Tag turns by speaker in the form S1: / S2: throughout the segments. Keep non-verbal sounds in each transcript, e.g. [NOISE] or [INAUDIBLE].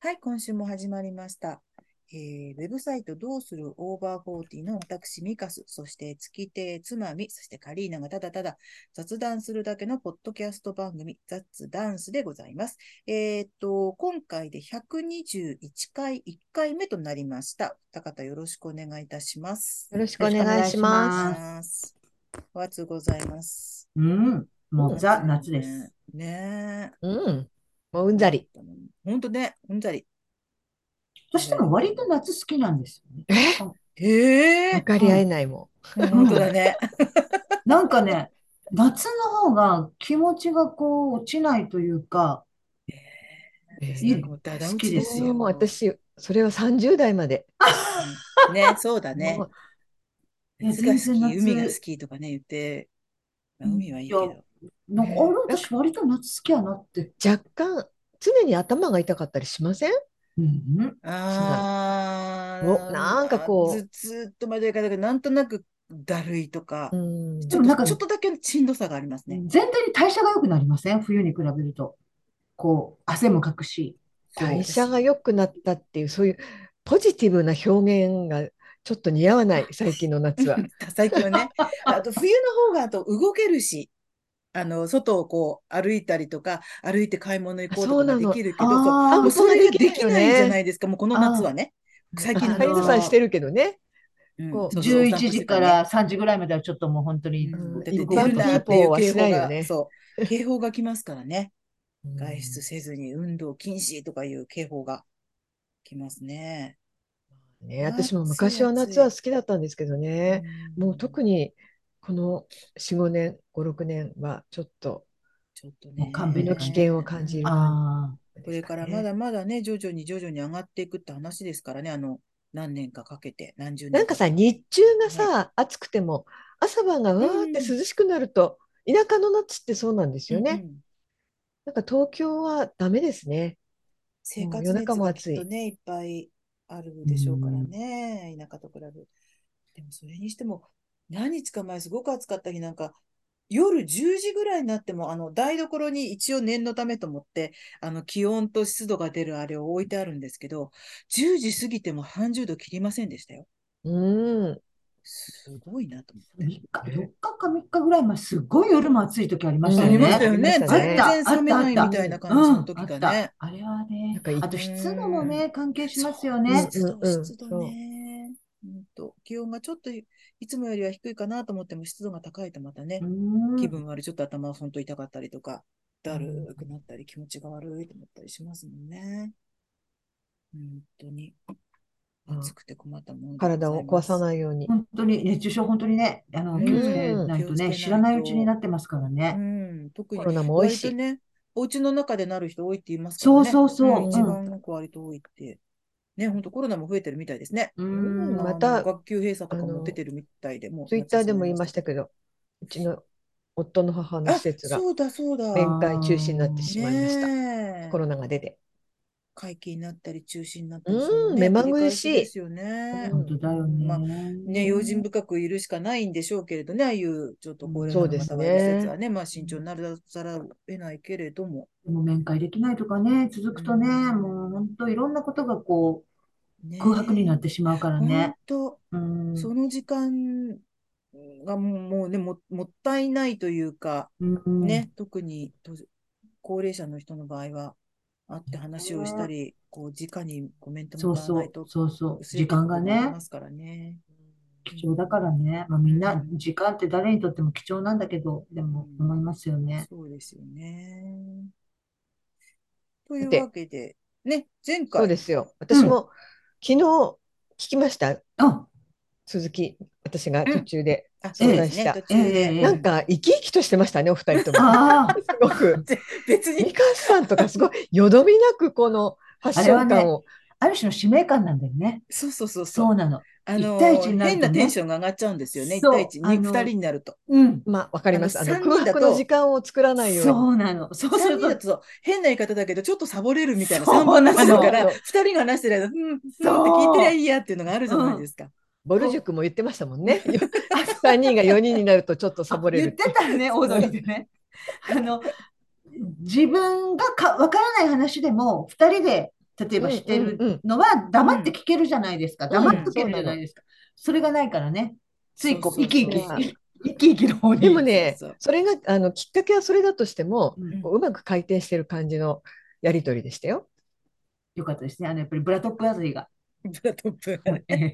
S1: はい、今週も始まりました。えーウェブサイトどうするオーバーフォーティの私、ミカス、そして月亭つまみ、そしてカリーナがただただ雑談するだけのポッドキャスト番組、雑ダンスでございます。えーっと、今回で121回、1回目となりました。お二方よろしくお願いいたします。
S2: よろしくお願いしま
S1: ます。おはつございます。
S3: うん、もうザ夏です。。
S1: ねえ。
S2: す。うん。もううんざり。。
S1: ほんとね、うんざり。
S3: 私でも割と夏好きなんですよね。
S2: え
S1: へ
S2: 分
S1: え。
S2: かり合えないも
S1: 本当だね。
S3: なんかね、夏の方が気持ちがこう落ちないという
S1: [LAUGHS]
S3: か、
S2: ん。え
S3: いい
S1: なんかもうダダ
S3: 好
S1: 落
S3: き
S1: ち
S3: で
S1: ですす
S3: よ
S1: よ。
S2: もう私、それは30代まで。
S1: ね、そうだね
S2: も。う
S3: いや
S1: 水が好
S3: 全
S1: き、
S3: 然夏
S1: 海が好きとかね、言って、まあ
S3: うん
S1: 海はいいけ
S3: いや
S1: ど。
S3: なんか、あれ、私割と夏好きやなって。
S2: 若干、常に頭が痛かったりしません
S3: うんうん、
S1: あ
S2: そう
S1: ー
S2: だおなんかこう
S1: ず、ずっとまでいかないけど、なんとなくだるいとか
S2: う、ん。
S1: ち
S3: で
S1: ょ
S3: も
S1: っ
S3: なん
S1: と
S3: か
S1: ちょっとだけしんどさがありますね。
S3: 全体に代謝が良くなりません冬に比べると。こう、汗もかくし。こう
S2: 代謝が良くなったっていう、そういうポジティブな表現がちょっと似合わない、最近の夏は。
S1: [LAUGHS] 最近はね。あと冬の方があと動けるし、あの外をこう歩いたりとか、歩いて買い物行こうと
S2: そ
S1: か
S2: うな
S1: が
S2: の
S1: できるけど、そう
S3: あ
S1: もう
S3: ー
S1: それができ
S2: よ
S1: ないじゃな
S2: ね。
S1: いですか、もうこの夏はね。
S3: あー
S1: 最近
S2: あ
S1: の
S2: カリーナさんしてるけどね。
S1: うん
S2: こう
S1: そうそう
S3: 11時か、ら3時ぐらいまではちょっともう本当
S1: う
S3: に
S1: ん、
S2: ん
S1: だって
S2: 一
S1: 出
S2: 般
S1: るなっていう
S2: ピーポーは
S1: 警
S2: しな
S1: 報
S2: い
S1: が、
S2: よね [LAUGHS]
S1: そう、警報が来ますからね。
S2: うん
S1: 外出せずに運動禁止とかいう警報が来ますね。
S2: ね、私も昔は夏は好きだったんですけどね。もう特
S1: に、
S2: にこの4、5年、5、6年はちょっと
S1: ちょっと
S3: も
S1: ね
S3: う、勘
S2: 身
S3: 弁
S2: の危険を感じる感
S3: ああ、
S2: じ
S1: こ
S2: で
S1: れ
S2: す
S1: か
S2: からね。
S1: まだまだね、徐々に徐々に上がっていくって話ですからね、あの、何年かかけて、何十年
S2: なんかさ、日中がさ、暑くても、朝晩がわーって涼しくなると、田舎の夏ってそうなんですよ
S1: うん
S2: ね。
S1: うん
S2: なんか東京はダメですね。
S1: 生
S2: もう
S1: 活
S2: 夜中
S1: 熱
S2: も
S1: が
S2: 暑
S1: きっ
S2: い
S1: とね、いっぱいあるでしょうからね、田舎と比べる。でもそれにしても、何日か前すごく暑かった日なんか、夜10時ぐらいになっても、あの、台所に一応念のためと思って、あの、気温と湿度が出るあれを置いてあるんですけど、10時過ぎても30度切りませんでしたよ。
S2: うん。
S1: すごいなと思って。
S3: 3日、4日か3日ぐらい前、すごい夜も暑い時ありました
S1: あ
S3: よ
S1: り
S3: ね。
S1: ましたよね。
S2: ありました
S3: ね
S1: 全然冷めないみたいな感じの時が
S3: あっ
S1: ね。
S3: たあれは
S2: な
S3: ね
S2: んかい、
S3: あと湿度もね、関係しますよ
S2: うん
S3: ね。
S1: 湿度、
S2: うんうん
S1: 湿度ね。うんと、気温がちょっといいつもよりは低いかなと思っても、湿度が高いとまたね、
S3: うん
S1: 気分悪い、ちょっと頭がほんと痛かったりとか、だるくなったり、気持ちが悪いと思ったりしますもんね。本当に。
S2: うん
S1: 暑くて困ったものでございます。
S2: 体を壊さないように。
S3: 本当に熱中症、本当にね、あの、気をつけないと
S1: うん気をつけない
S3: ね、
S1: と
S3: 知らないうちになってますから
S1: う
S3: ね。
S1: ん、特
S2: コ
S1: に
S2: ロナも多い
S1: 割と
S2: し。
S1: ね、お家の中でなる人多いって言いますから
S3: そ
S1: ね。
S3: うそうそ
S1: ん
S3: う。
S1: 一番なんか割と多いって。ね、本当コロナも増えてるみたいですね。
S3: うん
S2: うん
S1: あの
S2: また
S1: 学級閉鎖とか
S2: あ
S1: も
S2: の
S1: 出てるみたいで、もう
S2: ツイッターでも言いました
S1: け
S2: けど、うちの夫の母の
S1: あ、
S2: 施設が
S1: そうだそうだ。
S2: 面会中止になってしまいました。
S1: ねえ
S2: コロナが出て。
S1: 会期になったり中止になったり
S2: うん
S1: そのね
S2: 目まぐるしい
S1: 繰り返ですよね。
S2: うん
S3: 本当だよ
S1: まあ
S3: ね。
S1: ね、用心深くいるしかないんでしょうけれどね、ああいうちょっと高齢
S2: そ
S1: 者
S2: う
S1: の
S2: です
S1: 方
S2: ね
S1: がいる施設はね、まあ慎重にならざるを得ないけれども、
S3: もう面会できないとかね、続くとね、
S1: うん
S3: もう本当いろんなことがこ
S1: ね
S3: う、空白になってしまうからね。
S1: 本
S3: うん
S1: 当、その時間がもうね、ももったいないというか、
S3: うん
S1: ね、特にと高齢者の人の場合は、会って話をしたり、こう直にコメント
S3: そ
S1: も
S3: う
S1: らわ
S3: そ
S1: ないうと、
S3: そうそう、
S1: 薄れてい
S3: 時
S1: く
S3: 間
S1: こ
S3: が
S1: ともあり
S3: ね
S1: ま、すからね。
S3: 貴重だからね、まあ、みん
S1: う
S3: な、
S1: ん
S3: 時間って誰にとっても貴重なんだけど、でも
S1: うん
S3: 思いますよね。
S1: そうですよね。とい
S2: さ
S1: う
S2: て
S1: わけで、ね、前
S2: そうで
S1: 回、
S2: すよ。私も昨日聞きました。
S3: あ、
S2: 続き、私が途中で。
S1: あ、
S2: そう
S1: そう
S2: で
S1: ですす
S2: ね
S1: ね、途中で。
S3: ええええ
S2: なんか生き生きとしてましたね、お二人
S1: [LAUGHS]
S2: とも。
S3: ああ、
S2: すごく。
S1: 別
S2: ミ
S1: に、
S2: カさんとかすごいよどみなくこのファッション感を。
S3: ある種の使命感なんだよね。
S1: そうそうそう
S3: そ
S1: そうう。
S3: なの。
S1: あの
S3: 一対一になると
S1: 変
S3: ね
S1: なテンションが上がっちゃうんですよね。一
S3: そう
S1: 対一、
S3: あ
S1: 二
S3: の
S1: 二人になると。
S3: うん。
S2: まあ、わかります。
S1: あ
S2: あ
S1: の
S2: の
S1: 三人だと
S2: 空白の時間を作らないように。
S3: そうなの。そうす
S1: 三
S3: る
S1: 人だ
S3: と、
S1: とそう変な言い方だけど、ちょっとサボれるみたいな
S3: そう
S1: 三本な
S3: そ
S1: ん
S3: う
S1: だから、
S2: そう
S1: 二人が話してる間、うん、うんって
S3: そう
S1: 聞いてりゃいいやっていうのがあるじゃないですか。
S2: ぼる塾も言ってましたも
S3: [LAUGHS]
S2: んね。3人が4人になるとちょっとサボれ
S3: 言っ
S2: る。
S3: てたね、オードリーでね。あの、自分がかわからない話でも、二人で例えばしてる
S2: うんうんうん
S3: のは黙って聞けるじゃないですか。
S2: ん
S3: 黙って聞けるじゃないですか。それがないからね。ついこう、
S1: そうそう
S3: 生
S1: そう
S3: き生き、生き生きの方に。
S2: でもね
S1: そうそう、
S2: それが、あの、きっかけはそれだとしても、
S3: うん
S2: こううまく回転してる感じのやりとりでしたよ。
S3: よかったですね。あの、やっぱりブラトップあたりが。
S1: ブラトップ。
S3: え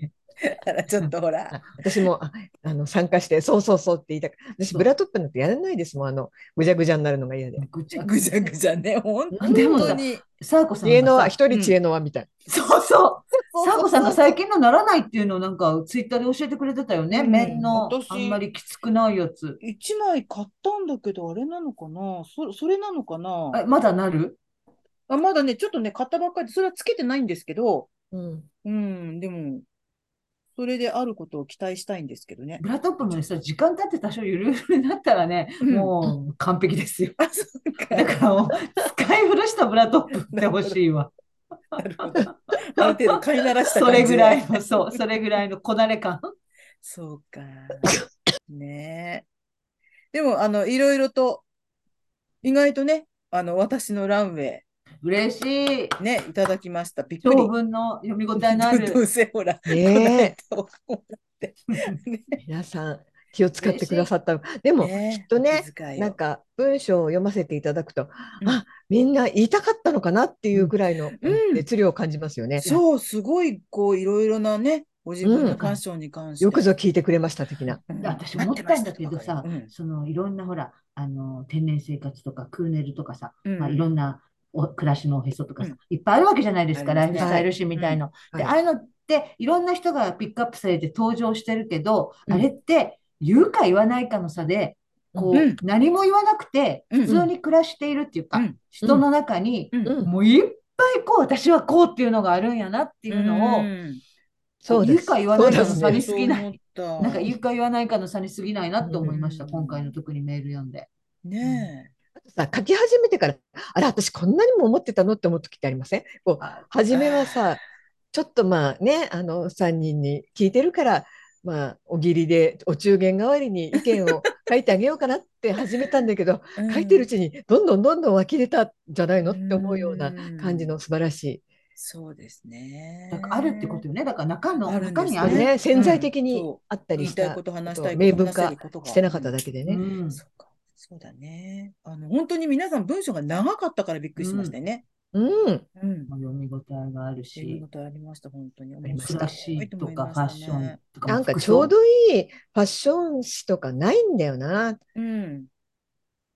S1: あら、ちょっとほら
S2: あ。私もああの参加して、そうそうそうって言いたく、私、
S3: そう
S2: ブラトップなんてやらないですもん、あのぐじゃぐじゃになるのが嫌で
S3: え。ぐちゃぐ
S1: ぐじゃぐじゃね、本
S3: でもさ
S1: 当に。
S3: サーコさん
S2: 知恵の輪、
S3: がさ、
S2: 一人知恵の輪みたい
S3: そうそ。
S1: そうう
S3: サ
S1: そう
S3: ーコさんが最近のならないっていうのをなんかツイッターで教えてくれてたよね。
S1: うん
S3: 面の
S1: 私
S3: あんまりきつくないやつ。
S1: 一枚買ったんだけど、あれなのかなそそれなのかな
S3: え、まだなる
S1: あまだね、ちょっとね、買ったばっかりで、それはつけてないんですけど、
S2: な。うん、
S1: うん、でも、それであることを期待したいんですけどね。
S3: ブラトップもね、さ、時間経って多少ゆるゆるになったらね、
S1: うん
S3: もう完璧ですよ。
S1: あ、そうか。
S3: だからもう、使い古したブラトップってほしいわ。
S1: なるほど。ある程度飼いならした
S3: それぐらい
S1: 感
S3: の、
S1: じで
S3: そう、それぐらいのこなれ感。
S1: そうか。ねえ。でも、あの、いろいろと、意外とね、あの、私のランウェ
S3: 嬉しい。
S1: イ、ね、いただきました。びっくり
S3: 長。文の読み応
S1: [LAUGHS]
S3: えのあ
S1: どう
S3: る。
S1: せほら、
S2: ねえ
S1: この間もらってね
S2: 皆さん、気を使ってくださった。でも、
S1: ね
S2: きっとね
S1: お気遣いを
S2: なんか文章を読ませていただくと、
S1: うん
S2: あみんな言いたかったのかなっていうぐらいの
S1: うん
S2: 熱量を感じますよね。
S1: そう、すごい、こう、いろいろなね、ご自分
S2: う
S1: の
S2: ん
S1: ファッションに関して。
S2: よくぞ聞いてくれました的な。
S1: うん、
S3: 私思ったんだけどさ
S1: うん、
S3: そのいろんなほら、あの、天然生活とかクーネルとかさ、
S1: うん
S3: まあ、いろんなお暮らしのおへそとか
S1: う
S3: さ
S1: ん、
S3: いっぱいあるわけじゃないです
S1: あ
S3: か、
S1: りま
S3: ラ
S1: す
S3: イ
S1: ね
S3: フスタイル誌みたいの。
S2: うん
S3: で、
S2: は
S3: ああいうのって、いろんな人がピックアップされて登場してるけど、
S2: うん
S3: あれって、言うか言わないかの差で、こう、
S1: うん
S3: 何も言わなくて、
S1: うん
S3: 普通に暮らしているっていうか、
S1: うん
S3: 人の中に、
S1: うん
S2: うん
S3: もういっぱいこう、私はこうっていうのがあるんやなっ
S1: て
S3: ていうのを、
S2: そうです。
S3: 言うか言わないかの
S2: そうです
S3: 差に
S2: ね
S3: 過ぎない
S1: な
S3: なんか言うか言わないかの差に過ぎないなって思いました。
S1: うん
S3: 今回の特にメール読んで。
S1: ね
S2: さ書き始めてから、あれ、私こんなにも思ってたのって思う時ってありませんこう初めはさ、ちょっとまあね、あの3人に聞いてるから、まあ、お義理でお中元代わりに意見を書いてあげようかなって始めたんだけど、
S1: え、うん
S2: 書いてるうちにどんどんどんどん湧き出たんじゃないのって思うような感じ。
S1: ん
S2: の素晴らし
S1: そうですね。
S3: なんかあるってことよね。だから中の、
S1: あるん
S3: 中
S1: です
S3: に
S2: い、
S1: よ
S3: ある。
S2: ね、潜在的
S1: うん
S2: に
S1: そう
S2: あったり
S1: 言い
S2: した
S1: い
S2: た
S1: こと話したいこと
S2: 明文
S1: 話せ
S2: 化
S1: ることが
S2: してなかっただけで
S3: う
S2: ね。
S3: ん
S1: そうかそうだね。あの本当に皆さん文章が長かったからびっくりしましたよね。
S2: うん、
S1: うん。
S3: 読み応えがある
S1: そういう
S3: し
S1: こ、とありました本当に。
S2: りました
S3: 難しいとかファッションとか、
S2: なんか
S3: 服
S2: ちょ
S3: 装
S2: うどいいファッション誌とかないんだよな。
S1: うん。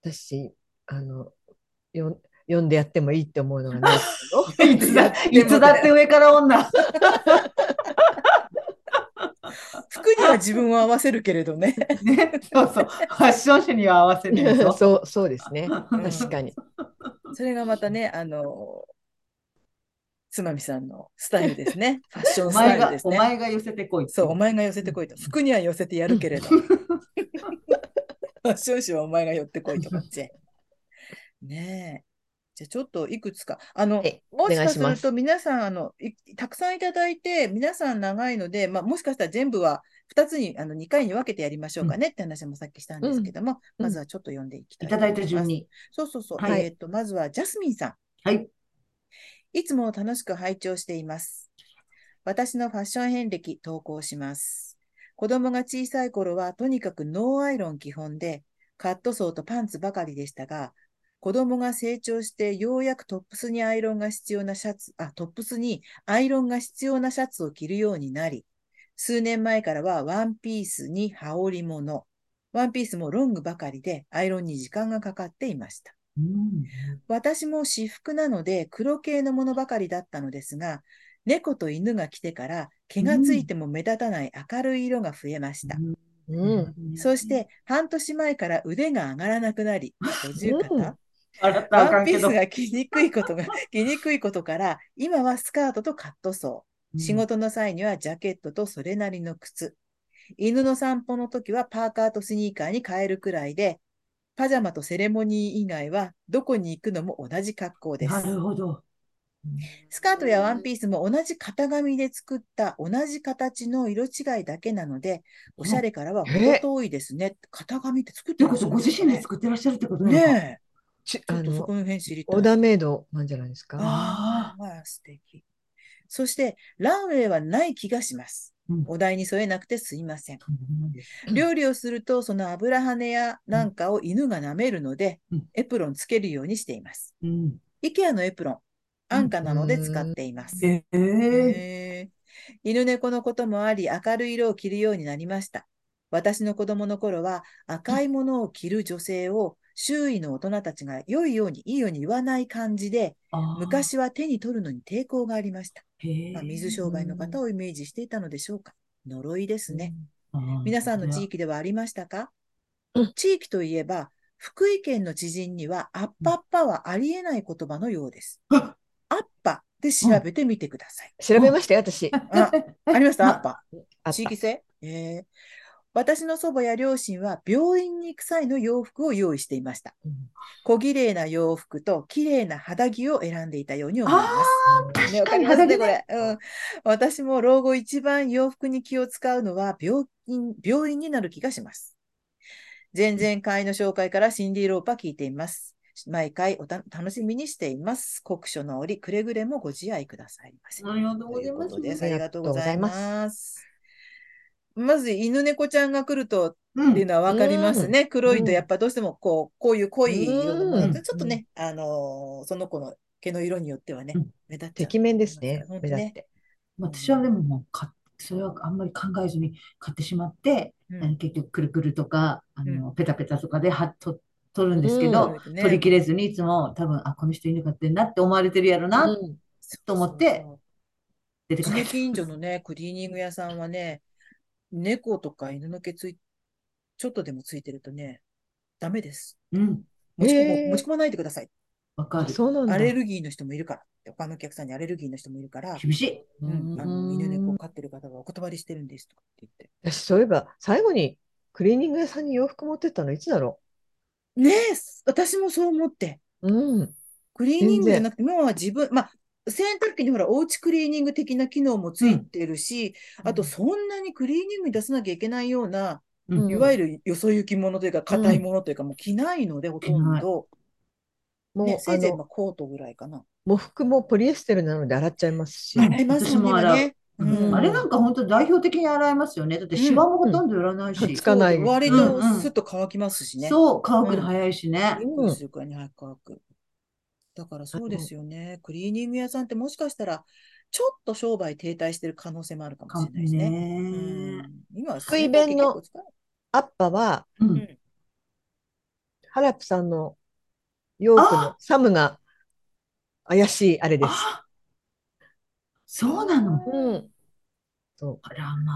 S2: 私あのよ読んでやってもいいって思うの
S1: [LAUGHS]
S2: がない
S3: いつだ、いつだって上から女。
S1: 服には自分を合わせるけれどね。
S3: ね、そうそう。ファッション誌には合わせてるぞ。
S2: [LAUGHS] そうそうですね確かに、
S1: [LAUGHS] それがまたね、あの、つまみさんのスタイルですね。ファッショ
S3: お
S1: ンス
S3: 前
S1: タイル
S3: が
S1: で、す
S3: お
S1: ね。
S3: 前が寄せてこいって。
S1: そう、お前が寄せてこいと。服には寄せてやるけれど。ファッション誌はお前が寄ってこいとかって。ねえ。じゃあちょっといくつか。あの、
S2: はい
S1: もしかす
S2: お願い
S1: る
S2: しま
S1: と皆さん、あの、いたくさんいただいて、皆さん長いので、まあ、もしかしたら全部は2つに、あの、2回に分けてやりましょうかねって話もさっきしたんですけども、
S2: うん
S1: まずはちょっと読んでいきた
S3: い
S1: いと
S3: た
S1: 思い
S3: だい
S1: ます。
S3: た順に。
S1: そうそうそう。
S3: はい
S1: えっと、まずはジャスミンさん。
S3: はい。
S1: いつも楽しく拝聴しています。私のファッション遍歴投稿します。子供が小さい頃はとにかくノーアイロン基本で、カットソーとパンツばかりでしたが、子供が成長してようやくトップスにアイロンが必要なシャツ、あ、トップスにアイロンが必要なシャツを着るようになり、数年前からはワンピースに羽織物、ワンピースもロングばかりでアイロンに時間がかかっていました。
S3: うん
S1: 私も私服なので黒系のものばかりだったのですが、猫と犬が来てから毛がついても目立たない明るい色が増えました。
S2: うん、
S1: そし、て半年前から腕が上がらなくなり、50肩、
S2: うん
S3: あらったらあ
S1: ワ
S3: か
S1: ン
S3: ん
S1: ピ
S3: け
S1: ース
S3: ど。
S1: が着にくいことが、 [LAUGHS] 着にくいことから、今はスカートとカットソー。仕事の際にはジャケットとそれなりの靴。犬の散歩の時はパーカーとスニーカーに変えるくらいで、パジャマとセレモニー以外はどこに行くのも同じ格好です
S3: な。るほど。
S1: スカートやワンピースも同じ型紙で作った同じ形の色違いだけなので、おしゃれからは程遠いですね。型紙って作って
S3: という
S1: らっ
S3: こ
S1: しゃる
S3: とご
S1: んです
S3: 自
S1: かね
S3: 身で作ってらっしゃるってことなのか。
S1: ね
S2: ち
S1: ちょ
S2: あ
S1: っとそ
S2: の
S1: この辺知りた
S2: オー
S1: い。
S2: ダーメイドなんじゃないですか。
S1: ああ、まあ素敵。そして、ランウェイはない気がします
S3: うん。
S1: お題に添えなくてすいません。
S2: うん
S1: 料理をすると、その油跳ねやなんかを犬が舐めるので
S3: うん、
S1: エプロンつけるようにしています。
S3: うん。
S1: IKEA のエプロン、安価なので使っています。
S3: ええ
S1: へえ犬猫のこともあり、明るい色を着るようになりました。私の子供の頃は、赤いものを着る女性を周囲の大人たちが良いように、いいように言わない感じで、
S3: あー
S1: 昔は手に取るのに抵抗がありました。
S3: へえ
S1: まあ、水商売の方をイメージしていたのでしょうか。呪いですね。
S3: あー
S1: 皆さんの地域ではありましたか
S2: うん
S1: 地域といえば、福井県の知人には、アッパッパはありえない言葉のようです。
S3: うん
S1: アッパで調べてみてください。
S2: 調べましたよ、私。
S1: あありました、
S3: ま
S1: アッパ。
S2: あった
S1: 地域性ええ私の祖母や両親は病院に行く際の洋服を用意していました。
S2: うん
S1: 小綺麗な洋服と綺麗な肌着を選んでいたように思いま
S3: あ
S1: す。ね、わかりますね、これ。うん。私も老後一番洋服に気を使うのは病院、病院になる気がします。前々回の紹介からシンディ・ローパー聞いています。毎回おた楽しみにしています。酷暑の折、くれぐれもご自愛くださいませ。
S3: ーありがと
S1: と
S3: うござ
S1: い
S3: いう
S1: こ
S3: ま。
S1: とですす。ありがとうございます。まず犬猫ちゃんが来るとっ
S3: う。
S1: ていうんのは分かりますね。黒いと
S2: うん
S1: やっぱどうしてもこうこういう濃い色のもの
S3: うん
S1: でちょっとね、あのーその子の毛の色によってはね
S3: うん、
S1: 目立っちゃう
S2: てきめんですね、
S1: 本
S2: 目
S1: 当
S2: 立っ
S1: ね。
S2: て。
S3: 私はでももう買っそれはあんまり考えずに買ってしまって、
S1: うん
S3: あの結局くるくるとか、あのペタペタとかではっと取るんですけ
S2: う
S3: ど
S1: ん、
S3: 取りきれずにいつも多分、あ、この人犬飼ってんなって思われてるやろな、
S2: うん
S3: と思って
S1: そう
S3: 出て
S1: そう
S3: か
S1: そう。うち
S3: れ
S1: の近
S3: た。
S1: 所のね、クリーニング屋さんはね、猫とか犬の毛つい、ちょっとでもついてるとね、ダメです。
S3: うん、
S1: 持ち込
S2: へ
S1: も
S2: ー
S1: う持ち込まないでください。
S3: わか
S2: あ
S3: る。
S2: そうなんだ。
S1: アレルギーの人もいるからって。他のお客さんにアレルギーの人もいるから、
S3: 厳しい。
S1: うん、あの犬
S2: う
S1: 猫
S2: ん
S1: 飼ってる方がお断りしてるんですとかって
S2: 私、そういえば、最後にクリーニング屋さんに洋服持ってったのいつだろ
S1: 言って。ねえ、私もそう思って。
S2: う。うん。
S1: クリーニングじゃなくて、もう自分、まあ、洗濯機にほら、おうちクリーニング的な機能もついてるし、あと、そんなにクリーニングに出さなきゃいけないような、
S3: うん
S2: うん
S1: いわゆるよそ行きものというか、硬いものというか、もう着ないので、ほとんど。
S2: もう、
S1: ね、せ
S2: あ
S1: いぜいま
S2: の、
S1: あコートぐらいかな。
S2: 喪服もポリエステルなので洗っちゃいますし。
S3: うん
S1: あります
S3: 私も
S1: もんね、今ね。
S3: 洗う
S1: うん
S3: あれなんか本当代表的に洗いますよね。だってシワもほとんど寄らないし、
S2: つかない
S1: そう割
S3: うん
S1: と
S3: うん
S1: スッと乾きますしね。
S3: そう、乾くの早いしね。
S1: びっくりするくらいに早く乾く。だからそうですよね。クリーニング屋さんってもしかしたら、ちょっと商売停滞してる可能性もあるかもしれないですね。う
S3: ね。
S1: ん、今は
S2: 福井弁の
S1: 洗濯機結構使う
S2: アッパは、
S3: う。
S1: うんん
S2: ハラプさんの洋服の
S3: あ
S2: サムが怪しいあれです。
S3: あ、そうなの。
S2: うん。そう。
S3: あらま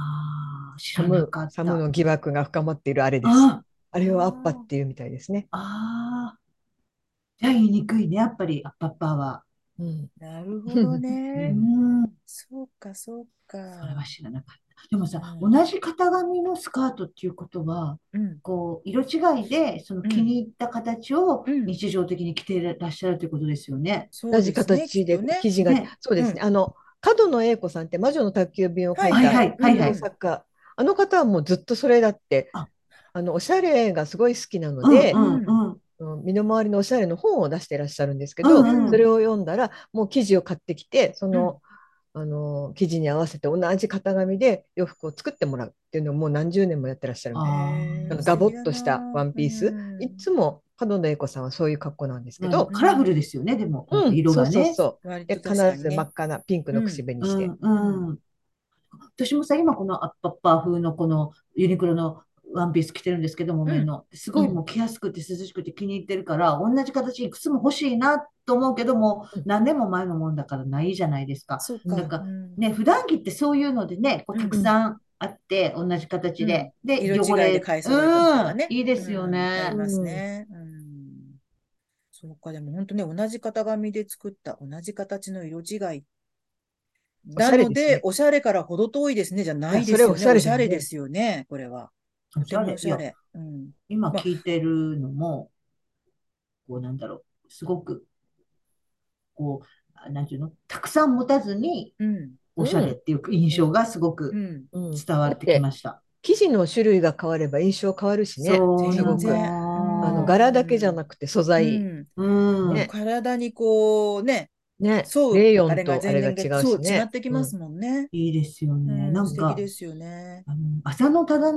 S3: あ、知
S2: サ
S3: らな
S2: ム
S3: かっ、
S2: サム
S3: た。
S2: の疑惑が深まっているあれです。
S3: あ
S2: あれをアッパっていうみたいですね。
S3: あー、じゃあ言いにくいね、やっぱり、アッパッパーは。
S2: うん。
S1: なるほど
S3: う
S1: ね。
S3: ん、
S1: そうか、そう
S3: それ
S1: か
S3: は。知らなかった。でもさ、
S1: う
S3: 同
S1: ん
S3: じ型紙のスカートっていうことは、
S1: うん、
S3: こう、色違いで、その
S1: うん
S3: 気に入った形を
S1: うん
S3: 日常的に着ていらっしゃるということですよね。
S1: そう
S2: 同じ
S1: ですね、
S2: 形
S1: きっ
S2: で
S1: とね。
S2: 生地が、
S3: ね
S2: そうですね。あの、角野栄子さんって魔女の宅急便を書い
S1: はい
S2: た
S3: はいはいはい
S2: 日本作家。あの方はもうずっとそれだって
S3: あ、
S2: あの、おしゃれがすごい好きなの
S3: うん
S2: で
S3: う、んうん。
S2: うん身の回りのおしゃれの本を出してらっしゃるんですけ
S3: う
S2: ど、
S3: んうん
S2: それを読んだらもう記事を買ってきてその,、あの記事に合わせて同じ型紙で洋服を作ってもらうっていうのをもう何十年もやってらっしゃるみたい
S3: あ
S1: へ
S3: あの
S1: ー
S2: ガボッとしたワンピース
S1: うん
S2: いつも角野栄子さんはそういう格好なんですけ
S3: うん
S2: ど、
S3: カラフルですよね、でも、
S2: うん
S3: 色
S2: そ
S3: が
S2: うそう
S3: ね。
S2: そう
S1: 割
S2: で
S1: と
S2: 必
S1: 確かに
S2: ず
S1: ね
S2: 真っ赤なピンクの口紅して、
S3: うんうん。私もさ、今このアッパッパー風のこのユニクロのワンピース着てるんですけども、
S1: うん
S3: 綿の。すごいもう着やすくて涼しくて気に入ってるから、同じ形いくつも欲しいなと思うけども
S2: うん、
S3: 何年も前のもんだからないじゃないですか。
S1: そう
S3: なん
S1: か
S3: か。
S1: うん
S3: ね、普段着ってそういうのでね、こう
S1: うん
S3: たくさんあって、同じ形で、で、
S1: 色
S3: 汚
S1: 違い
S3: れ、
S1: で返されたりとかね。
S3: うん、いいです
S1: う
S3: よ
S1: んあ
S3: ね
S1: り。ますね。うん。そうか、でも本当ね、同じ型紙で作った同じ形の色違い。
S2: おし
S1: な
S2: ゃれですね
S1: ので、おしゃれから程遠いですね、じゃないです
S2: いやそれ
S1: よ
S2: お
S1: ね。
S2: しゃれ
S1: お
S2: で
S1: し
S2: すね
S1: ゃれですよね、これは。
S3: お
S1: と
S3: してゃ
S1: も
S3: れ
S1: おしゃ
S3: いや
S1: れ。うん。
S3: 今
S1: まあ
S3: 聞いてるのも、こうなんだろう、すごく、こう、あなんていうの、たくさん持たずに、
S1: うん。
S3: おしゃれっていう印象がすご
S1: う
S3: く
S1: ん。
S2: うん
S3: 伝わってきました。
S2: 生地の種類が変われば印象変わるしね
S3: そう
S1: 全
S3: な
S2: すご
S1: 然
S2: く。
S3: の
S2: あ
S3: う
S2: の
S3: ん
S2: 柄だけじゃなくて素材、
S1: うん
S3: うん。
S2: ね
S1: 体にこうね、
S2: ね、
S1: そう、
S2: レイヨ
S1: あ
S2: ン
S1: れ
S2: と
S1: が
S2: あ
S1: 全
S2: れが
S1: 然
S2: 違
S1: が
S2: う
S1: そ
S2: し
S1: う、
S2: ね。
S1: 違ってきますもんね。
S3: いいですよ
S1: う
S3: ね。
S1: ん、
S3: なん
S1: 素敵
S3: か、
S1: ですよね。
S3: あの、浅野忠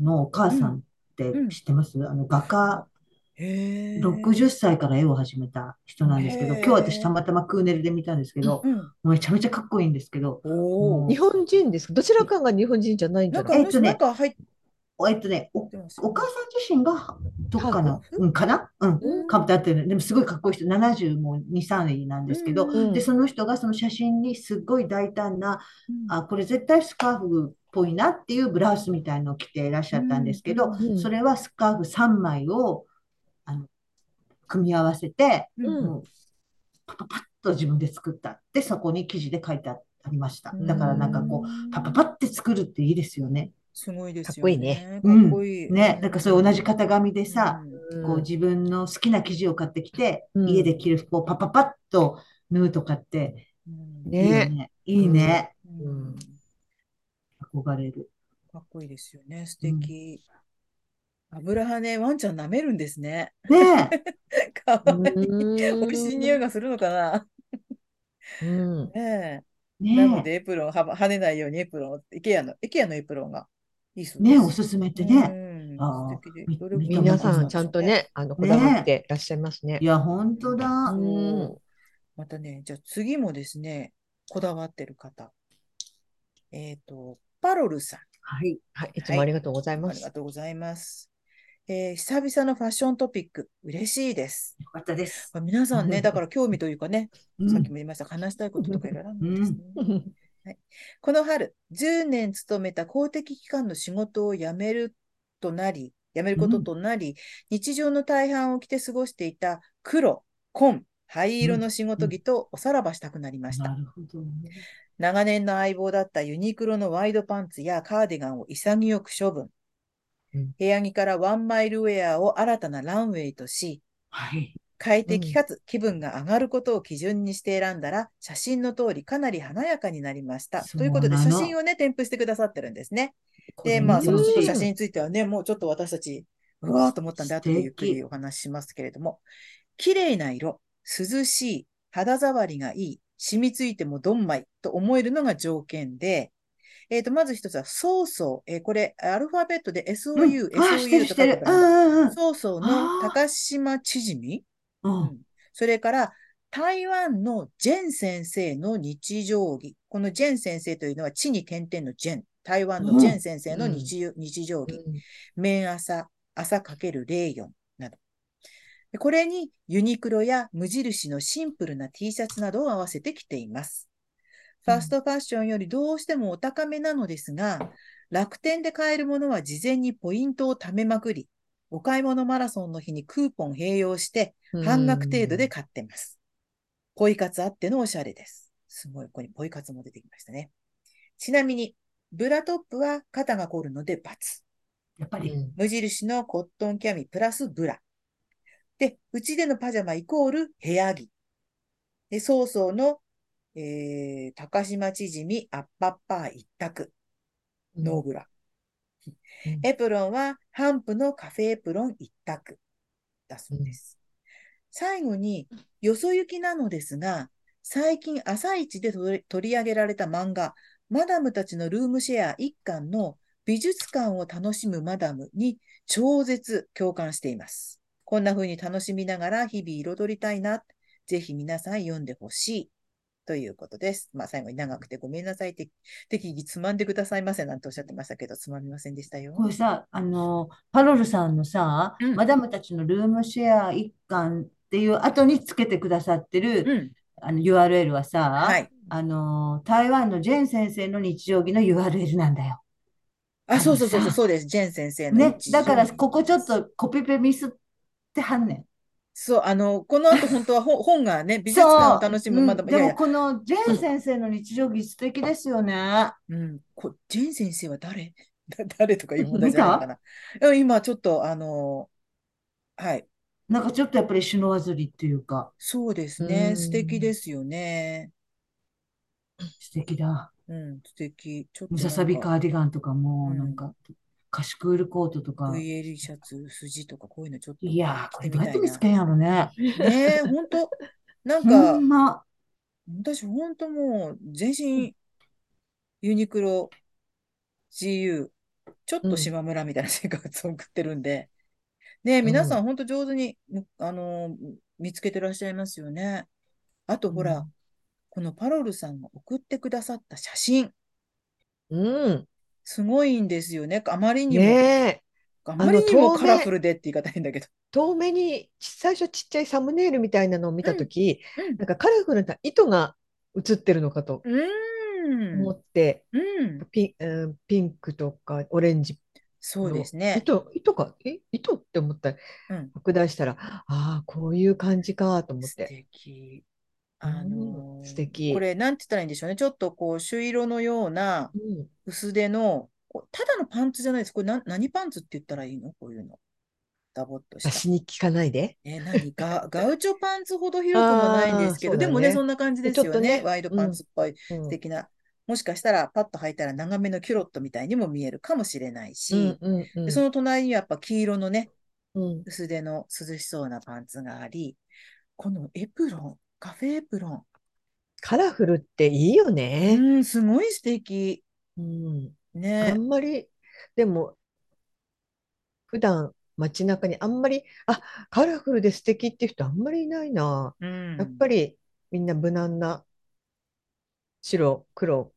S3: 信のお母さんって
S1: うん
S3: 知ってますあの、画家、
S1: へえ。
S3: 60歳から絵を始めた人なんですけど、
S1: へー
S3: 今日私たまたまクーネルで見たんですけど、
S1: うん。
S3: めちゃめちゃかっこいいんですけど、
S1: お
S3: う
S1: お
S3: ん。
S2: 日本人ですかどちらかが日本人じゃないんじ
S1: な
S2: ゃ
S1: ん
S2: な
S1: か、あ
S2: い
S3: え
S1: の
S3: っ
S1: 人
S3: とね
S1: なんか入っ
S3: えっとね、お、
S1: てますよね
S3: お母さん自身がどっかの
S1: ハ、ーフ
S3: うん、かなうん。
S2: うん
S3: かぶってあってる。でもすごいかっこいい人、70も2、3位なんですけど、
S1: うん
S3: で、その人がその写真にすっごい大胆な、
S1: うん
S3: あ、これ絶対スカーフっぽいなっていうブラウスみたいのを着ていらっしゃったんですけど、
S2: うん
S3: それはスカーフ3枚をあの組み合わせて、
S1: うん
S3: もうパパパッと自分で作ったって、そこに記事で書いてありました。だからなんかこう、パパパって作るっていいですよね。
S1: すごいです
S2: かっ
S1: よ
S2: こいい
S1: ね
S2: ね。
S1: かっこいい。
S3: ね、なんかそういう同じ型紙でさ、
S1: うん
S2: うん
S3: こう自分の好きな生地を買ってきて、
S2: うん
S3: 家で着る服をパパパッと縫うとかって、
S1: うん
S3: いいよね。いいね。
S1: う
S2: うんん
S3: 憧れる。
S1: かっこいいですよね。素敵。油跳ね、ワンちゃん舐めるんですね。
S3: ね
S1: [LAUGHS]
S3: え。
S1: かわいい。
S2: 美
S1: 美味しい匂いがするのかな。
S2: うん、
S1: ねえ。なの
S3: ね
S1: で、エプロン、はば跳ねないようにエプロンを、イケアの、イケアのエプロンがいいそ
S3: え。
S1: うです。
S3: ねえ、おすすめってね。
S1: うん
S3: あー
S1: 素敵で
S3: み
S1: どれも
S3: み
S2: 皆さんちゃんと
S1: ね
S2: ね、あのこだわっていらっしゃいますね
S3: い。や、本当だ。
S2: うん
S1: またね、じゃあ次もですね、こだわってる方。えっ、と、パロルさん。
S3: はい。
S2: はい、いつもありがとうございま
S1: あり
S2: す
S1: が。とうございます。えー久々のファッショントピック、嬉しいです。
S3: よかったです。
S1: まあ皆さんね、だから興味というかね、
S3: うん
S1: さっきも言いました、話したいこととかいろいろあるんですね。
S2: うん
S1: この春、10年勤めた公的機関の仕事を辞めるとなり、辞めることとなり、日常の大半を着て過ごしていた黒、紺、灰色の仕事着とおさらばしたくなりました。
S3: なるほどね。
S1: 長年の相棒だったユニクロのワイドパンツやカーディガンを潔く処分
S2: うん。
S1: 部屋着からワンマイルウェアを新たなランウェイとし、
S3: はい。
S1: 快適かつ気分が上がることを基準にして選んだら、写真の通りかなり華やかになりました。
S3: そう
S1: ということで、
S3: な
S1: 写
S3: の
S1: 真をね、添付してくださってるんですね。
S3: こ
S1: で、
S3: れ
S1: まあ、
S3: 見
S1: そ
S3: て
S1: の
S3: ほしい
S1: 写真についてはね、もうちょっと私たち、うわーと思ったんで、
S3: 素
S1: 後
S3: 敵
S1: でゆっくりお話ししますけれども、綺麗な色、涼しい、肌触りがいい、染みついてもどんまいと思えるのが条件で、えっ、と、まず一つは、そうそう、えーこれ、アルファベットで SOU、SOU
S3: うんあ、してる、
S1: と書い
S3: して
S1: てあ
S3: る
S1: る。
S3: うんうんうん。
S1: そうそうの高島千じみ、
S3: うん
S1: うんそれから台湾のジェン先生の日常着。このジェン先生というのは地に点々のジェン。台湾のジェン先生の日,、日常着。綿朝、朝かける04など。でこれにユニクロや無印のシンプルな T シャツなどを合わせて着ています。ファストファッションよりどうしてもお高めなのですが、楽天で買えるものは事前にポイントを貯めまくり、お買い物マラソンの日にクーポン併用して、半額程度で買ってます。ポイ活あってのおしゃれです。すごい、ここにポイ活も出てきましたね。ちなみに、ブラトップは肩が凝るので×。
S3: やっぱ
S2: う
S3: り、
S2: ん
S1: 無印のコットンキャミプラスブラ。で、うちでのパジャマイコール部屋着。で、曹操の、えー、高島縮みアッパッパー一択、ノーブラ。
S2: うん
S1: エプロンはハンプのカフェエプロン一択だそうです。最後に、よそ行きなのですが、最近朝一で取り取り上げられた漫画、マダムたちのルームシェア一巻の美術館を楽しむマダムに超絶共感しています。こんな風に楽しみながら日々彩りたいな。ぜひ皆さん読んでほしい。ということです。まあ最後に長くてごめんなさい。て適宜つまんでくださいませなんておっしゃってましたけど、つまみませんでしたよ。
S3: これさ、あの、パロルさんのさ
S1: うん、
S3: マダムたちのルームシェア一巻っていう後につけてくださってる、
S1: うん。
S3: あの URL は
S1: は
S3: さ、
S1: い。
S3: あの、台湾のジェン先生の日常着の URL なんだよ。
S1: あ、そうそうそうそう、
S3: あのさ
S1: そうです。ジェン先生の
S3: ね、
S1: 一
S3: だから
S1: 条
S3: ここちょっとコピペミスってはんねん。
S1: そう、あの、この後本当は本本がね、美術館を楽しむ
S3: そう
S1: マダム、
S3: う
S1: い
S3: ん
S1: や
S3: で
S1: い
S3: も
S1: や、
S3: このジェン先生の日常着素敵ですよね。
S1: うん、こジェン先生は誰 [LAUGHS] だ誰とかいう問題じゃないのかな。うん今ちょっと、あの、はい、
S3: なんかちょっとやっぱりシュノワズリっていうか
S1: そうですね、
S2: うん
S1: 素敵ですよね。
S3: 素敵だ。
S1: うん、素敵。ちょっと
S3: ム
S1: なん
S3: ササビ
S1: か
S3: カーディガンとかもなんかカシクールコートとか。
S1: VL シャツ、筋とかこういうのちょっと
S3: いやー、これ
S1: 着て
S3: ど
S1: み
S3: う
S1: たい
S3: やって
S1: な
S3: 見つけんやろね。
S1: ねえ、ほんと。なん
S3: ほ
S1: か、
S3: んま。
S1: 私ほんともう、全身、ユニクロ、GU、ちょっ
S2: う
S1: と
S2: ん
S1: 島村みたいな生活を送ってるんで。ねえ、皆さんほんと上手に、むあのー見つけてらっしゃいますよね。あとほら、
S3: うん
S1: このパロルさんが送ってくださった写真、
S2: うん。
S1: すごいんですよね。あまりにも、
S2: ねえ。
S1: あまりに
S2: あ
S1: も
S2: の
S1: カラフルでって言い方変だけど。
S2: 遠目にち最初ちっちゃいサムネイルみたいなのを見たとき、
S1: うん
S2: なんかカラフルな糸が映ってるのかと
S1: うー
S2: 思
S1: ん。
S2: って、
S1: うん。
S2: ピンうんピンクとかオレンジ
S1: そ
S2: の
S1: うですね。
S2: 糸糸かえ糸って思ったら
S1: うん
S2: 拡大したら、ああこういう感じかと思っ
S1: 素
S2: て、
S1: 敵。
S2: うん
S1: あのー
S2: 素敵
S1: これ、なんて言ったらいいんでしょうね。ちょっとこう、朱色のような
S2: うん、
S1: 薄手の、こうただのパンツじゃないです。これな、何パンツって言ったらいいのこういうの。ダボっとした。
S2: 私に聞かないで、
S1: え、何
S2: [LAUGHS]
S1: ガ、ガウチョパンツほど広くもないんですけ
S2: あ
S1: ど、
S2: ー
S1: でも
S2: そう
S1: ね、
S2: だね
S1: そんな感じで
S2: ちょ
S1: す
S2: っ
S1: よ
S2: とね
S1: ね。ワイドパンツっぽい、
S2: う
S1: 素
S2: ん
S1: 敵な。もしかしたら、パッと履いたら長めのキュロットみたいにも見えるかもしれない
S2: うん
S1: し、
S2: うんう
S1: で
S2: ん
S1: その隣にはやっぱ黄色のね、
S2: うん
S1: 薄手の涼しそうなパンツがあり、このエプロン、カフェエプロ
S2: カラフルっていいよ
S1: ン。
S2: ね、
S1: うん、すごい素敵。
S2: うん、あ
S1: ね。
S2: んまりでも普段街中にあんまりあカラフルで素敵っていう人あんまりいないな、
S1: うん。
S2: やっぱりみんな無難な白黒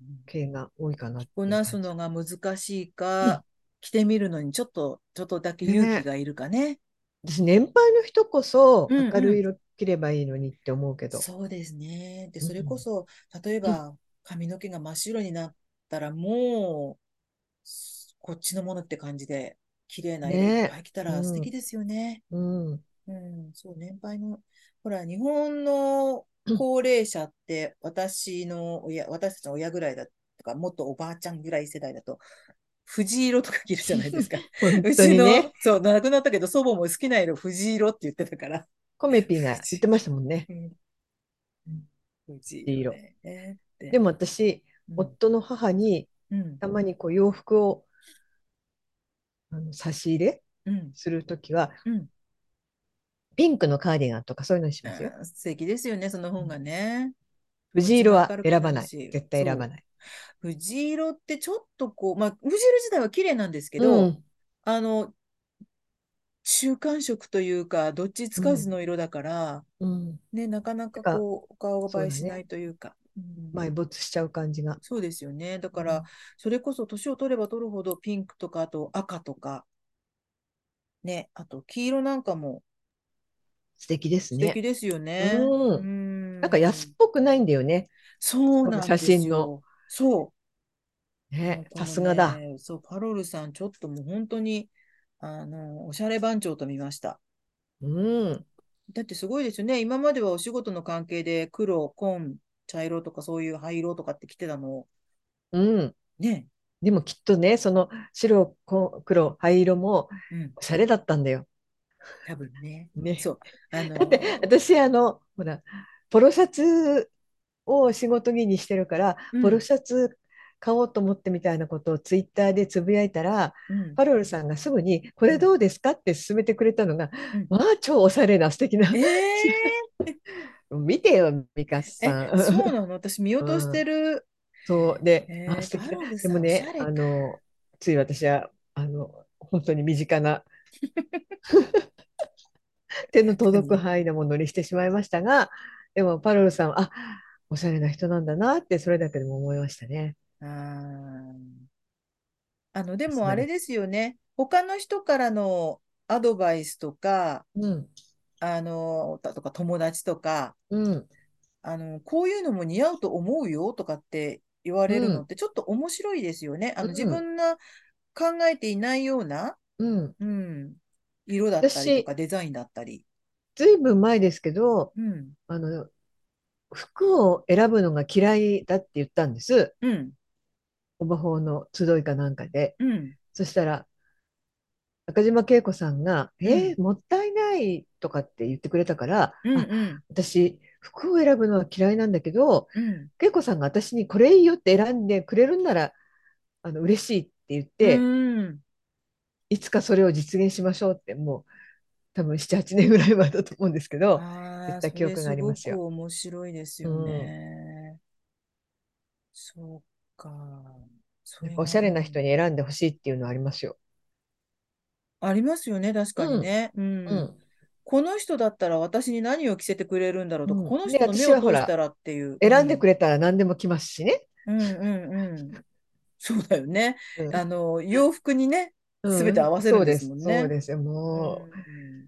S1: うん
S2: 系が多いかなって
S1: こ
S2: いう
S1: な
S2: 感
S1: す
S2: じ
S1: のが難しいうか、着てみるのにちょっと、ちょっとだけ
S2: ね
S1: 勇気がいるかね。
S2: 私年配の人こそ
S1: うんうん
S2: 明るい色着ればいいのにって思うけど、
S1: そうですね。で、
S2: うん
S1: それこそ、例えば髪の毛が真っ白になったら、もう、すこっちのものって感じで、綺麗な色いっぱい着たら
S2: ね
S1: 素敵ですよね。
S2: うん
S1: うん、そう、年配の、ほら、日本の高齢者って、私の親、私たちの親ぐらいだとか、もっとおばあちゃんぐらい世代だと、藤色とか着るじゃないですか。
S2: [LAUGHS] 本
S1: う
S2: 当
S1: ち
S2: に
S1: の、
S2: ね
S1: そう、亡くなったけど、祖母も好きな色、藤色って言ってたから。
S2: コメピーが言ってましたもんね
S1: うん藤色 [LAUGHS] ね。えー
S2: でも私
S1: って
S2: 夫の母に
S1: うん、うん、
S2: たまにこう洋服をあの差し入れ
S1: うん、
S2: するときは
S1: うん。
S2: ピンクのカーディガンとかそういうのにしますよ
S1: あー素敵ですよね、その方がね。
S2: 藤色は
S1: 明るくな
S2: 選
S1: る
S2: ばない
S1: し
S2: 絶対選ばない
S1: 藤色ってちょっとこう、まあ、藤色自体は綺麗なんですけ
S2: け
S1: ど、あの、中間色というか、どっちつかずの色だから、
S2: うん、
S1: ね、なかなか
S2: てか
S1: こう、お顔
S2: そう
S1: 映
S2: だ
S1: え
S2: ね
S1: しないというか。うん
S2: 埋没しちゃう感じが。
S1: そうですよね。だから、それこそ年を取れば取るほど、ピンクとか、あと赤とか、ね、あと黄色なんかも
S2: 素敵です
S1: 素
S2: ね。
S1: 敵ですよね。
S2: うん
S1: ん
S2: なんか安っぽくないんだよね。
S1: そうなんですよ。
S2: 写真の。
S1: そう。もう
S2: ね、
S1: この
S2: さすがだ。
S1: ねそう、パロルさん、ちょっともう本当に、あの、おしゃれ番長と見ました。
S2: うん。
S1: だってすごいですよね。今まではお仕事の関係で黒、紺、茶色とかそういう灰色とかって着てたのを、
S2: うん。
S1: ね。
S2: でもきっとね、その白、こ黒、灰色も
S1: うん、
S2: おしゃれだったんだよ。
S1: 多分ね。
S2: ね。
S1: そう。あの
S2: だって私、あの、ほら、ポロシャツを仕事着にしてるから、
S1: うん
S2: ポロシャツ買おうと思ってみたいなことをツイッターでつぶやいたら、 [LAUGHS]
S1: うん
S2: パロルさんがすぐに、これどうですかって勧めてくれたのが、
S1: うん
S2: まあ、超おしゃれな、素敵な
S1: え。
S2: 見てよ、ミカ
S1: ー、
S2: さん。
S1: え、そうなの私見落としてる。
S2: そうで、
S1: え
S2: あ
S1: ー
S2: 素敵
S1: パ
S2: だ
S1: ロル
S2: で
S1: さんお
S2: も
S1: し
S2: ね
S1: ゃれか
S2: あのつい私はあの本当に身
S1: [LAUGHS]
S2: 近な手の届く範囲のものにしてしまいましたがでもパロルさんはあおしゃれな人なんだなってそれだけでも思いましたね。
S1: あーあの、で
S2: つ
S1: も
S2: ま
S1: あ
S2: り
S1: れですよね。他の人からのアドバイスとか、
S2: うん
S1: あの、だとか友達とか、
S2: うん、
S1: あの、こういうのも似合うと思うよとかって言われるのってちょっと面白いですよね。あの、
S2: うん
S1: 自分が考えていないような、
S2: うん、
S1: うん、色だったりとかデザインだったり。
S2: ずいぶん前ですけど
S1: うん、
S2: あの服を選ぶのが嫌いだって言ったんです
S1: うん、
S2: オバホーの集いかなんかで。
S1: うん、
S2: そしたら、中島恵子さんが、
S1: ん
S2: えーもったいないとかって言ってくれたから、
S1: うん、
S2: あ
S1: うん、
S2: 私、服を選ぶのは嫌いなんだけど、
S1: うん。
S2: 恵子さんが私にこれいいよって選んでくれるんなら、あの嬉しいっ言って、
S1: うん
S2: いつかそれを実現しましょうって、もう多分7、8年ぐらい前だと思うんですけど、
S1: あー
S2: 言った記憶があります
S1: それす
S2: よ
S1: ごく面白いですよね。そうか。それ
S2: なん
S1: は
S2: かおしゃれな人に選んでほしいっていうのはありますよ。
S1: ありますよね、確かにね。うん。
S2: うん
S1: この人だったら私に何を着せてくれるんだろうとか、
S2: うん
S1: この人
S2: で
S1: の
S2: 私
S1: 目
S2: は
S1: を
S2: ほ
S1: 通
S2: ら
S1: したらっていう。
S2: 選んでく
S1: れ。
S2: れたら何でも来ますしね。
S1: うんうんうん。そうだよね。
S2: うん
S1: あの、洋服にね。
S2: うん
S1: 全て合わせるんですもんね
S2: そうです。そうですよも
S1: う
S2: う、
S1: ん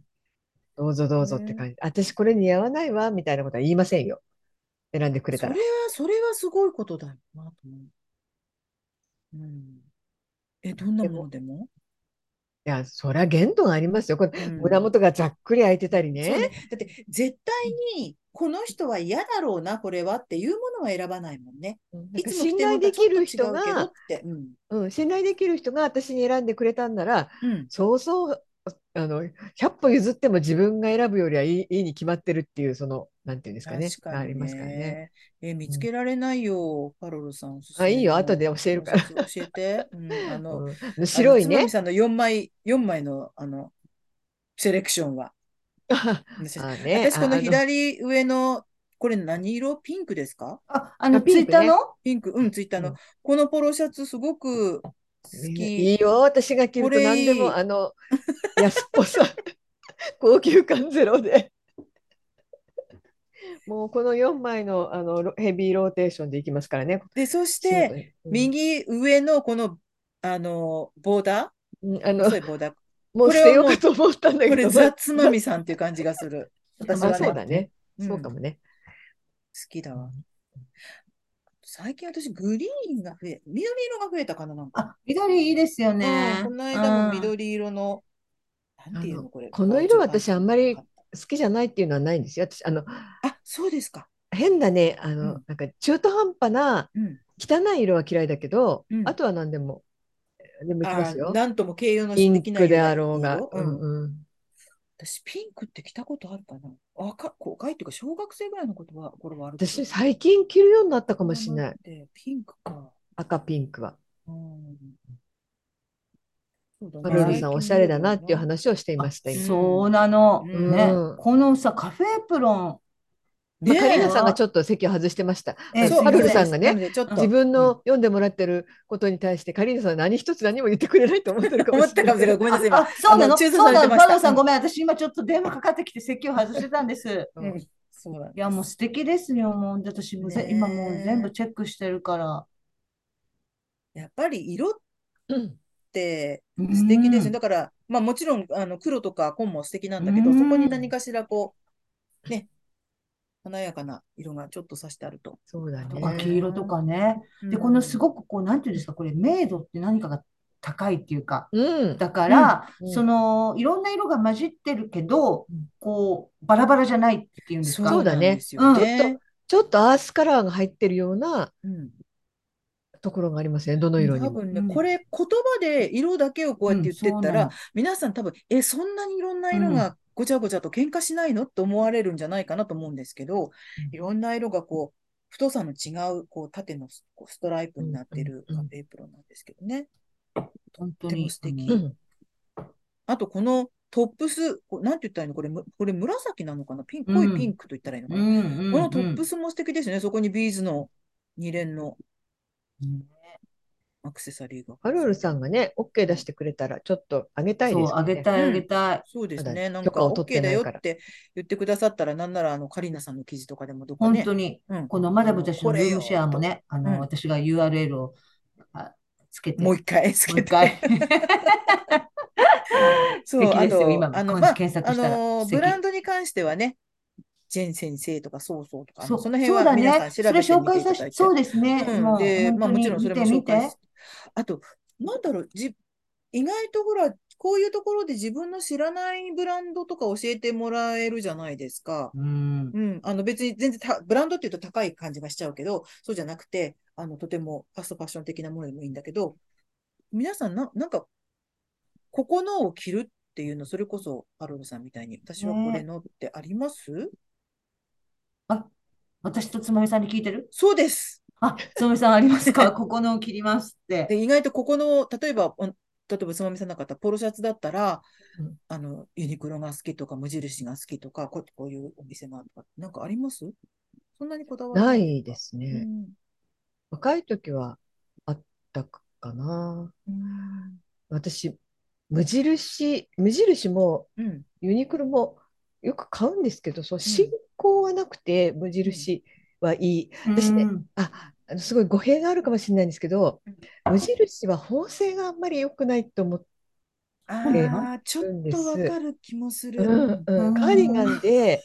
S2: どうぞどうぞって感じ。私これ似合わないわ、みたいなことは言いませんよ。選んでくれ
S1: それ
S2: たら
S1: は。、それはすごいことだよなと思う。うん。え、どんなものでも
S2: いや、そりゃ限度がありますよ。これ、
S1: うん
S2: 胸元がざっくり開いてたり
S1: そう
S2: ね。
S1: ね。だって、絶対に、この人は嫌だろうな、これはっていうものは選ばないもんね。
S2: うんなん
S1: い
S2: か
S1: つも着
S2: 信
S1: てる
S2: 頼
S1: のと
S2: で
S1: ちょっと違
S2: きる
S1: うけど
S2: 人が
S1: っ、て。うん。
S2: うん、信頼できる人が私に選んでくれたんなら、
S1: うん。
S2: そうそう、あの、100歩譲っても自分が選ぶよりはいい、いいに決まってるっていう、その、なんていうんですかね。
S1: 確か
S2: あり
S1: に
S2: ますからね。
S1: ね。え、見つけられないよ、カロルさんおすす
S2: あ、
S1: め
S2: いいよ、
S1: の
S2: 後で教えるから。
S1: 小説教えて。うん。あの、
S2: [LAUGHS] うんあの白い
S1: あのつま
S2: ね
S1: み。さんの4枚、四枚の、あの、セレクションは。
S2: [LAUGHS] あね、
S1: 私、この
S2: ああ
S1: 左上の、これ何色ピンクですか
S3: あ、あの、
S2: あピンクね
S3: ツイッターの
S1: ピンク、うん、ツイッターの。
S2: うん
S1: このポロシャツ、すごく好
S2: い
S1: き。
S2: いよ、私が着る
S1: ことれ
S2: 何で
S1: いい
S2: も、あの、安っぽさ、 [LAUGHS] 高級感ゼロで。もうこの4枚の、あのロヘビーローテーションでいきますからね。
S1: で、そし
S2: 仕事
S1: て、
S2: にうん
S1: 右上のこの、あの、ボーダ
S2: うんあ
S1: ー
S2: の
S1: 細いボーダー。
S2: もう捨てようかと思ったんだ [LAUGHS]
S1: こ
S2: け
S1: れ、
S2: ど、
S1: ザ・つまみさんっていう感じがする。私は
S2: あ、
S1: ね、
S2: [LAUGHS] そう
S1: 好
S2: だね。
S1: うん
S2: そうかもね。
S1: きだわ。最近私、グリーンが増え、緑色が増えたかな、なんか。
S3: あ、緑いいですよ
S1: う
S3: ね
S1: ん。この間も
S3: うん
S1: 緑色の、なんていう
S2: あ
S1: の、
S2: の
S1: これ。
S2: この色
S1: バージョン
S2: 私あんまり
S1: あ
S2: 好きじゃないっていうのはないんですよ。私、あの、
S1: あ、そうですか。
S2: 変なね、あ
S1: う
S2: の
S1: ん、
S2: なんか中途半端な
S1: うん。
S2: 汚い色は嫌いだけど
S1: う、ん
S2: あとは何でも、でもいきま
S1: あ
S2: すよ。
S1: なんとも形容の
S2: ピン
S1: できない
S2: ク
S1: 色
S2: で
S1: が
S2: あろう
S1: いい
S2: が
S1: よ。。
S2: う
S1: うんん。
S2: うん。
S1: 私、ピンクって着たことあるかな若、若いっていうか、小学生ぐらいのことは、頃はあるけど
S2: 私、最近着るようになったかもしれない。
S1: でピンクか。
S2: 赤ピンクは。
S1: うん。そうだ
S2: カ
S1: ね。
S2: ロ
S3: ル
S2: ルさん、おしゃれだなっていう話をしていました、
S1: うん
S2: 今。
S3: そうなの。
S1: うん
S3: ね
S2: うん。
S3: このさ、カフェエプロ
S1: ね
S2: カリーナ
S1: え。
S2: さんがちょっと席を外してました。
S3: ええ
S2: あの
S3: そう
S2: カロルさんが
S1: な
S2: ね
S1: の、で、ちょっと
S2: 自分の読んでもらってることに対して、カリーナさんは何一つ何も言ってくれない [LAUGHS] と思ってるか
S1: 思
S2: も
S1: っ
S2: しれ
S1: た
S2: な
S1: か
S2: い
S1: も
S2: け
S1: しれな
S2: ど。
S1: い。ごめんなさい。
S3: ン。
S1: 今
S3: あ、そうな
S1: あ
S3: の
S1: の中
S3: そ
S1: 座
S3: う
S1: さ
S3: な
S1: れてま
S3: の。
S1: した
S3: バロさん、ごめん。私今ちょっと電話かかってきて席を外してたんです。
S2: う
S1: うん
S2: ん
S1: そうなんです
S3: いや、もう素敵ですよ。もう、私もぜ
S1: ねえ
S3: 今もう全部チェックしてるから。
S1: やっぱり色っ
S2: うん
S1: て素敵ですよ。だから、まあもちろん、あの、黒とか紺も素敵なんだけど、
S3: うん
S1: そこに何かしらこう、ね、華やかな色がちょっと差してあると。
S2: そうだ
S3: とか、
S2: ね。
S3: 黄色とかね。で、このすごくこう、なんていうんですか、これ、明度って何かが高いっていうか。
S2: うん。
S3: だから、
S2: うんうん
S3: その、いろんな色が混じってるけど
S2: うん、
S3: こう、バラバラじゃないっていうんですか。
S1: そう
S2: だ
S1: なん
S2: ね
S1: ですよ
S2: ちょっ
S1: ね。
S2: ちょっとアースカラーが入ってるような
S1: うん
S2: ところがありますね、どの色に
S1: 多
S2: も。
S1: 分ね
S3: うん、
S1: これ言葉で色だけをこうやって言ってった
S3: うん
S1: ら、皆さん多分、え、そんなにいろんな色がごちゃごちゃと喧嘩しないのと思われるんじゃないかなと思うんですけど、いろんな色がこう、太さの違う、こう、縦のスこうストライプになってる
S2: うんうん
S1: カ
S2: うん
S1: フェエプロンなんですけどね。
S3: 本
S1: とっ
S3: 当
S1: ても
S3: に
S1: 素敵
S2: う
S3: うん
S2: ん。
S1: あと、このトップス、こうなんて言ったらいいのこれ、むこれ紫なのかなピン
S3: う
S1: 濃
S3: ん
S1: いピンクと言ったらいいのか
S3: う
S1: な、
S3: ん
S1: このトップ
S3: ス
S1: スも素敵ですよね。そこにビーズの二連のアクセサリーが。
S2: カロルさんがね、OK 出してくれたら、ちょっとあげたい
S3: そ
S2: で
S3: う、
S2: すよ
S3: あげ
S2: ね。
S3: たい、
S1: うん
S3: あげたい。
S1: そうです
S2: ま
S1: ね。
S2: だ
S1: なん
S2: 許
S1: か
S2: 可を取
S1: OK
S2: って
S1: だ
S2: ない
S1: よ
S2: から
S1: って言ってくださったら、なんならあのカリーナさんの記事とかでもどこ
S3: 本
S1: ね。
S3: 当に、
S1: うん
S3: このマダムたちの
S1: こ
S3: ル
S1: れよ
S3: ームシェアもね、あの、
S1: うん
S3: 私が URL をあつけて、
S1: もう一回つ
S3: もう
S1: け
S3: 一
S1: て。
S3: 回。
S1: そう、
S3: 素敵です
S1: あ
S3: よ
S1: と
S3: 今も
S1: あの、
S3: 今
S1: まあ、
S3: 検索したら
S1: あの、
S3: 素敵
S1: ブランドに関してはね、ジェン先生とか、そうそう [LAUGHS] とか、あの
S3: う
S1: その辺
S3: そう
S1: は
S3: だ
S1: 皆さん
S3: ね。
S1: 調
S3: それ
S1: べて
S3: 紹
S1: みていた
S3: 介さ
S1: だい
S3: せ、
S1: て
S3: そう。ですね。
S1: うん
S3: もう
S1: で、まあ
S3: 本当
S1: もち
S3: に
S1: ろんそ
S3: 見
S1: れも
S3: て
S1: 紹
S3: み
S1: 介
S3: て
S1: し。あと、なんだろう、じ、意外とほら、こういうところで自分の知らないブランドとか教えてもらえるじゃないですか。
S3: うん。
S1: うん、あの別に全然たブランドっていうと高い感じがしちゃうけど、そうじゃなくて、あのとてもファストファッション的なものでもいいんだけど、皆さんな、なんか、ここのを着るっていうの、それこそ、アロルさんみたいに、私はこれのってあります
S3: あ、私とつまみさんに聞いてる [LAUGHS]
S1: そうです。
S3: あ、つまみさんありま
S1: [LAUGHS]
S3: すかここのを切りますって。
S1: で、意外とここの、例えば、お例えばつまみさんなかったポロシャツだったら、
S2: うん
S1: あの、ユニクロが好きとか、無印が好きとか、ここういうお店がとか、なんかありますそんなにこだわり
S2: な。いです
S1: う
S2: ね。
S1: ん
S2: 若い時はあったかな。
S1: うん
S2: 私、無印、無印も
S1: うん。
S2: ユニクロもよく買うんですけど、そう、信仰はなくて、無印はいい。私ね
S3: うん
S2: あ、あのすごい語弊があるかもしれないんですけど
S1: うん、
S2: 無印は縫製があんまり良くないと思って、
S1: ああ、ちょっとわ
S2: です
S1: かる気もする。
S2: うんうん
S3: うん
S2: カーディガンで、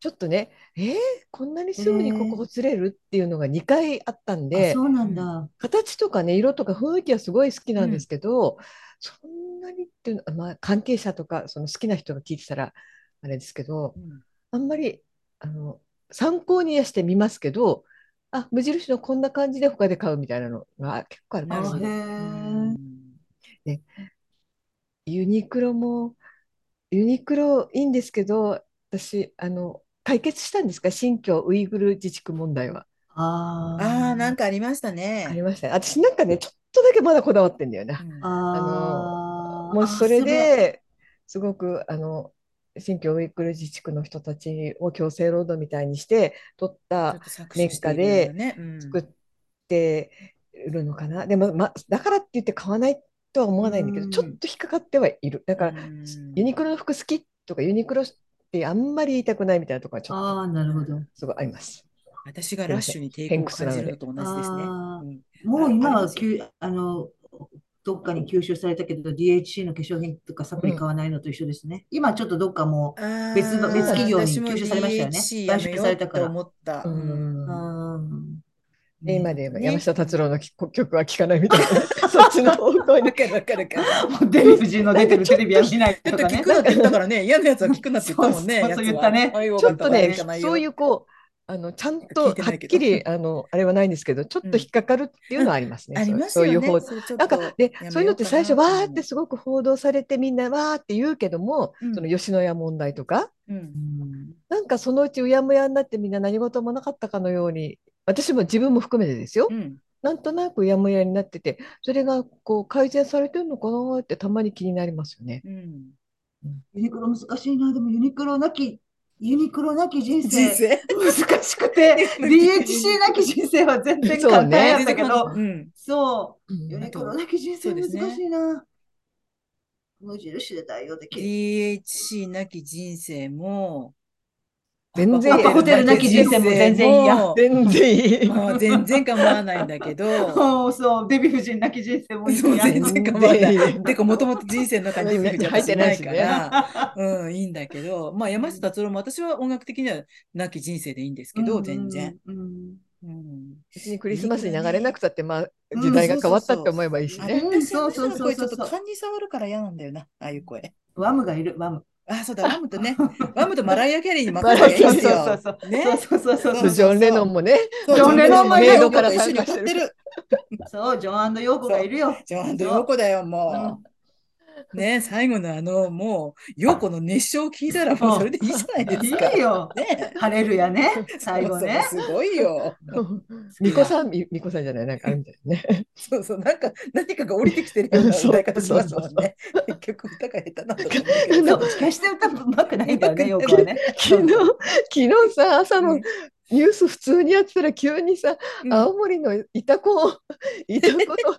S2: ちょっとね、えーこんなにすぐにここほつれるっていうのが2回あったん
S3: あ
S2: で、
S3: そうなんだ。
S2: 形とかね、色とか雰囲気はすごい好きなんですけど、そんなにっていうの、まあ、関係者とか、その好きな人が聞いてたら、あれですけど、
S1: うん
S2: あんまりあの参考にはしてみますけど、あ、無印のこんな感じで他で買うみたいなのが結構ある
S1: な
S2: か
S1: る
S2: も
S1: ほ
S2: し
S1: ど。
S2: れ
S3: あ
S2: ない。
S3: へー
S2: ユニクロも、ユニクロいいんですけど、私、あの、解決したんですか新疆ウイグル自治区問題は。
S3: あー
S1: ああ、なんかありました
S2: あ
S1: ね。
S2: りましたね。私なんかね、ちょっとだけまだこだわってんだよね。
S1: うん
S3: あー
S2: もう
S3: あ
S2: それ
S3: それ
S2: ですごくあの新疆ウイグル自治区の人たちを強制労働みたいにして取っ
S1: ちょ
S2: た
S1: っと搾
S2: メ
S1: 取し
S2: ッ
S1: て
S2: カ
S1: いるような
S2: で
S1: ね。うん
S2: 作ってるのかな、でも、ま、だからって言って買わないとは思わないんだけど、
S3: うん
S2: ちょっと引っかかってはいるだから、
S1: うん
S2: ユニクロの服好きとかユニクロってあんまり言いたくないみたいなところはちょっ
S3: あー、なるほど。
S2: とすごいあります。
S1: 私がラッシュに抵抗を感じるのと同じですね。
S3: あー
S1: うん
S3: もう今
S1: ありま
S3: は
S1: すよ
S3: きゅうあの、どっかに吸収されたけど、DHC の化粧品とかサプリ買わないのと一緒ですね。今ちょっとどっかもう、別ば
S1: あー
S3: 別企業に
S1: 私も
S3: 吸収されましたよね
S1: DHC やめようと思った。う
S2: う
S1: ん
S2: ん
S3: うん
S2: で今で言えば山下達郎のき曲は聴かないみたいな
S1: [LAUGHS]
S2: そっちの方向に
S1: わかるわかるわかる。
S3: もうデヴィ夫人の出てるテレビは見ない
S1: ちょっ
S3: と
S1: と
S3: か
S1: 聞
S3: ね
S1: く。なって言ったからね、嫌なやつは聞くなって言ったもんね。
S3: そうそ
S1: や
S3: う
S1: つは
S3: 言ったね
S1: はい
S2: ちょっと
S3: わか
S2: ね、
S3: ん
S2: そういうこう、あの、ちゃん
S1: 聞
S2: と
S1: いて
S2: は
S1: な
S2: っ
S1: いけど
S2: きり、あの、あれはないんですけど、ちょっと引っかかるっていうのはありますね。
S1: あり
S2: そう
S1: ます
S2: そうい
S1: よ
S2: う
S1: ね
S2: 方。。
S1: それちょっ
S2: なん
S1: と
S2: か、で、
S1: や
S2: そ
S1: め
S2: ういうの
S1: よ
S2: って
S1: か
S2: 最初、
S1: な
S2: わ
S1: と思う
S2: ーってすごく報道されて、みんなわーって言うけども、
S1: うん
S2: その吉野家問題とか、
S1: うん
S3: うん
S2: なんかそのうちうやむやになってみんな何事もなかったかのように、私も自分も含めてですよ。
S1: うん
S2: なんとなくうやむやになってて、それがこう改善されてるのかなってたまに気になりますよね。
S1: うん
S3: ユニクロ難しいな。でもユニクロなき、ユニクロなき人
S1: 人
S3: 生
S1: 生
S3: 難し
S1: [LAUGHS]
S3: くて、DHC なき人生は全然
S2: そう
S3: 簡単
S2: ね
S3: やったけど、
S1: うん
S3: そうう、ユ
S2: ん
S3: ニクロなき人生
S1: そうですね
S3: 難しいな。無印で代用できる。
S1: DHC なき人生も、
S2: 全然
S1: アパホテルなき人生も全然嫌。
S2: 全然いい。
S1: まあ、全然構わないんだけど、
S3: そうそう、デヴィ夫人なき人生もいい
S1: そう、全
S3: や。
S1: 然構わな
S2: 全然い
S1: い。
S2: い
S1: てか、もともと人生の中に出て
S2: 入ってないし
S1: か
S2: ね
S1: ら、
S3: [LAUGHS]
S1: うん、いいんだけど、まあ、山下達郎も私は音楽的にはなき人生でいいんですけど、全然。
S3: うん。うん
S1: うん、
S2: 別にクリスマスに流れなくたって、まあ、
S3: うん
S2: 時代が変わったって思えばいいし
S1: あ
S2: ね。
S3: うん
S1: 私、
S3: そ
S1: の
S3: うそうそうそう
S1: 声ちょっと勘に触るから嫌なんだよな、ああいう声。
S3: ワムがいる、ワム。
S1: あ、そうだ、ワムとね、ワムとマライア・キャリーに任せ
S2: マラ
S1: た
S2: イ
S1: らい
S2: ア
S1: いんです
S3: そう
S1: よ
S3: そう。
S1: ね。
S3: そうそうそう
S1: そ
S3: そうう。
S1: そう
S2: ジョン・レノンもね、
S1: そう
S3: ジョンレノンもいる
S1: ジョ
S2: メイドから
S1: 一緒
S2: 参
S1: に
S2: 加
S1: 歌
S2: し
S1: ってて
S2: る。
S1: る。
S3: そう、ジョンヨーコがいるよ。
S1: ジョンヨーコだよ、もう。ね、最後のあの、もう、ヨーコの熱唱を聞いたら、もうそれでいいじゃないですか。
S3: いいよ。
S1: ね。
S3: 晴れるや
S1: [LAUGHS]
S3: ね、最後ね。
S1: そうそうすごいよ。
S2: ミコさん、ミミコさんじゃない、なんかあるみたいなね。
S1: そうそう、なんか、何かが降りてきてるような歌い方しますもんね。結局、歌が下手なんだと思うけど。
S2: そう
S3: 決して歌もうまくないからね、
S1: う
S3: ヨ
S1: まくない
S3: ーコはね。
S2: [LAUGHS] 昨日、昨日さ、朝
S1: う
S2: の
S1: ん
S2: ニュース普通にやってたら急にさ、
S1: うん
S2: 青森のいた子、 [LAUGHS] いた子と、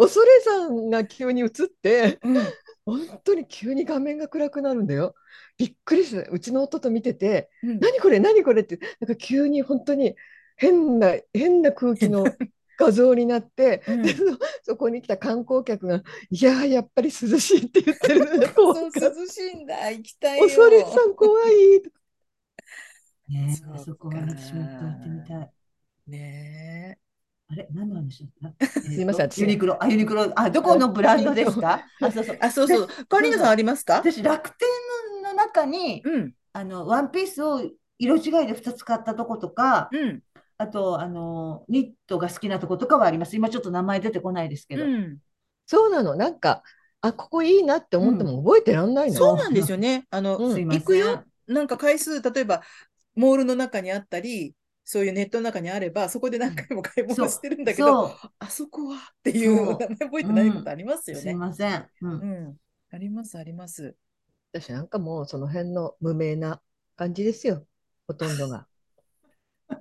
S2: 恐れ山が急に映って、
S1: うん
S2: 本当に急に画面が暗くなるんだよ。びっくりした。うちの夫と見てて、
S1: うん
S2: 何これ何これってなんか急に本当に変な変な空気の画像になって、
S1: うん
S2: でその [LAUGHS] そこに来た観光客が「いやーやっぱり涼しい」って言って
S1: [LAUGHS]
S2: るのが
S1: そう、
S2: 恐
S1: 涼しいんだ。行きたいよ。
S2: れさん怖いとか
S3: ね
S1: そうか
S3: あそこは私も一回行ってみたい。
S1: ね
S3: あれ、何の話だっ
S1: [LAUGHS]
S3: た
S2: すいません
S3: えーとユニクロ、あ、ユニクロ、あ、どこのブランドですかあ、そうそう
S1: え。。あ、そうそう。カリーナさんありますか
S3: 私、楽天の中に、
S1: うん、
S3: あの、ワンピースを色違いで2つ買ったとことか、
S1: うん、
S3: あと、あの、ニットが好きなとことかはあります。今ちょっと名前出てこないですけど。
S1: うん。
S2: そうなのなんかあここいいなって思っても覚えてらんないの、
S1: そうなんですよね。あの、
S2: うん
S3: すいません。
S1: 行くよなんか回数、例えば、モールの中にあったり、そういうネットの中にあれば、そこで何回も買い
S3: そ
S1: 物
S3: う
S1: してるんだけど、
S3: そ
S1: あそこはっていう
S3: そう
S1: 名前覚えてないことあります
S3: う、
S1: よ
S3: すい
S1: ね。
S3: ません。うん
S1: う。ん。あります、あります。
S2: 私なんかもうその辺の無名な感じですよ、ほとんどが。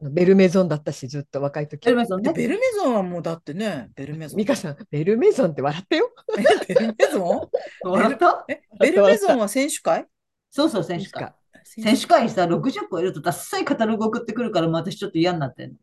S2: ベルメゾンだったし、ずっと若い時。
S3: やりました
S1: で、
S3: ね。
S1: ベルメゾンはもうだってね、ベルメゾン。
S2: 美香さん、ベルメゾンって笑ってよ。
S1: えベルメゾ
S3: [LAUGHS] 笑った
S1: ンえ、ベルメゾンは選手会
S3: そうそう、選手会。
S1: 選
S3: 選手会さ、60個いるとダッサいカタログ送ってくるから、もう私ちょっと嫌になってんの。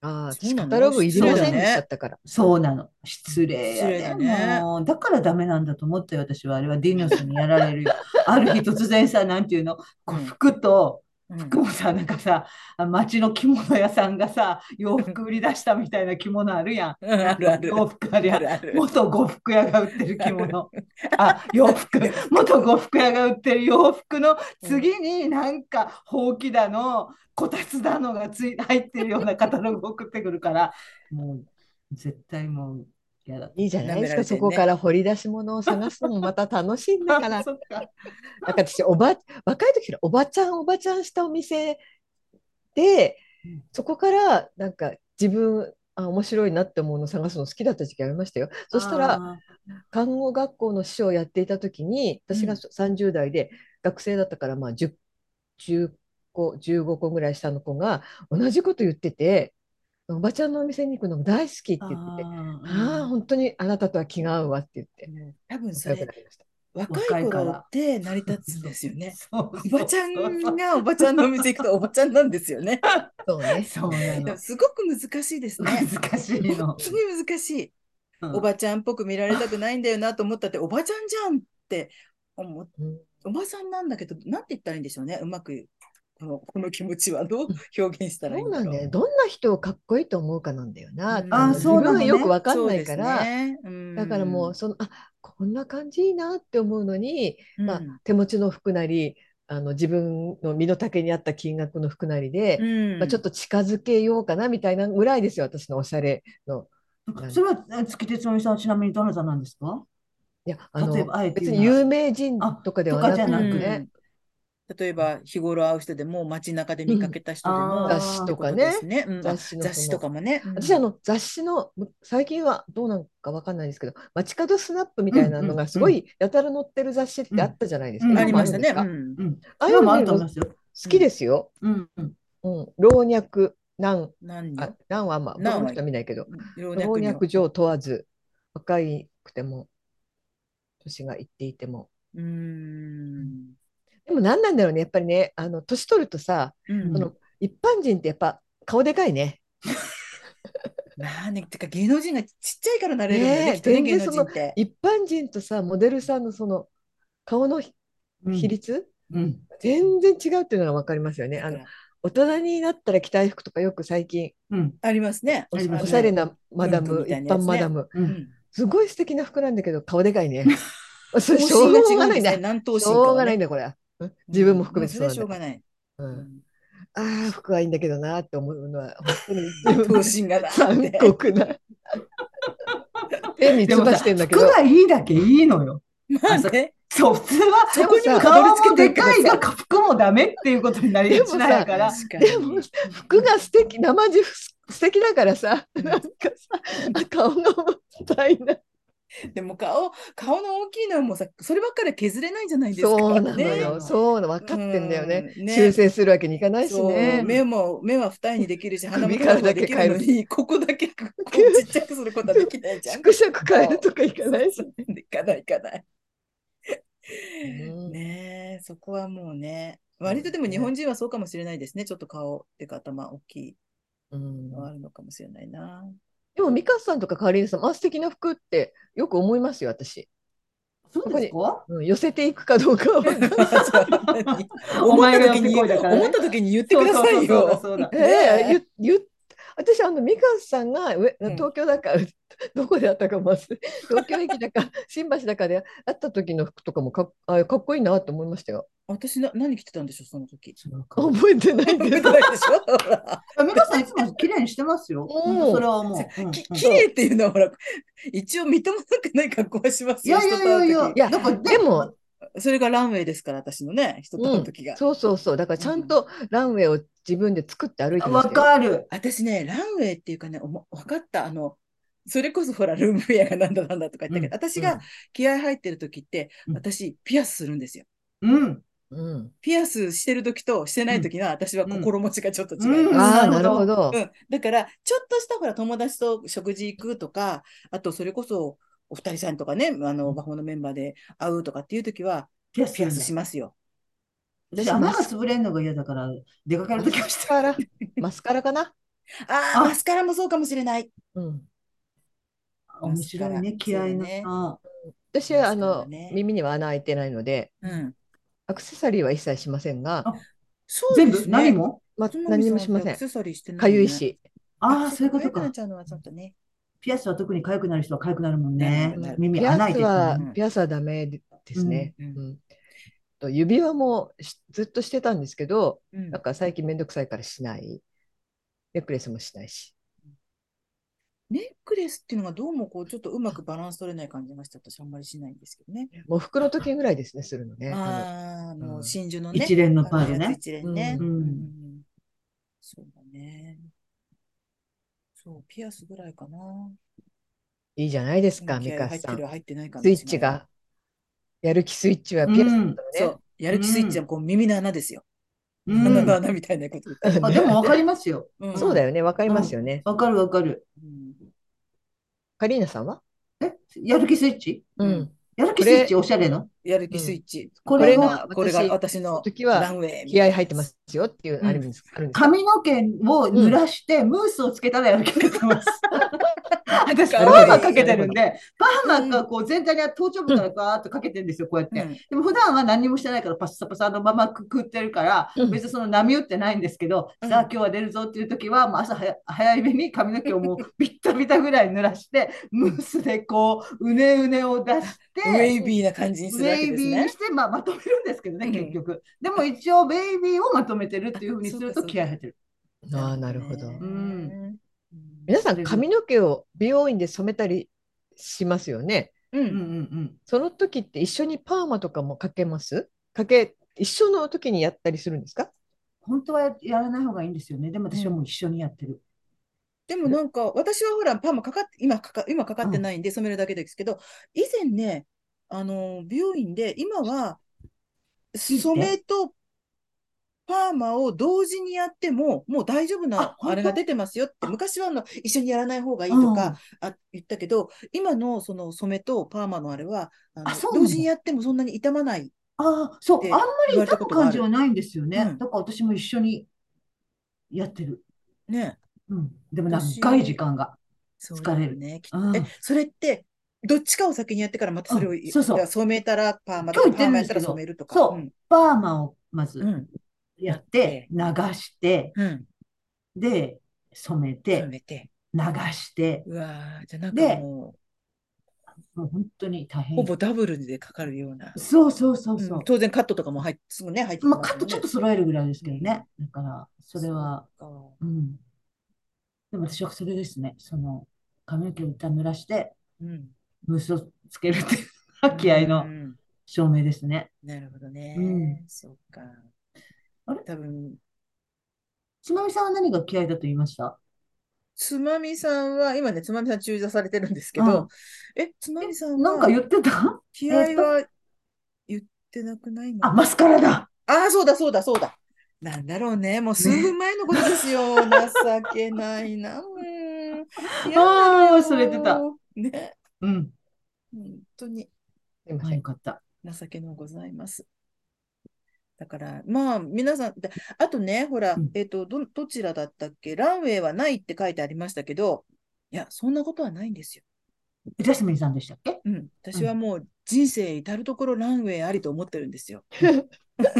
S2: ああ、
S1: そう
S2: 私
S1: な
S2: カ
S1: の
S2: タログいりませんでしちゃったから。
S3: そうなの。失礼や
S1: 失礼だね
S3: もう、だからダメなんだと思ったよ、私は。あれはディノスにやら
S1: [LAUGHS]
S3: れるよ。ある日突然さ、なんていうの、こう
S1: うん
S3: 服と、
S1: うん
S3: 服もさ、なんかさ、あ街の着物屋さんがさ、洋服売り出したみたいな着 [LAUGHS] 物あるやん。
S1: うんあるある。
S3: 洋服あるや
S1: あ
S3: ん。
S1: るある。
S3: 元呉服屋が売ってる着物。
S1: [LAUGHS] あ
S3: あ、洋服。元呉服屋が売ってる洋服の次になんか、ほうきだの、こたつだのがつい入ってるようなカタログ送ってくるから、もう、絶対もう、嫌だ。
S2: いいじゃな
S1: 舐
S2: いです
S1: めら
S2: か、
S1: れて
S2: そ
S1: んね
S2: こから掘り出し物を探すのもまた楽しいんだから。
S3: そっか。
S2: なんか私おば若い時からおばちゃんおばちゃんしたお店で
S3: うん
S2: そこからなんか自分あ面白いなって思うの探すの好きだった時期ありましたよそしたら
S3: あ
S2: 看護学校の師匠をやっていた時に私
S1: う
S2: が
S1: ん
S2: 30代で学生だったからまあ 10, 10個15個ぐらい下の子が同じこと言ってておばちゃんのお店に行くのが大好きって
S3: ー、
S2: 言ってて
S3: あ
S2: ああ
S3: ー
S2: 本当にあなたとは気が合うわって言って
S1: うん多分そ
S2: 仲良
S1: れ
S2: くな、りました。
S1: 若い頃って成り立つんですよ
S3: うん
S1: ね。
S3: そう
S1: おばちゃ
S3: そうそ
S1: ん
S3: う
S1: がおばちゃんのお店行くとおばちゃんなんですよね。
S2: そうね
S3: そうな
S1: で
S3: の
S1: も。すごく難しいですね。
S3: 難しい
S1: 本
S3: の。
S1: 当に難しい。
S3: うん
S1: おばちゃんっぽく見られたくないんだよなと思ったって、おばちゃんじゃんって思っ
S2: うん
S1: おばさんなんだけど、なんて言ったらいいんでしょうね。うまく、この、この気持ちはどう表現したらいい
S2: そ
S1: ん
S2: う
S1: だ
S2: なん
S1: ろ
S2: だよ。どんな人をかっこいいと思うかなんだよな。
S1: うん
S2: の
S1: あそうなのね
S2: 自分はよくわかん
S1: そう
S2: な
S1: で
S2: い
S1: す
S2: から、
S1: ねうん
S2: だからもうそのあこんな感じいいなって思うのに、
S1: うん
S2: まあ手持ちの服なりあの自分の身の丈に合った金額の服なりで、
S1: うん
S2: まあちょっと近づけようかなみたいなぐらいですよ私のおしゃれの。
S3: それは、え月鉄のみさん、ちなみにどなたなんですか
S2: いやあ
S3: 例えばあえ
S2: の
S3: て
S2: 別
S3: 言うなら
S2: に有名人とかでは
S3: あとかじゃな
S2: な
S3: く
S2: く
S1: う
S2: ね
S1: ん。例えば、日頃会う人でも、街中で見かけた人で
S3: うん
S1: も、
S3: あー
S2: 雑誌とか
S1: って
S2: ね
S1: ことです。ね。うんあ
S2: 雑誌のその
S1: 雑誌とかもね。うん
S2: 私あの雑誌のむ最近はどうなんかわかんないですけど「街角スナップ」みたいなのがすごいやたら載ってる雑誌ってあったじゃないですか。
S3: うんうん
S1: ありましたね。
S2: 今もあ
S1: う
S2: るんですか
S1: ん
S3: うん。
S2: ああいう
S3: 今もあ
S2: の見るの
S3: ると思いま
S2: 好
S3: すよ。
S2: きですよ。
S3: うんうん。
S2: うん、老若男
S1: 何
S2: あ
S1: よ。
S2: 男はまあ僕
S1: 男は
S2: の人は見ないけど
S1: 老若
S2: 老若
S1: 女。
S2: 女問わず若いくても年がいっていても
S1: うーん。
S2: でも何なんだろうねやっぱりねあの年取るとさ
S1: うん
S2: その一般人ってやっぱ顔でかいね。
S1: まあね、てか芸能人がちっちゃいからなれるんだよね、
S2: ね
S1: きっとね
S2: 全
S1: 芸
S2: 然
S1: 能人って。
S2: 一般人とさモデルさんのその顔の比
S3: うん
S2: 比率、
S3: うん。
S2: 全然違うっていうのが分かりますよね。
S1: だ
S2: あ
S1: か
S2: の
S1: ら
S2: 大人になったら着たい服とかよく最近
S3: うん。
S1: ありますね。
S2: お
S3: ありますね
S2: おしゃれなマダ
S1: ピンク
S2: ム、
S1: み
S2: 一
S1: たいなや
S2: 般
S1: つね
S2: マダム、
S1: う
S3: う。
S1: んん。
S2: すごい素敵な服なんだけど顔でかい
S1: [LAUGHS]
S2: ね。それ
S1: 方
S2: [LAUGHS] しょ
S1: 針
S2: う
S1: が違
S2: が
S1: うんです
S2: ない
S1: ね。
S2: ね。
S1: 何頭身
S2: し
S1: か
S2: ょうが
S1: は
S2: ないん
S1: ね。
S2: だこれ。うん自分も含め
S1: うん
S2: て
S1: そ
S2: そう
S1: れは
S2: なん
S1: しょうがな
S2: だ
S1: い。
S2: う
S1: うんん
S2: ああ服はいいんだけどなって思うのは本当に自
S1: 頭
S2: 分
S1: 身がなって
S2: 残。酷な。手に
S3: で
S2: つ
S3: も
S2: ば
S3: さ、
S2: してんだけ
S3: 服
S2: ど。
S3: がいいだけいいのよ。
S1: [LAUGHS] まあね。
S3: そう、普通は、
S1: そこにも
S2: でもさ
S1: たどり
S3: 顔
S1: 着け
S3: も
S1: て
S3: で
S1: るか
S3: からい
S1: さ
S3: が、服もダメっていうことになりがちなんやから、
S1: 確かに
S2: でも服が素敵生地素敵だからさ、
S1: うん
S2: なんかさあ顔が重たいな。
S1: でも顔、顔の大きいのもさ、そればっかりは削れないじゃないですか。
S2: そうなの
S1: ね
S2: よ。そうなの分かってんだよね。
S1: うんね
S2: 修正するわけにいかないし
S1: そう
S2: ね。
S1: 目も目は二重にできるし鼻も
S2: 首から
S1: 片方
S2: だ
S1: で
S2: け
S1: き
S2: 変え
S1: る
S2: る
S1: のにここだけこうちっちゃくすることはできないじゃん。
S2: 縮尺変えるとかいかな
S1: [LAUGHS]
S2: いし。
S1: いかないいかない。
S2: ん
S1: ねえ、そこはもうね、割とでも日本人はそうかもしれないですね。ちょっと顔っていうか頭大きい
S2: うん
S1: のはあるのかもしれないな。
S2: でも美香さんとかカーリンさん、あ素敵な服ってよく思いますよ私。
S3: そうですか
S2: うん、寄せていくかどうか [LAUGHS] は。
S1: 思
S3: お
S1: った
S3: 前
S1: 時
S3: が寄せ
S1: に、
S3: てこいだからね
S1: 思った時に言ってください
S3: そうそうそうだ
S1: よ。
S2: [LAUGHS] え
S3: そうだ
S1: ね
S2: えゆゆ私あの美香さんが上
S1: うん
S2: 東京だか、 [LAUGHS] どこであったかも忘れ [LAUGHS] 東京駅だか新橋だかで会った時の服とかもかっあかっこいいなと思いましたよ。
S1: 私な何着てたんでしょうその時。
S2: 覚えてない
S1: 覚
S2: け
S1: えて
S2: [LAUGHS] ど。
S1: ないでしょほ [LAUGHS] ら
S3: 美香さんいつも綺麗にしてます
S2: う
S3: よ。
S2: ん
S3: ほんとそれはもう。うん
S1: き
S3: うん
S1: 綺麗っていうのはほら、一応認めなくない格好はします
S3: い
S1: よ、
S3: やい
S1: 人
S3: や
S1: と
S3: いや
S1: 会
S3: いうや、
S1: 時
S2: いや
S3: だから
S2: でも、
S1: それがランウェイですから、私のね、人と会う時が。
S2: そうそうそうだからちゃんとランウェイを自分で作って歩いてま
S3: わ
S2: したよ。
S3: かる。
S1: 私ね、ランウェイっていうかね、おも分かった、あの、それこそほら、ルームウェアがなんだなんだとか言ったけど、私が気合入ってる時って、
S3: うん
S1: 私、ピアスするんですよ。
S3: うん。
S2: うん、
S1: ピアスしてる時としてない時の私は心持ちがちょっと違います。
S3: うん
S2: ああ、
S3: な
S2: な
S3: る
S2: る
S3: ほ
S2: ほど
S1: う。ん、だから、ちょっとしたほら、友達と食事行くとか、あと、それこそ、お二人さんとかね、あの、魔法のメンバーで会うとかっていう時は、
S3: ピアス
S1: ピアスし
S3: ま
S1: ますよ。
S3: 私、穴が潰れるのが嫌だから、出かけるときは
S2: マ
S3: し
S2: ス
S3: た。
S2: カラ、マスカラかな。
S1: ああ、
S3: あ
S1: マスカラもそうかもしれない。
S2: うん、
S3: 面白いね、嫌いなさ。
S2: 私
S1: マ
S2: はあ
S1: スカラ
S2: の、
S1: ね
S2: 耳には穴開いてないので、
S1: うん。
S2: アクセサリーは一切しませんが、
S1: そう
S3: 全
S1: で
S3: 部、
S1: すね。
S3: 何も
S2: まあ
S1: つまみさん
S2: 何もしませ
S1: ア
S2: ん
S1: ク。セサリーしてない
S2: か
S1: よね
S2: ゆい。し。
S3: ああ、そういうこと
S1: 痒くな
S3: か
S1: っ。ちゃうのはちょっとね。
S3: ピアスは特に痒くなる人は痒くなるもん
S1: なる
S3: ね
S1: ほどなる。ほど
S3: 耳
S2: ピア
S3: 穴
S2: ス
S3: 開いてるから
S2: は
S3: ね
S1: うん、
S2: ピアスはダメですね。
S1: う
S2: うんんと指輪もしずっとしてたんですけど、
S1: うん
S2: なんか最近めんどくさいからしない。ネックレスもしないし。
S1: ネックレスっていうのがどうもこう、ちょっとうまくバランス取れない感じがして、私あんまりしないんですけどね。
S2: もう服の時ぐらいですね、するのね。多
S1: ああ、
S2: 分
S1: もう
S2: うん
S1: 真珠のね。
S3: 一連のパーで
S1: あの
S3: ね。
S1: 一連ね。
S2: うん
S1: んそうだね。そう、ピアスぐらいかな。
S2: 分いいじゃないですか、
S1: うん
S2: ミ
S1: 気合
S2: カ
S1: 入っ
S2: さ
S1: て
S2: ん
S1: る。入ってないか
S2: スイッチが、やる気スイッチはピアスだった
S1: そ
S2: のね
S1: う、やる気スイッチはこう耳の穴ですよ。
S3: う
S1: 鼻の
S3: ん。
S1: 穴みたいなこと言っ
S2: う
S1: て。
S2: ん
S3: あ、でもわかりますよ。
S1: うん
S2: [LAUGHS] そうだよね、わかりますよね。
S3: わかるわかる。
S1: うん
S2: カリーナさんは
S3: え、やる気スイッチ
S1: うん
S2: うん。
S3: やる気スイッチおしゃれの
S1: やる気スイッチ。
S3: こ
S2: れ
S3: れ
S2: が
S3: が、
S1: これが私
S2: その
S1: の
S2: 時
S1: ラ
S2: は
S1: ンウェイ。
S2: 気合入ってますよっていうあるんです。あるんです
S3: 髪の毛を濡らして、ムースをつけたらやる気が出ます。私、
S1: な
S3: パー
S1: るほど
S3: マかけてるんで、パーマがこう全体に頭頂部からガーッとかけてるんですよ、こうやっ
S1: う
S3: て。
S1: ん
S3: でも普段は何にもしてないからパッサパサのままくくってるから、
S2: うん
S3: 別にその波打ってないんですけど、
S1: うん
S3: さあ今日は出るぞっていう時は、もう朝早早い目に髪の毛
S1: [LAUGHS]
S3: をもうビッタビタぐらい濡らして、ムースでこう、うねうねを出し
S1: ウェ
S3: て、
S1: イビーな感じにす
S3: ウ
S1: るわ
S3: ェ
S1: け
S3: イ
S1: です
S3: ビーに
S1: ね。
S3: して、まあ、まとめるんですけど
S1: う
S3: ね、
S1: ん
S3: 結局。でも一応、ベイビーをまとめてるっていうふうにする
S1: そうかそうか
S3: と気合入ってる。
S2: ああ、なるほど。
S3: ん
S2: 皆さ
S3: そ
S2: ん、
S3: れで
S2: 髪の毛を美容院で染めたりしますよね。
S1: う
S3: うんう
S1: ん。
S3: んうん。
S2: その時って一緒にパーマとかもかけますかけ、一緒の時にやったりするんですか
S3: 本当はややらない方がいいんですよね。でも私はもう一緒にやってる。
S1: でもなんか、私はほら、パーマかかって、今かか、今かかってないんで、染めるだけですけど、以前ね、あの、美容院で、今は、染めとパーマを同時にやっても、もう大丈夫な
S3: あ、本当
S1: あれが出てますよって、昔はあの、一緒にやらない方がいいとか、あ言ったけど、今のその染めとパーマのあれは、あの
S3: あそうなん
S1: 同
S3: だ
S1: 時にやってもそんなに痛まない。
S3: ああ、そう、
S1: って
S3: あんまり
S1: 言われ
S3: 痛
S1: た
S3: む
S1: ことがあ
S3: 感
S1: る
S3: じはないんですよね。
S1: うん
S3: だから私も一緒にやってる。
S1: ね。
S3: うん。でも
S1: 私
S3: 長い時間が。
S1: そう
S3: 疲れる
S1: ね。きっ
S3: うん
S1: とえ、それって、どっちかを先にやってからまたそれをい
S3: あそうそう
S1: だから染めたらパーマと
S3: 今
S1: か
S3: 日言っ
S1: パーマやった
S3: てるんですけど
S1: ら染めるとか。
S3: そう
S1: うん。
S3: パーマをまず
S1: うん。
S3: やって、流して、
S1: うん。
S3: で、染
S1: 染
S3: めて、
S1: めて。
S3: 流して、
S1: うわーじゃあなん
S3: で
S1: かも
S3: もう本当に大
S1: う、
S3: 変
S1: ほ。ぼダブルでかかるような。
S3: そうそうそう
S1: うん
S3: そう。
S1: 当然カットとかも入って、すぐね、入ってき
S3: まあ、
S1: す
S3: カ
S1: も
S3: ッ
S1: ん
S3: ト
S1: ね
S3: ちょっと揃えるぐらいですけどね。だから、それは、
S1: そ
S3: うん。でも私はそれですね。その、髪の毛を一旦濡らして、
S1: うかうん。
S3: ムースをつけるっていうのが気合
S1: う
S3: の
S1: ん
S3: 証明ですね。
S1: なるほどね。
S3: うん
S1: そうか。
S3: あれ
S1: 多分、
S3: つまみさんは何が気合だと言いました
S1: つまみさんは、今ね、つまみさん中座されてるんですけ
S3: う
S1: ど
S3: ん、
S1: え、つまみさん
S3: なんか
S1: は、
S3: 言ってた
S1: 気合は言ってなくないの
S3: あ、マスカラだ
S1: ああ、そうだ、そうだ、そうだ。なんだろうね。もう数分前のことです
S3: [LAUGHS]
S1: よ。情けないな。うん。嫌だ
S3: ああ
S1: よ
S3: ー、忘れてた。。
S1: ね。
S3: うん。
S1: 本当に
S2: すいま
S3: あ
S2: せん
S3: よ。かった。
S1: 情けのうございます。だから、まあ、皆さん、であとね、ほら
S3: うん、
S1: えっと、ど、どちらだったっけランウェイはないって書いてありましたけど、いや、そんなことはないんですよ。
S3: ジャスミンさんでしたっけ
S1: うん。私はもう人生至るところランウェイありと思ってるんですよ。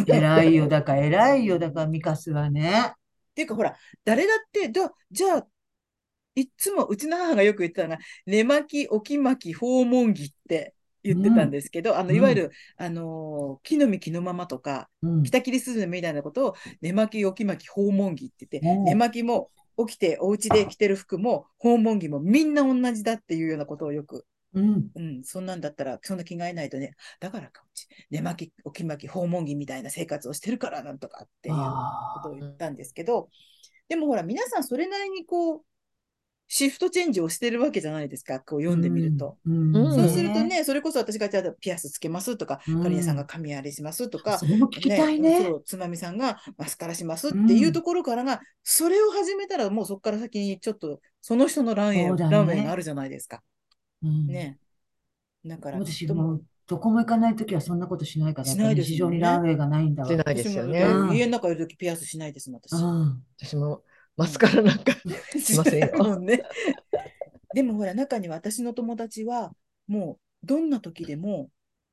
S3: 偉いよ、だから偉いよ、だからミカスはね。
S1: っていうかほら、誰だって、だじゃあ、いっつもうちの母がよく言ってたのが、寝巻き、置き巻き、訪問着って言ってたんですけど、あの、
S3: うん
S1: いわゆる、あのー木の実木のままとか、
S3: うん。
S1: 北切りすずめみたいなことを、寝巻き、置き巻き、訪問着って言って、
S3: おう
S1: 寝巻きも起きて、お家で着てる服も、訪問着もみんな同じだっていうようなことをよく
S3: うん。
S1: うん、そんなんだったら、そんな着替えないとね、だからかうち、寝巻き、起き巻き、訪問着みたいな生活をしてるから、なんとかっていうこと
S3: あ
S1: を言ったんですけど、でもほら、皆さんそれなりにこう、シフトチェンジをしてるわけじゃないですか、こう
S3: ー
S1: 読んでみると。。
S3: うん
S2: うん
S1: そうするとね、それこそ私がじゃあピアスつけますとか、
S3: うん
S1: カリエさんが髪あれしますとか
S3: そ、れも聞きたいね。
S1: そうつまみさんがマスカラしますっていうところからが、それを始めたらもうそこから先にちょっとその人のランウェイ、
S3: そうだね
S1: ランウェイがあるじゃないですか。
S3: うん
S1: ね。だから、
S3: 私
S1: と
S3: もうどこも行かないときはそんなことしないから、
S1: しないです
S3: 日
S1: も
S3: 常
S1: んね
S3: にランウェイがないんだわ。
S2: しないで
S1: 私
S2: すよ
S1: も、
S2: ね。
S3: うん
S1: 家の中いるときピアスしないですもん、私。
S3: うん。
S2: [LAUGHS] 私もマスカラなんか、
S1: し
S2: ませんよ
S1: [LAUGHS] もんね。でもほら、中には私の友達は、もうどんな時でも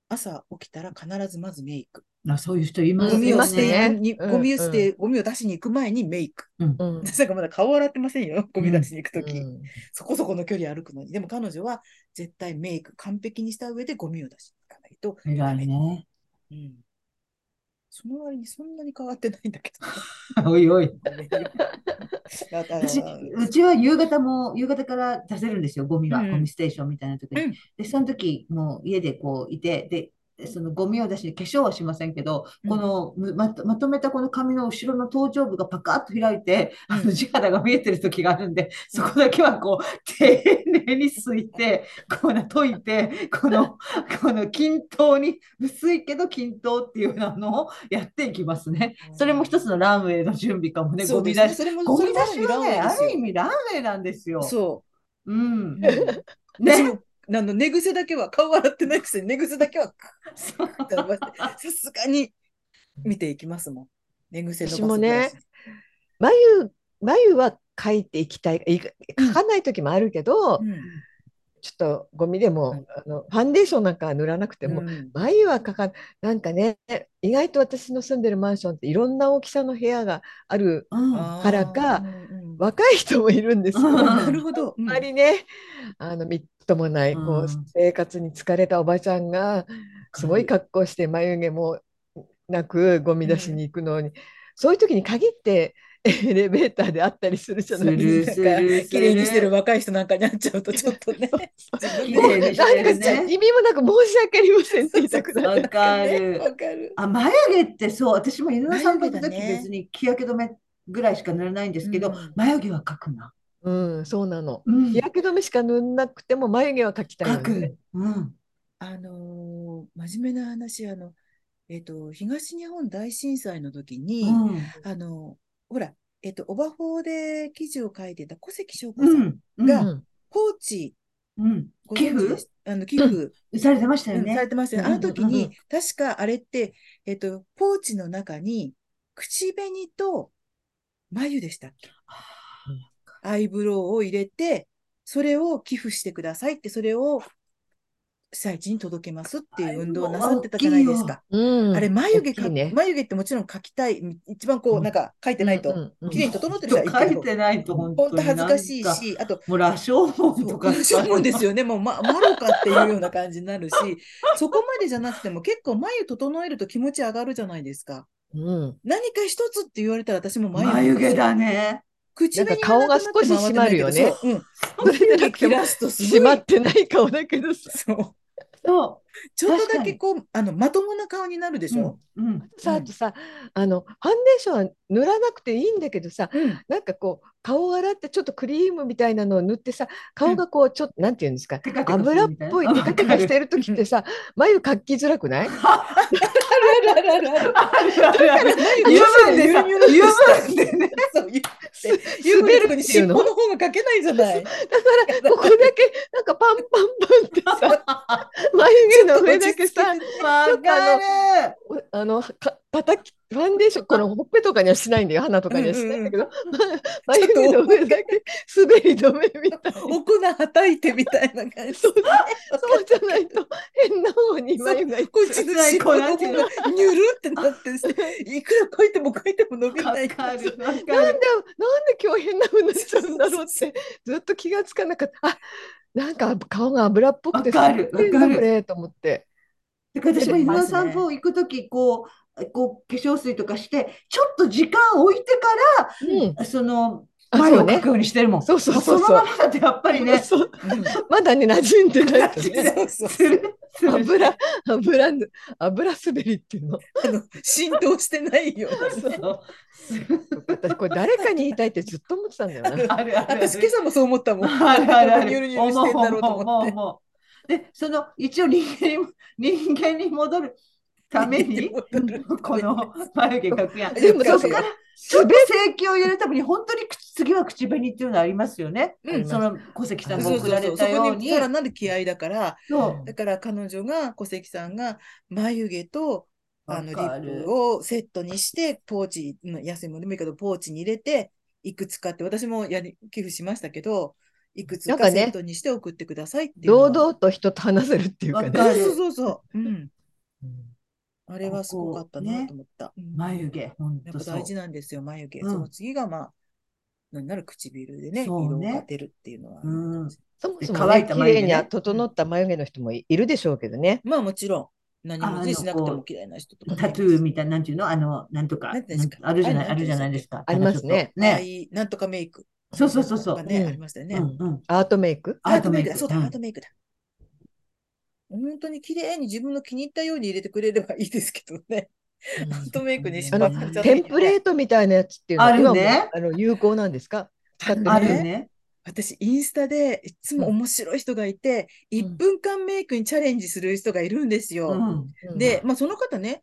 S1: 朝起きたら必ずまずメイク。
S3: あ、そういう人います
S1: ゴ
S2: う
S1: ミ
S2: い
S1: を
S2: ま
S1: 捨
S2: す
S1: て、
S2: ね
S1: に
S2: うん
S1: ゴミを捨て、ゴミを出しに行く前にメイク。
S2: うん
S1: なんかまだ顔洗ってませんよ、ゴミ出しに行くとき。
S2: うん
S1: そこそこの距離歩くのに。でも彼女は絶対メイク完璧にした上でゴミを出しに行かないと。
S3: 偉いね。 [LAUGHS]
S1: うん。その割にそんなに変わってないんだけど。
S3: おいおい。
S1: だから
S3: 私、うちは夕方も、夕方から出せるんですよ、ゴミは、
S1: うん
S3: ゴミステーションみたいなとこ
S1: う
S3: に
S1: ん。
S3: で、その時、もう家でこういて、で、そのゴミを出しに化粧はしませんけど、
S1: うん
S3: このむまと、まとめたこの髪の後ろの頭頂部がパカッと開いて、あ
S1: うん
S3: の地肌が見えてる時があるんで、そこだけはこう、 [LAUGHS] 丁寧にすいて、こうな、解いて、この、この均等に、薄いけど均等っていうのをやっていきますね。それも一つのランウェイの準備かもね、
S1: そ
S3: ゴ
S1: うで
S3: ミ
S1: すね
S3: 出し。
S1: それも
S3: ゴ
S1: そ
S3: ミ
S1: れも
S3: 出しは
S1: ランウ
S3: ね、
S1: ェイで
S3: あ
S1: すよ
S3: る意味ランウェイなんですよ。
S1: そうう。
S3: ん。
S1: うん私
S3: ね。
S1: もあの寝癖だけは顔洗ってないくせに寝癖だけは
S3: そう
S1: カッと伸ばしてさすがに見ていきますもん。寝癖伸ばす
S2: 私もね
S1: ぐらいし
S2: 眉眉は描いていきたいい描かない時もあるけど、
S1: うん
S2: ちょっとゴミでも、
S1: はい
S2: あのファンデーションなんかは塗らなくても、
S1: うん
S2: 眉は描かないなんかね意外と私の住んでるマンションっていろんな大きさの部屋がある
S3: うん。
S2: からか
S1: あーうんうん
S2: 若い人もいるんですよ。
S3: うん
S2: あ
S1: なるほど。うん
S2: まりねあのみっともない、こ
S3: う
S2: うん生活に疲れたおばちゃんがすごい格好して眉毛もなくゴミ出しに行くのに、そういう時に限ってエレベーターであったりするじゃないですか。
S1: なん
S3: する
S1: か
S3: する
S1: 綺麗にしてる若い人なんかに会っちゃうとちょっとね。
S3: 綺麗にしてる
S2: なんか
S3: ね。
S2: 意味もなく申し訳ありませんって言いたくな
S3: わ
S2: る。
S3: か
S1: ね
S3: る。
S1: [LAUGHS] わかる。
S3: あ、眉毛ってそう、私も犬の散歩
S1: 眉
S3: の
S1: 毛だ
S3: 時
S1: ね
S3: 別に日焼け止めぐらいしか塗らないんですけ
S1: う
S3: ど
S1: ん、
S3: 眉毛は描くな。
S2: うん、そうなの。
S3: うん
S2: 日。焼け止めしか塗んなくても眉毛は描きたい
S3: 描
S2: のね。
S3: く。うん。
S1: あのー真面目な話、あの、えっと、東日本大震災の時に、
S3: うん。
S1: あの、ほら、えっと、オバホーで記事を書いてた小関翔子さ、
S3: うんん。うん。
S1: が
S2: うん
S1: 高知、
S3: うん。
S1: ご
S3: 寄
S1: 存知で
S3: 付
S1: すあの寄付、
S3: されてましたよ
S1: うん
S3: ね。
S1: されてましたよね。あ
S3: うん
S1: の時
S3: うん
S1: に、確かあれって、えっと、ポーチの中に、口紅と眉でしたっけアイブロウを入れて、それを寄付してくださいって、それを被災地に届けますっていう運動をなさってたじゃないですか。
S2: うん
S1: あれ、眉毛
S2: 大き
S1: か、
S2: いね。
S1: 眉毛ってもちろん描きたい、一番こ
S2: う
S1: う、
S2: ん
S1: なんか描いてないと、
S2: うんうん
S1: 綺麗に整ってる
S3: ちょ
S1: 人
S3: っと
S1: はいい
S3: 描
S1: け
S3: い
S1: ど、
S3: てないと本当
S1: 本
S3: に
S1: 当恥ずかしい
S3: なんか、
S1: し、あと、
S3: もう羅生門
S1: そ
S3: と
S1: う
S3: か
S1: そう思うんですよね。もう、ま、マロかっていうような感じにな
S2: [LAUGHS]
S1: るし、そこまでじゃなくても結構眉整えると気持ち上がるじゃないですか。
S2: うん。
S1: 何か一つって言われたら私も眉
S3: 眉毛だね。
S1: 口紅
S2: なんか顔が少し締まるよね
S1: そううん。
S2: それでなくて
S1: 切
S2: も
S1: らすとすごい
S2: 閉まってない顔だけどさ。
S1: そう。
S3: そ
S1: ちょっと
S3: 確
S1: だ
S3: か
S1: け
S3: に
S1: こう、あの、まともな顔になるで
S3: う。
S1: しょ、
S3: うん。うん
S2: さ
S1: うん
S2: あとさ、あのファンデーションは塗らなくていいんだけどさ、
S1: うん
S2: なんかこう顔を洗ってちょっとクリームみたいなのを塗ってさ、顔がこうちょっと、なんていうんですか、
S3: テカテカす
S2: 油っ
S3: るみたいな
S2: ぽいテカテカしてる時ってさ、眉描きづらくな
S1: あ
S2: い？
S1: るあるあるある。
S3: あるあるある油分でさ、
S1: ゆるゆる
S3: 油分でね。
S1: そう、ゆゆ
S2: 滑
S1: る
S2: る
S1: の
S2: っ
S1: に
S2: てい
S1: 尻
S2: う
S1: 尾の
S2: の。だか
S1: 方が描けないじゃない。
S2: らここだけなんかパンパンパンってさ、眉毛の上だけさ、
S3: わかる。
S2: おあのか叩きファンデーションこのほっぺとかにはしないんだよ鼻とかにはしないんだ
S3: [LAUGHS]
S2: けど、ま眉毛の上だけ滑り止めみたいな。
S1: お粉はたいてみたいな感じ。
S2: そうそうじゃないと変な方に眉がいっ
S1: こっ
S2: ちゃ
S1: ち
S2: う
S1: の尻尾の方がニュルってなってして、いくら書いても書いても伸び
S3: わ
S1: ない。
S3: かる。わか
S2: なん
S3: る。
S2: でなんで今日変な風になっちゃうんだ
S3: [LAUGHS]
S2: ろうってずっと気がつかなかった。あなんか顔が油っぽくて
S3: わかる
S2: 滑ってんだ
S3: わかる
S2: これと思って。
S3: だから私も
S1: 出て
S3: 犬
S1: ま
S3: の
S1: すね
S3: 散歩行くとき、こう、こう化粧水とかして、ちょっと時間置いてから、
S2: うん。
S3: その
S2: あ
S3: 前
S2: そ
S3: を
S2: うね
S3: 書くようにしてるもん。
S2: そうそうそうそ
S3: も
S2: う
S3: そのままだってやっぱりね、
S2: そうまだね、馴染んでないと
S3: [LAUGHS]
S2: ね。
S1: そうそう
S3: つるつる
S2: 油、油ぬ、油滑りっていうの。
S1: あの浸透してないようなね。
S3: そう
S2: 私、これ誰かに言いたいってずっと思ってたんだ
S3: [LAUGHS]
S2: よな。
S3: あるあるある
S1: 私、今朝もそう思ったもん。
S3: あるあるある。
S1: ニュルニュルしてんだろうと思って。
S3: 思う。で、その一応人間にも人間に戻るために、この眉毛描くやん。
S2: でもそうそう
S3: からちょっと正規を入れるために本当に口次は口紅っていうのありますよね。
S1: うん
S3: その小関さんが
S1: そうそう
S3: 送
S1: そ
S3: ら
S1: う
S3: れ
S1: そ
S3: たよ
S1: こ
S3: う
S1: に
S3: に。
S1: さらなる気合だから、
S3: そう
S1: だから彼女が小関さんが眉毛とあのリ
S3: わかる
S1: ップをセットにしてポーチの安いものでもいいけどポーチに入れていくつかって私もやり寄付しましたけどいくつ
S2: なんか
S1: か
S2: ね
S1: セットにして送ってくださいっていうのは
S2: 堂々と人と話せるっていうかね。
S3: わかる
S1: そうそうそうそう、うん、あれはすごかった
S3: こ
S1: な
S3: こと
S1: 思った、うん
S3: 眉毛、本
S1: や
S3: 当
S1: っぱ
S3: そう
S1: 大。事なんですよ眉毛、
S3: うん
S1: その次がまあ何なる唇でね
S3: そう
S1: 色
S3: ね
S1: が出るっていうのはあるのかもしれ
S2: そもそも、
S3: 乾
S2: ね、
S3: いた
S2: 綺
S3: 眉毛
S2: 麗
S3: ね
S2: に整った眉毛の人もいるでしょうけどね。
S1: ないまあもちろん何
S3: あ
S1: も
S3: の
S1: 手しなくても
S3: こ
S1: 嫌いな人とかね
S3: タトゥーみたいな、なんていうのあの、なんとか、
S1: なんていうんですか
S3: あるじゃな
S1: あ
S3: い、
S1: れ
S3: あるじゃないですか。
S2: ありますね
S1: ああ
S3: ね。
S1: いいなんとかメイク。
S3: そうそうそうそう
S1: なんかね、
S2: うん
S1: ありましたよね。
S3: うんうん。
S2: アートメイク
S1: アートメイクだ。
S3: ア
S1: そ
S3: ー
S1: うだ、ア
S3: トメイク
S1: ートメイクだ。本当に綺麗に自分の気に入ったように入れてくれればいいですけどね。アートメイクに
S3: し
S1: 失敗
S2: あの
S1: されちゃった
S2: テ
S1: 時
S2: ン
S1: ね
S2: プレートみたいなやつっていうの
S3: あるね
S2: 今もあの有効なんですか使ってみ
S3: あ
S2: て
S3: るね。
S1: 私、インスタでいつも面白い人がいて、
S3: ん
S1: 1分間メイクにチャレンジする人がいるんですよ。
S3: うん。
S1: で、まあ、その方ね、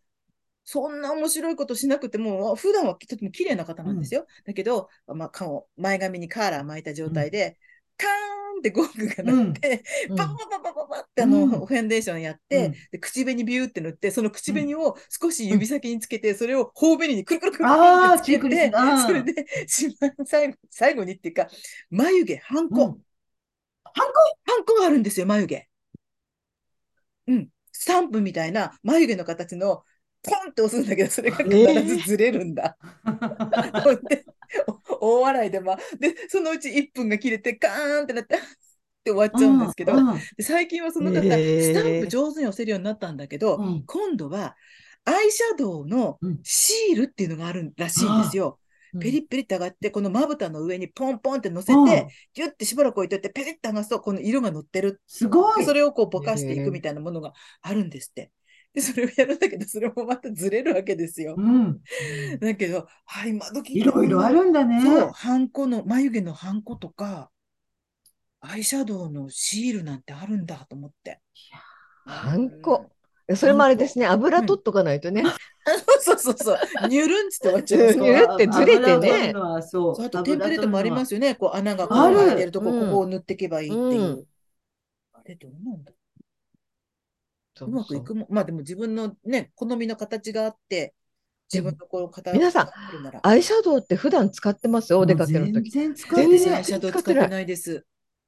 S1: そんな面白いことしなくても、普段はとても綺麗な方なんですよ。だけど、まあ、顔、前髪にカーラー巻いた状態で、カーンってゴングが鳴って、
S2: うん
S1: パパパパパパってあの、
S3: うん
S1: ファンデーションやって、
S3: うん
S1: で口紅ビューって塗って、その口紅を少し指先につけて、それを頬紅にくるくるくるくる
S3: あ
S1: っ
S3: ー
S1: てつけて
S3: チークに、うん
S1: それで、一番最後最後にっていうか、眉毛、ハンコ、 [LAUGHS]
S3: うんハンコ
S1: ハンコがあるんですよ、眉毛。うん。スタンプみたいな眉毛の形のポンって押すんだけど、それが必ずずれるんだ。ほんでお大笑いで、まあ、で、そのうち1分が切れて、カーンってなって、って終わっちゃうんですけど、
S3: うんうん
S1: で最近はその方、
S2: へー
S1: スタンプ上手に押せるようになったんだけど、
S3: うん
S1: 今度はアイシャドウの
S3: うん
S1: シールっていうのがあるらしいんですよ。ペリッペリって上がって、このまぶたの上にポンポンって乗せ
S3: うん
S1: て、ギュッてしばらく置いといて、ペリッて剥がすと、この色が乗ってる
S3: すごい。
S1: それをこうぼかしていくみたいなものがあるんですって。で、それをやるんだけど、それもまたずれるわけですよ
S3: う。ん。
S1: だけど、あ、今時
S3: いろいろあるんだね。
S1: そう、ハンコの、眉毛のハンコとか、アイシャドウのシールなんてあるんだと思って。
S2: ハンコ。それもあれですね油取っとかないとね、
S1: あそうそうそうそう、ニュルンっつって終わっちゃいます
S2: ニ
S1: か
S2: ュル
S1: ら
S2: ン。ってずれてね
S3: 油取るのはそう。
S1: そうあとテンプレートもありますすよね。こう穴がこう
S3: ある
S1: 開いてるとこ、
S2: うん
S1: ここを塗っていけばいいっていう。
S2: うん
S1: あれどうなんだ
S2: そう
S1: うまくいくもん、まあでも自分のね、好みの形があって、自分のこう形
S2: 皆さん
S1: があるなら
S2: アイシャドウって普段使ってますよお出かけの時
S3: 全然使っ
S1: 全
S3: て
S1: 然
S3: な
S1: ア
S3: い
S1: イ。シャドウ使ってないです。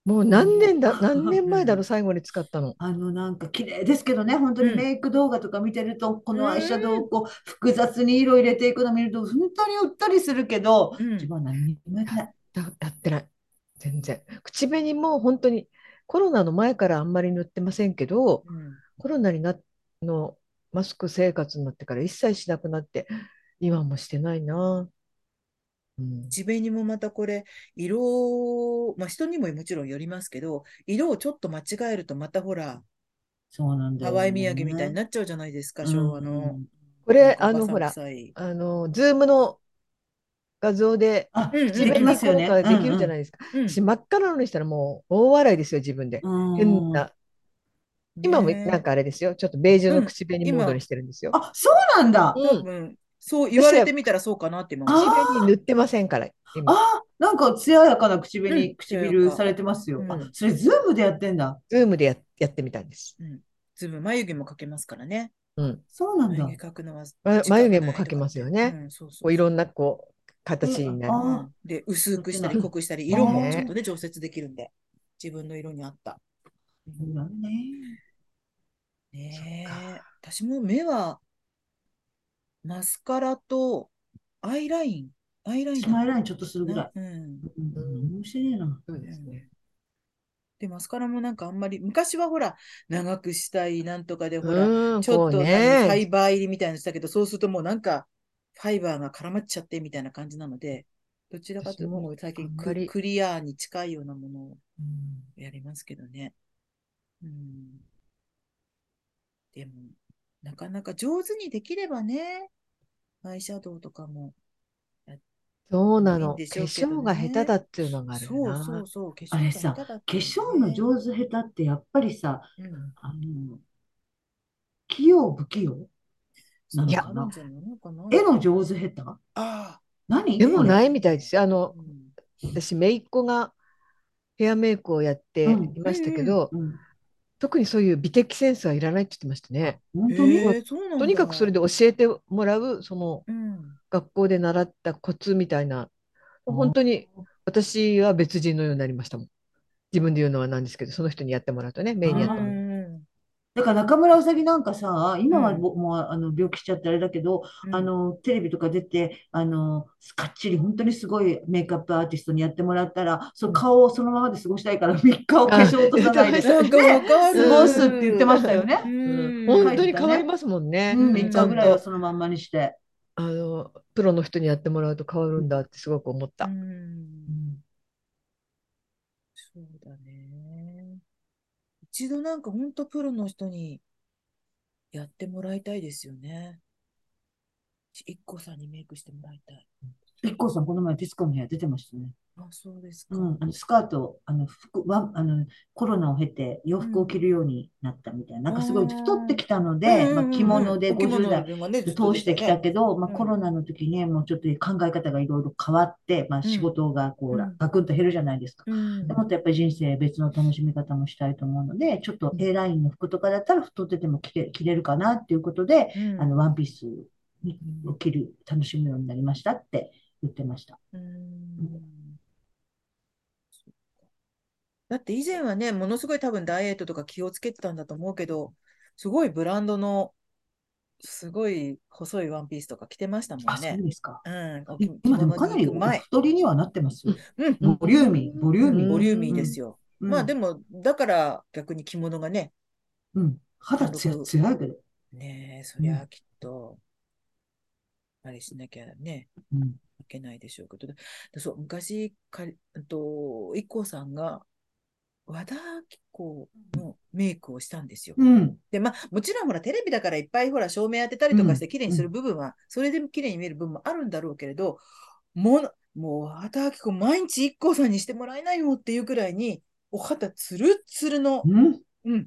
S2: もう何年だ何年前だ
S3: う
S2: ろうん最後に使ったの
S3: あのなんか綺麗ですけどね、本当に
S1: うん
S3: メイク動画とか見てると、こ
S1: うん
S3: のアイシャドウをこう複雑に色入れていくの見ると、本当にうっとりするけど、
S1: うん
S3: 自分は何にもやってない。
S2: だやってない全然口紅も本当にコロナの前からあんまり塗ってませんけど、
S1: うん
S2: コロナになのマスク生活になってから一切しなくなって今もしてないな。うん、
S1: 口紅もまたこれ、色を、まあ人にももちろんよりますけど、色をちょっと間違えるとまたほら、
S3: そうなんだ
S1: ハ
S3: よ
S1: ワイ
S3: ね
S1: 土産みたいになっちゃうじゃないですか、
S3: うん
S1: 昭和の。
S2: これ
S1: な
S2: あ
S1: んか
S2: の
S1: お
S2: ほ
S1: ば
S2: ら
S1: さん夫妻
S2: あのズームの画像で
S3: あ、
S1: うんうん
S2: 口
S3: でき
S2: 紅
S3: ま
S2: 効
S3: すよね。
S2: 果できるじゃ
S3: い
S2: ないですか。
S1: うん
S2: 私真っ赤なのにしたらもう大笑いですよ自分で。変な今も
S1: ね
S2: なんかあれですよちょっとベージュの口紅モード
S1: うん
S2: にしてるんですよ。
S3: あ、そうなんだ。
S1: 多
S2: うん
S1: 分、そう言われてみたらそうかなって今思う
S2: 口紅塗ってませんから今
S3: あ、なんか艶やかな口紅、
S1: うん艶や
S3: 唇
S1: か
S3: されてますよ
S1: う。ん
S3: あ、それズームでやってんだ。
S2: ズームでややってみたんです。
S1: うんズーム眉毛も描けますからね。
S2: うん、
S3: そうなんだ
S1: 眉。毛描くのは時間
S2: ま
S1: がないと
S2: 眉
S1: かって。
S2: 毛も描けますよね。
S1: うんそうそうそう
S2: こういろんなこう形になる。
S3: あ
S1: う
S3: ー
S1: んで、薄くしたり
S3: うん
S1: 濃くしたり、色も
S2: ね
S1: ちょっとね、調節できるんで、自分の色に合った。
S3: そうだね。
S1: ね
S2: そっ
S1: え、私も目は、マスカラとアイライン、アイライン
S3: 私
S1: だ
S3: もアイラインちょっとするぐらい。
S1: うん。
S3: うん、面白いな。
S2: そうで
S1: ですす
S2: ね
S1: ね。で、マスカラもなんかあんまり、昔はほら、長くしたい、なんとかで、ほら、
S2: うん、
S1: ちょっと
S2: こ
S1: なん
S2: う
S1: かファ
S2: ね、
S1: イバー入りみたいなのしたけど、そうするともうなんか、ファイバーが絡まっちゃってみたいな感じなので、どちらかというと、
S2: 私も
S1: もう最近
S2: あんま
S1: ク
S2: り
S1: クリアに近いようなものを
S3: うん
S1: やりますけどね。うん。でも、なかなか上手にできればね、アイシャドウとかも。
S2: そうない
S1: いん
S2: の。
S1: でし
S2: 化
S1: ょうけどね
S2: 粧が下手だっていうのがあるよ
S1: そう
S2: な。
S1: そうそう、化粧
S3: あれ
S1: が下
S3: さ
S1: 手だっ
S3: 化
S1: たらね
S3: 粧の上手下手ってやっぱりさ、
S1: うん。
S3: あの、器用不器用なの
S1: い
S3: か
S1: や、
S3: な
S1: あるんじゃないのかな。
S3: 絵の上手下手
S1: あ
S3: 何
S2: でもないみたいですよ。あ
S1: あ、
S2: の
S1: う、ん
S2: 私、姪っ子がヘアメイクをやって
S3: うん
S2: いましたけど、
S3: うん、
S2: 特にそういう美的センスはいらないって言ってましたね。
S3: 本当に
S1: へえ、そうなんだ。
S2: とにかくそれで教えてもらう、その
S1: うん。
S2: 学校で習ったコツみたいな、本当に私は別人のようになりましたもん。自分で言うのはなんですけど、その人にやってもらうとね、姪にやってもらう。
S1: うん
S3: だから中村うさぎなんかさ、今は
S1: うん
S3: ももうあの病気しちゃってあれだけど、あのテレビとか出て、あのかっちり本当にすごいメイクアップアーティストにやってもらったら、そう顔をそのままで過ごしたいから、3日を化粧落とさないで、
S1: なんかわかる。
S3: 過ごすって言ってましたよね。
S1: うん。
S2: 本当に変わりますもんね。
S3: うん、
S1: ね
S3: 3日ぐらいはそのまんまにして。
S2: あのプロの人にやってもらうと変わるんだってすごく思った。
S1: うんそうだね。一度なんか本当プロの人にやってもらいたいですよね。一個さんにメイクしてもらいたい。
S3: i k さん、この前、ディスコの部屋出てましたね。
S1: あ、そうですか。
S3: うん、あのスカート、あの服はあのコロナを経て洋服を着るようになったみたいな、なんかすごい太ってきたので、まあ、着物で50代
S1: 代
S3: 通してきたけど、まあ、
S1: うん
S3: コロナの時ね、もうちょっと考え方がいろいろ変わって、まあ、仕事がこう、
S1: うん
S3: ガクンと減るじゃないですか。
S1: ど、うん
S3: でもっとやっぱり人生別の楽しみ方もしたいと思うので、ちょっと A ラインの服とかだったら太ってても着れ、着れるかなっていうことで、
S1: うん
S3: あのワンピースを着る、楽しむようになりましたって言ってました。
S1: うんそっかだって以前はね、ものすごい多分ダイエットとか気をつけてたんだと思うけど、すごいブランドの、すごい細いワンピースとか着てましたも
S3: あ、
S1: ん
S3: そう
S1: ね。
S3: ですか。
S1: うん、お着
S3: 今でも
S1: 着
S3: か
S1: 物
S3: な
S1: に
S3: り
S1: 行く前。
S3: 太りにはなってますよ。
S1: うん、
S2: うん
S3: ボリューミー、ボリューミー。
S1: ボリューミーですよ。
S3: うん
S1: まあでも、だから逆に着物がね、
S3: うん、肌つやつややけど。
S1: ねえ、そりゃあきっと、あれしなきゃね、
S3: うん、
S1: いけないでしょうけど、でそう昔かり、うんと、IKKO さんが和田アキ子のメイクをしたんですよ。
S3: うん、
S1: で、まあ、もちろんほら、テレビだからいっぱいほら、照明当てたりとかして
S3: うん
S1: 綺麗にする部分は、それで綺麗に見える部分もあるんだろうけれど、もう、もう、和田アキ子毎日 IKKO さんにしてもらえないよっていうくらいに、お肌ツルッツルの、
S3: うん、
S1: うん。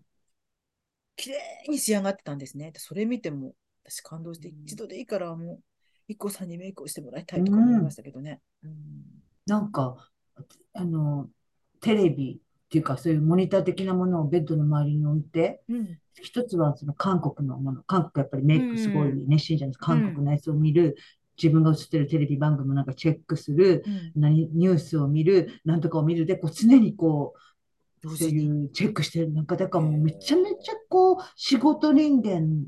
S1: 綺麗に仕上がってたんですね。それ見ても、私感動して、
S3: うん
S1: 一度でいいから、もう、IKKO さんにメイクをしてもらいたいとか思いましたけどね。うん。
S3: なんか、あの、テレビっていうか、そういうモニター的なものをベッドの周りに置いて、
S1: うん。
S3: 一つはその韓国のもの、韓国やっぱりメイクすごい熱心じゃないですか、
S1: うん
S3: 韓国のやつを見る、自分が映ってるテレビ番組もなんかチェックする、
S1: うん。
S3: 何、ニュースを見る、なんとかを見るで、こう常にこう、
S1: 同
S3: そう
S1: 時
S3: い
S1: に。
S3: うチェックしてる、なんか、だからもうめちゃめちゃこう、仕事人間。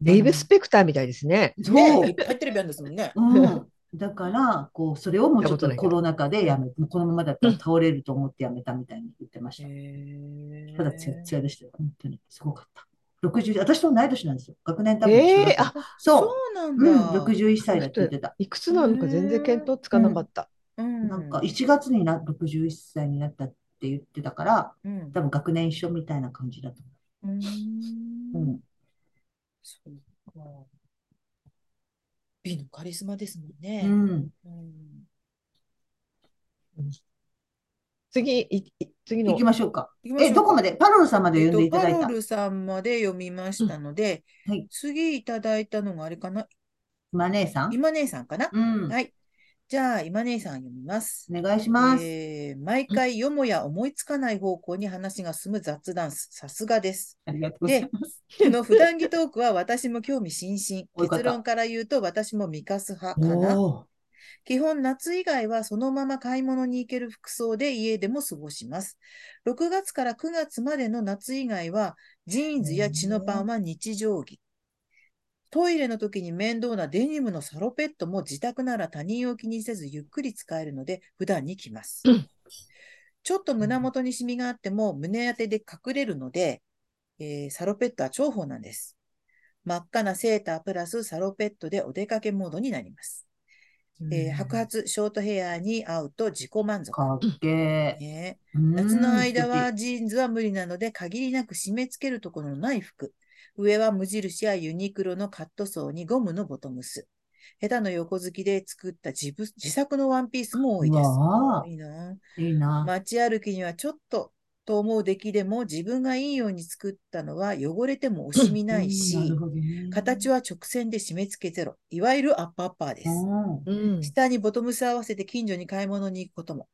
S2: デイブ・スペクターみたいですね。
S3: そ
S1: ね
S3: う
S1: いっ。ぱいテレビあるんですもんね。
S3: うん。だから、こう、それをもうちょっと
S2: 見たこ
S3: コ
S2: と
S3: ロナ禍でやめ、もうこのままだったら倒れると思ってやめたみたいに言ってまし
S1: へ
S3: た。
S1: ー
S3: ただ、ツヤツヤでしたよ。本当に。すごかった。60、私と同い年なんですよ。学年多分
S2: え
S3: 違う
S2: えあ
S3: そう
S1: そうなん
S3: うん、
S1: だ。
S3: 61歳だって言ってた。
S2: いくつなのか全然見当つかなかった。
S1: うん。
S3: なんか、1月にな、61歳になったって言ってたから、
S1: うん。
S3: 多分学年一緒みたいな感じだと
S1: うー
S3: 思う。うんん。
S1: そうか。美のカリスマですもん
S3: う
S1: ね。
S3: ん。
S1: うん。
S2: 次、いい次
S3: 行
S2: の
S3: き。ましょうか。
S1: 行きましょ
S3: え、
S1: う
S3: どこ
S1: か
S3: までパロルさんまで
S1: えっ
S3: 読んで
S1: と、
S3: いただ
S1: パ
S3: い
S1: ロ
S3: た。
S1: ルさんまで読みましたので、
S3: うんはい
S1: 次いただいたのがあれかな
S3: マネーさん。
S1: 今姉さんかな、
S3: うん。
S1: はい。じゃあ、今姉さん読みます。
S3: お願いします。
S1: えー毎回よもや思いつかない方向に話が進む雑談す。さすがです。
S3: ありがとうございます。
S1: この普段着トークは私も興味津
S3: [LAUGHS] お
S1: 々。
S3: よかっ
S1: 結
S3: た
S1: 論から言うと私もミカス派かな。
S3: お
S1: 基本夏以外はそのまま買い物に行ける服装で家でも過ごします。6月から9月までの夏以外はジーンズやチノパンは日常着。トイレの時に面倒なデニムのサロペットも自宅なら他人を気にせずゆっくり使えるので普段に着ます
S2: うん。
S1: ちょっと胸元にシミがあっても胸当てで隠れるので、えーサロペットは重宝なんです。真っ赤なセータープラスサロペットでお出かけモードになります。えー白髪ショートヘアに合うと自己満足。
S3: かっけえ。
S1: ね、
S3: うん
S1: 夏の間はジーンズは無理なので限りなく締め付けるところのない服。上は無印やユニクロのカットソーにゴムのボトムス。下手の横好きで作った自分自作のワンピースも多いです
S3: うわ。
S1: いいな。
S3: 素敵いいな。
S1: 街歩きにはちょっとと思う出来でも自分がいいように作ったのは汚れても惜しみないし、
S3: うんなるほどね
S1: 形は直線で締め付けゼロ。いわゆるアッパーアッパーです。
S3: うん
S2: うん
S1: 下にボトムス合わせて近所に買い物に行くことも。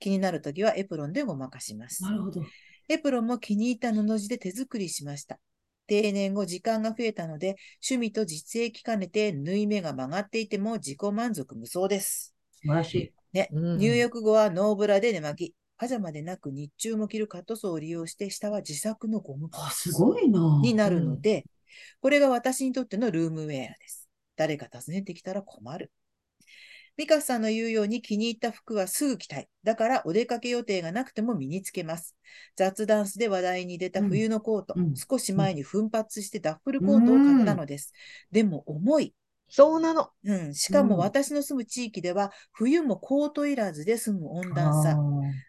S1: 気になるときはエプロンでごまかします。
S3: なるほど。
S1: エプロンも気に入った布地で手作りしました。定年後時間が増えたので、趣味と実益兼ねて縫い目が曲がっていても自己満足無双です。
S3: 素晴らしい。
S1: ね、
S2: うん
S1: 入浴後はノーブラで寝巻き。パジャマでなく日中も着るカットソーを利用して、下は自作のゴムパ
S3: あ、すごいな。
S1: になるので、これが私にとってのルームウェアです。誰か訪ねてきたら困る。ミカさんの言うように気に入った服はすぐ着たい。だからお出かけ予定がなくても身につけます。雑ダンスで話題に出た冬のコート、
S3: うんうん
S1: 少し前に奮発してダッフルコートを買ったのです。でも重い。
S2: そうなの。
S1: うん、しかも
S3: うん
S1: 私の住む地域では冬もコートいらずで済む温暖
S3: あ
S1: さ。
S3: ー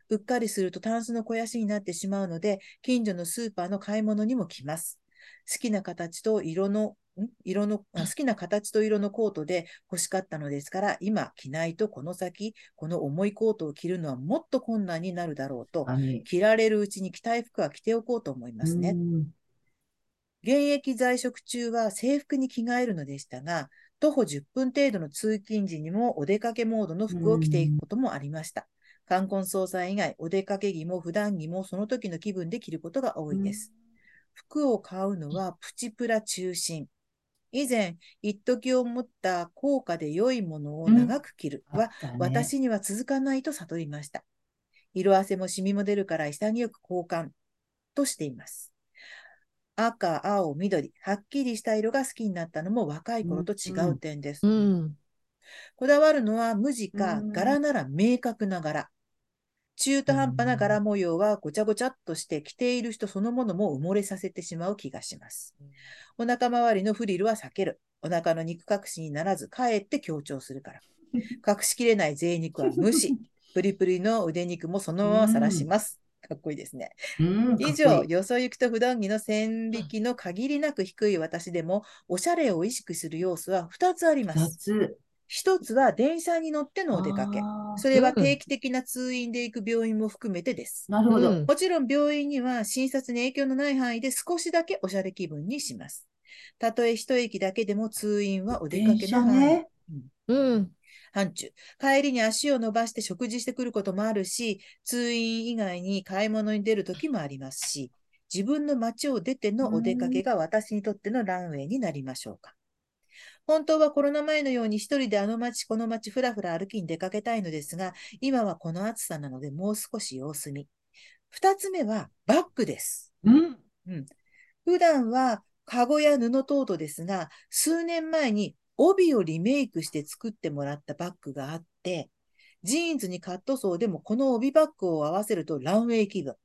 S1: うっかりするとタンスの肥やしになってしまうので、近所のスーパーの買い物にも来ます。好きな形と色の、ん色の、あ好きな形と色のコートで欲しかったのですから、今着ないとこの先、この重いコートを着るのはもっと困難になるだろうと、
S3: あね
S1: 着られるうちに着たい服は着ておこうと思いますね
S3: う。ん
S1: 現役在職中は制服に着替えるのでしたが、徒歩10分程度の通勤時にもお出かけモードの服を着ていくこともありました。冠婚葬祭以外、お出かけ着も普段着もその時の気分で着ることが多いです。服を買うのはプチプラ中心。以前、一時思った高価で良いものを長く着る
S3: あ
S1: は
S3: っ、たね
S1: 私には続かないと悟りました。色あせもシミも出るから潔く交換としています。赤、青、緑、はっきりした色が好きになったのも若い頃と違う点です。
S2: うん。
S1: こだわるのは無地か
S3: うん
S1: 柄なら明確な柄。中途半端な柄模様はごちゃごちゃっとして着ている人そのものも埋もれさせてしまう気がします。お腹周りのフリルは避ける。お腹の肉隠しにならず、かえって強調するから。隠しきれない贅肉は無視。プリプリの腕肉もそのまま晒します。かっこいいですね。
S3: [LAUGHS] うん
S1: 以
S3: かっ
S1: 上、
S3: こいい
S1: よそ行きと普段着の線引きの限りなく低い私でも、おしゃれを意識する要素は2つありま
S3: 二
S1: す。
S3: つ。
S1: 1つは電車に乗ってのお出かけ
S3: あ。ー
S1: それは定期的な通院で行く病院も含めてです。
S3: なるほど。
S2: うん
S1: もちろん病院には診察に影響のない範囲で少しだけおしゃれ気分にします。たとえ一駅だけでも通院はお出か
S3: 電
S1: けの
S3: 車
S1: 範囲。
S3: ね。
S2: うん。
S1: 範疇。帰りに足を伸ばして食事してくることもあるし、通院以外に買い物に出る時もありますし、自分の街を出てのお出かけが私にとってのランウェイになりましょうか。本当はコロナ前のように一人であの街この街ふらふら歩きに出かけたいのですが、今はこの暑さなのでもう少し様子見。二つ目はバッグです。
S3: うん。
S1: 普段はカゴや布等々ですが、数年前に帯をリメイクして作ってもらったバッグがあって、ジーンズにカットソーでもこの帯バッグを合わせるとランウェイ気分。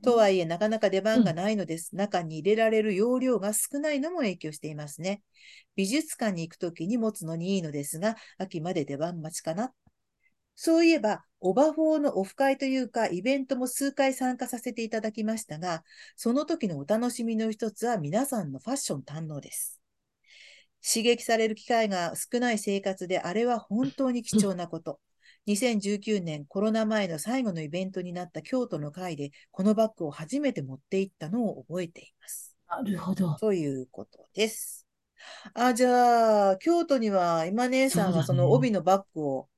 S1: とはいえ、なかなか出番がないのです。中に入れられる容量が少ないのも影響していますね。美術館に行くときに持つのにいいのですが、秋まで出番待ちかな。そういえば、オバフォーのオフ会というか、イベントも数回参加させていただきましたが、その時のお楽しみの一つは皆さんのファッション堪能です。刺激される機会が少ない生活で、あれは本当に貴重なこと。2019年コロナ前の最後のイベントになった京都の会で、このバッグを初めて持って行ったのを覚えています。
S3: なるほど。
S1: ということです。あ、じゃあ、京都には今姉さんはその帯のバッグを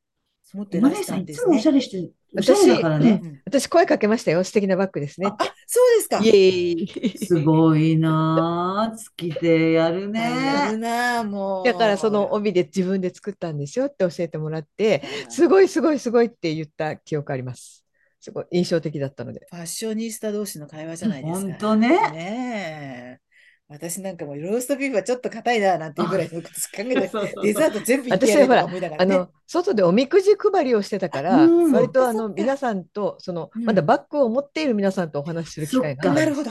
S1: 持って
S3: 今
S1: らっ
S3: ね
S1: しゃる
S3: さん
S1: ん
S3: い
S1: で
S3: つ
S1: す
S3: もお
S1: ね
S3: し。ゃれして、おしゃれだから
S1: う
S3: ね。
S1: ん
S2: 私声かけましたよ。素敵なバッグですね。
S1: あ、そうですか。
S2: イエーイ。
S3: すごいなあ。月でやる
S1: やる
S3: ね。
S1: なあもう。
S2: だからその帯で自分で作ったんですよって教えてもらって、すごいすごいすごいって言った記憶あります。すごい印象的だったので。
S1: ファッショニスタ同士の会話じゃないですか。
S3: 本当ね、
S1: ねえ。私なんかもうローストビーフはちょっと硬いななんていうぐらいのことしか考えて
S3: [LAUGHS] そうそうそう
S1: デザート全部いってやれとか思いなが
S2: あ
S1: らね。
S2: の外でおみくじ配りをしてたから、
S3: うん
S2: 割とあ
S1: そっ
S2: の
S1: か
S2: 皆さんとその
S1: うん
S2: まだバッグを持っている皆さんとお話しする機会があ
S3: の
S2: る
S1: な
S2: で
S1: る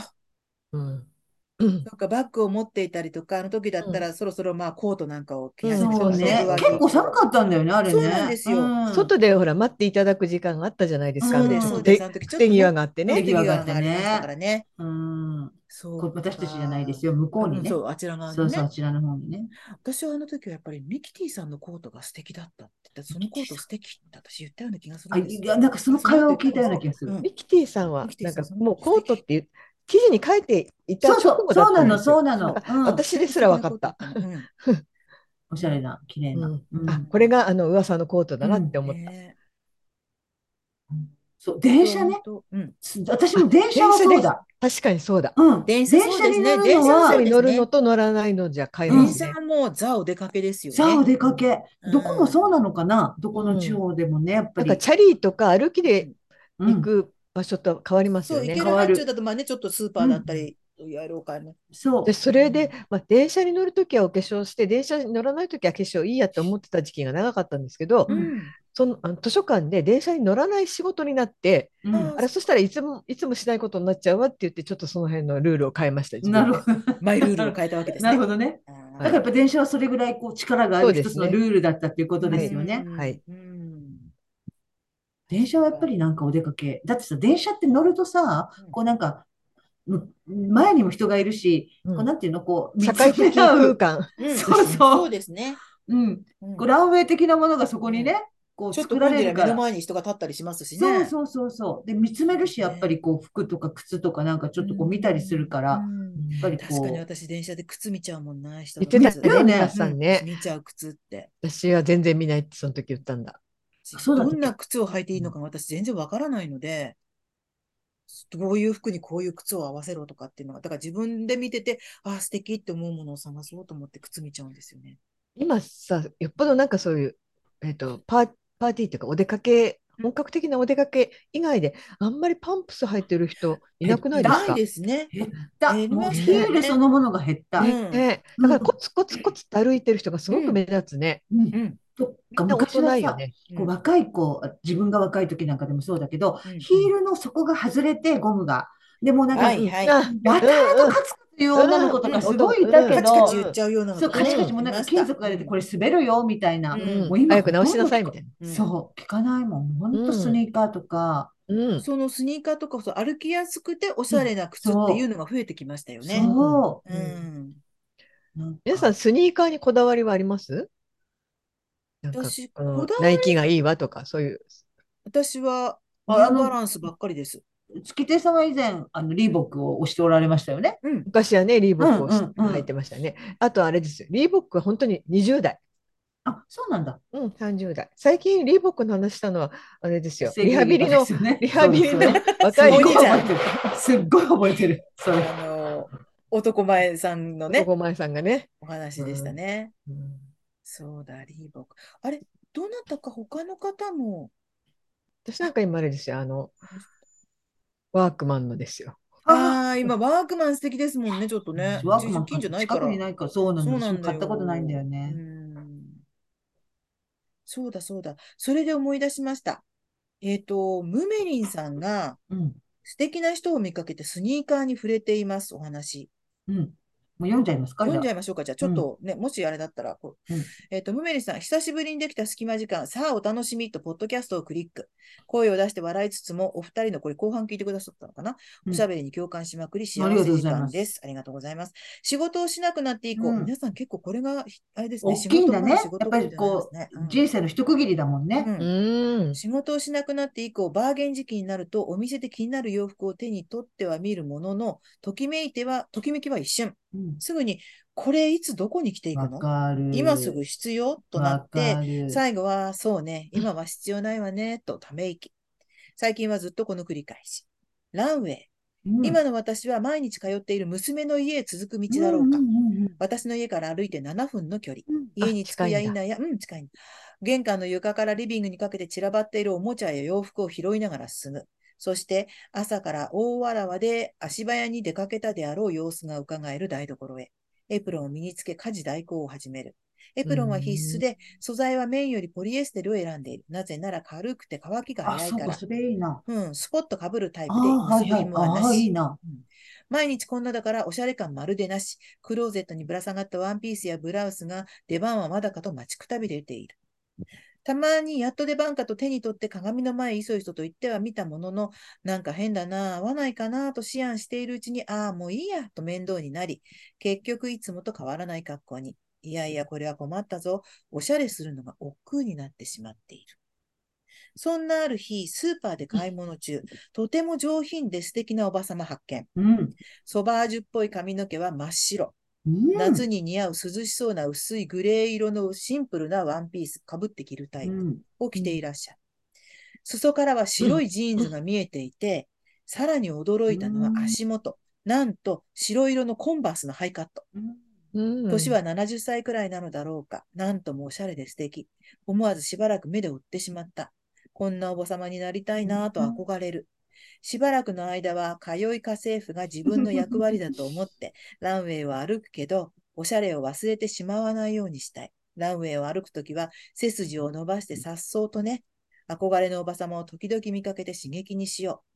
S1: ほど。
S2: す。うんうん
S1: なんかバッグを持っていたりとか、あの時だったらそろそろまあコートなんかを着
S2: うん
S1: 始め
S3: そう
S1: た
S3: ね。結構寒かったんだよね、あれね。
S1: そうなんですよ
S3: うん
S2: 外でほら待っていただく時間があったじゃないですか。
S1: そうです、
S3: うん
S1: そうで。
S2: です
S1: あの時ちょ
S2: 不
S1: っと
S2: 手際があって
S1: ね、
S2: ね
S1: 手。際が
S3: 手際が
S1: あ
S3: あっ
S1: り
S3: てね
S1: ましたからね。
S3: うん。
S1: そう
S3: こ私たちじゃないですよ、向こうにね。
S1: うんそう、あちら側
S3: そ
S1: の
S3: うそう、あ
S1: ね。
S3: ちらの方にね。
S1: 私はあの時はやっぱりミキティさんのコートが素敵だったって言って、そのコート素敵って私言ったような気がする
S3: あ、
S1: んで
S3: い
S1: すよ。
S3: や、なんかその会話を聞いたような気がす
S1: う
S3: る
S1: ん。
S2: ミキティさんは
S1: ミキ、ティ
S2: な
S1: さ
S2: ん
S1: ん
S2: か
S1: そんな
S2: もうコートっていう、記事に書いていた
S3: そうそ
S2: 直
S3: う、
S2: 後だ
S3: そ
S2: った
S3: うなん
S2: で
S3: の、
S2: す
S3: そ
S2: よ
S3: うなの。うん。
S2: 私ですらわかった。
S1: うん
S3: おしゃれな、綺麗な。
S2: うん
S3: うん
S2: あ、これがあの噂のコートだなって思った。
S1: ね
S3: そう、電車ね。
S1: うん
S3: す私も電車はそうだ。
S2: 確かにそうだ。
S3: うん。
S1: 電車そうですね
S3: 電車に乗る
S1: 電車
S2: 電
S3: の
S1: そ
S2: 車
S1: う
S3: は、
S1: です
S2: に
S1: ね
S2: 乗るのと乗らないのじゃ買えま
S1: 電
S2: す
S1: 車
S2: ね
S1: は。もうザお出かけですよね。
S3: さあお出かけ。
S1: うん
S3: どこもそうなのかなどこの地方でもね、やっぱ
S2: なん
S3: り。
S2: かチャリーとか歩きで
S3: う
S2: 行
S3: ん、
S2: く場所と変わります
S1: そ
S2: よ
S1: う、行
S2: ね。
S1: ける
S3: 変わ
S1: 範
S3: る
S1: 疇だと、まあね、ちょっとスーパーだったり、やろうかね。
S3: そう
S2: で。それで、まあ、電車に乗るときはお化粧して電車に乗らないときは化粧いいやって思ってた時期が長かったんですけど、
S3: うん
S2: そのあの図書館で電車に乗らない仕事になって
S3: うん
S1: あ
S2: あれそしたらいつもいつもしないことになっちゃうわって言ってちょっとその辺のルールを変えました自分で
S3: なるほど。
S1: マイルールを変えたわけですね。
S3: [LAUGHS] なるほどね。
S1: あ
S3: だからやっぱ電車はそれぐらいこう力があ
S2: そう
S3: る
S2: です
S3: 一
S2: ね
S3: つのルールだったっていうこ
S1: ー
S3: とですよね。。
S2: はい
S1: うん
S3: 電車はやっぱりなんかお出かけ。だってさ、電車って乗るとさ
S1: うん、
S3: こうなんか、む前にも人がいるし、
S2: うん
S3: こうなんていうの、こう、
S2: 社会
S3: 見
S2: 的
S3: つめ合
S2: 空
S3: う。
S2: 間
S1: うん
S3: そうそう
S1: そうですね。
S3: うん。
S1: うん
S3: こうランウェイ的なものがそこに
S1: うん
S3: ね、こう
S1: ちょっ
S3: 作
S1: と
S3: ら
S1: 混ん
S3: れ
S1: で
S3: る
S1: る
S3: か
S1: 目の
S3: ら。
S1: 前に人が立ったりしますし
S3: そう
S1: ね。
S3: そうそうそう。で、見つめるし、
S1: ね
S3: やっぱりこう服とか靴とかなんかちょっとこう
S1: うん
S3: 見たりするから、やっ
S1: うん
S3: ぱり
S1: 確かに
S3: こう、
S1: 私、電車で靴見ちゃうもんな、人
S2: 言
S1: の
S2: ってた
S1: 靴。
S3: よ
S2: ね
S3: ね
S2: 皆さんね、
S1: 見ちゃう靴って。
S2: 私は全然見ないってその時言ったんだ
S3: そうだっ
S1: ど
S3: た
S1: んな靴を履いていいのか私全然わからないので、どういう服にこういう靴を合わせろとかっていうのが、だから自分で見てて、ああ、素敵って思うものを探そうと思って靴見ちゃうんですよね。
S2: 今さよっぽどなんかそういう、えっとパーパーティーというかお出かけ
S1: うん
S2: 本格的なお出かけ以外であんまりパンプス履いてる人いなくないです
S1: ない
S2: か
S1: ですね。
S3: 減った。
S1: 減り
S3: もう
S1: ま
S3: ス
S1: し
S3: テ
S1: たよね
S3: ィールそのものが減った。
S1: ね
S2: ねだからコツコツコツと歩いてる人がすごく目立つね。
S3: うん
S1: うん。
S3: と
S2: み
S3: か
S2: んな大
S3: 昔
S2: 人
S3: は
S2: よ
S3: さ、
S2: ね。
S3: こう若い子、自分が若い時なんかでもそうだけど、
S1: うん
S3: ヒールの底が外れてゴムが。でもうなんか、
S1: はい
S3: や
S1: はい。
S2: あ
S3: たらとカツカツいう女の子とかすごいいたけ
S1: カチ
S3: ど、
S1: カチ言っちゃうような
S3: そう、カチカチも
S1: う
S3: なんんか金属が出てこれ滑るよみたいな。
S1: うん
S3: もう今
S2: 早く直しなさいみたいな。
S1: うん
S3: そう、聞かないもん。ほんとスニーカーとか。
S2: うん、
S1: そのスニーカーとかそう歩きやすくておしゃれな靴っていうのが増えてきましたよね。
S3: そうう。
S1: ん。
S3: なんか
S2: 皆さん、スニーカーにこだわりはありますなんか
S1: 私
S2: この
S1: こだわり
S2: ナイキがいいわとか、そういう。
S1: 私はニュ
S3: ああ
S1: ー
S3: の
S1: バランスばっかりです。
S3: 月手さんは以前、あの、リーボックを押しておられましたよね。
S1: うん。
S2: 昔はね、リーボックをし
S3: うんうんうん
S2: 履いてましたね。あとあれですよ、リーボックは本当に20代、
S3: あ、そうなんだ。
S2: うん、30代。最近リーボックの話したのは、あれですよ、
S3: 整
S2: リ
S3: 形
S2: ハビリ
S3: 外科で
S2: の
S3: す、よね
S2: リハビリ
S3: そう
S2: の
S3: ですよね
S2: 若い
S1: お
S3: すっご
S1: 兄
S3: い
S2: 子
S1: ちゃん
S3: 覚えてる。すっごい覚えてる。それ。
S1: あの、男前さんのね、
S2: 男前さんがね。
S1: お話でしたね。
S2: うん
S1: そうだ、リーボック。あれ、どなたか他の方も、
S2: 私なんか今あれですよ、あの、ワークマンのですよ。
S1: ああー、今、ワークマン素敵ですもんね、ちょっとね。
S3: ワークマン
S1: 近所ないか
S3: 近
S1: ら。
S3: くにないから、そうなん
S1: そう
S3: で
S1: な
S3: す
S1: んだ
S3: よ。
S1: よ。
S3: 買ったことないんだよね
S1: う。ん。そうだ、そうだ。それで思い出しました。えっ、と、ムメリンさんが
S3: うん。
S1: 素敵な人を見かけてスニーカーに触れています、お話。
S3: うん。もう読んじゃいますか
S1: 読んじ
S3: じ
S1: ゃ
S3: ゃ
S1: いましょうか。じゃあ、ちょっとね、もしあれだったらこう、
S3: うん
S1: えっ、と、ムメリさん、久しぶりにできた隙間時間、さあお楽しみと、ポッドキャストをクリック。声を出して笑いつつも、お二人のこれ後半聞いてくださったのかな、
S3: うん
S1: おしゃべりに共感しまくり、幸
S3: ありが
S1: せ
S3: とうご
S1: 時
S3: ざい
S1: 間
S3: ます
S1: です。ありがとうございます。仕事をしなくなって以降、
S3: うん
S1: 皆さん結構これが、あれですね、
S3: 大きいんだね。
S1: 仕
S3: や
S1: 事
S3: っ
S1: も
S3: ぱ
S1: 仕事
S3: り
S1: も
S3: こ
S1: ってなりますね
S3: う、人生の一区切りだもん
S1: う
S3: ね。
S1: ん
S2: う
S1: うん
S2: ん。
S1: 仕事をしなくなって以降、バーゲン時期になると、お店で気になる洋服を手に取っては見るものの、ときめいては、ときめきは一瞬。
S3: うん。
S1: すぐに、これいつどこに着ていく
S3: わ
S1: の
S3: かる。
S1: 今すぐ必要となっ
S3: わ
S1: て
S3: か、る。
S1: 最後は、そうね、今は必要ないわね、とため息。最近はずっとこの繰り返し。ランウェイ。
S3: うん
S1: 今の私は毎日通っている娘の家へ続く道だろうか
S3: ん。んうんうん
S1: 私の家から歩いて7分の距離。
S3: うん
S1: 家に着くや
S2: あ近い
S1: 否
S2: ん
S1: や、うん、近い。玄関の床からリビングにかけて散らばっているおもちゃや洋服を拾いながら進む。そして、朝から大わらわで足早に出かけたであろう様子が伺える台所へ。エプロンを身につけ家事代行を始める。エプロンは必須で、素材は綿よりポリエステルを選んでいる。なぜなら軽くて乾きが
S3: あ、
S1: 早い
S3: そう
S1: か。
S3: からそれいいな。
S1: うん、スポッと被るタイ
S3: あ
S1: プで、
S3: あ、は
S1: 結
S3: い
S1: び
S3: はい。
S1: 紐は
S3: あ
S1: な
S3: あ、い
S1: し
S3: い。な。
S1: 毎日こんなだからおしゃれ感まるでなし。クローゼットにぶら下がったワンピースやブラウスが出番はまだかと待ちくたびれている。たまにやっと出番かと手に取って鏡の前へいそいそと言っては見たものの、なんか変だなあ、合わないかなあと思案しているうちに、ああ、もういいやと面倒になり、結局いつもと変わらない格好に。いやいや、これは困ったぞ。おしゃれするのが億劫になってしまっている。そんなある日、スーパーで買い物中、とても上品で素敵なおばさま発見。
S3: うん。
S1: ソバージュっぽい髪の毛は真っ白。
S3: うん
S1: 夏に似合う涼しそうな薄いグレー色のシンプルなワンピース、かぶって着るタイ
S3: う
S1: プ
S3: ん
S1: を着ていらっしゃる。裾からは白いジーンズが見えていて、さらに驚いたのは足元。なんと白色のコンバースのハイカット。
S3: うん
S2: うん
S1: 年は70歳くらいなのだろうか。なんともおしゃれで素敵。思わずしばらく目で追ってしまった。こんなお坊様になりたいなぁと憧れる。しばらくの間は、通い家政婦が自分の役割だと思
S2: [LAUGHS]
S1: って、ランウェイを歩くけど、おしゃれを忘れてしまわないようにしたい。ランウェイを歩くときは、背筋を伸ばして颯爽とね、憧れのおば様を時々見かけて刺激にしよう。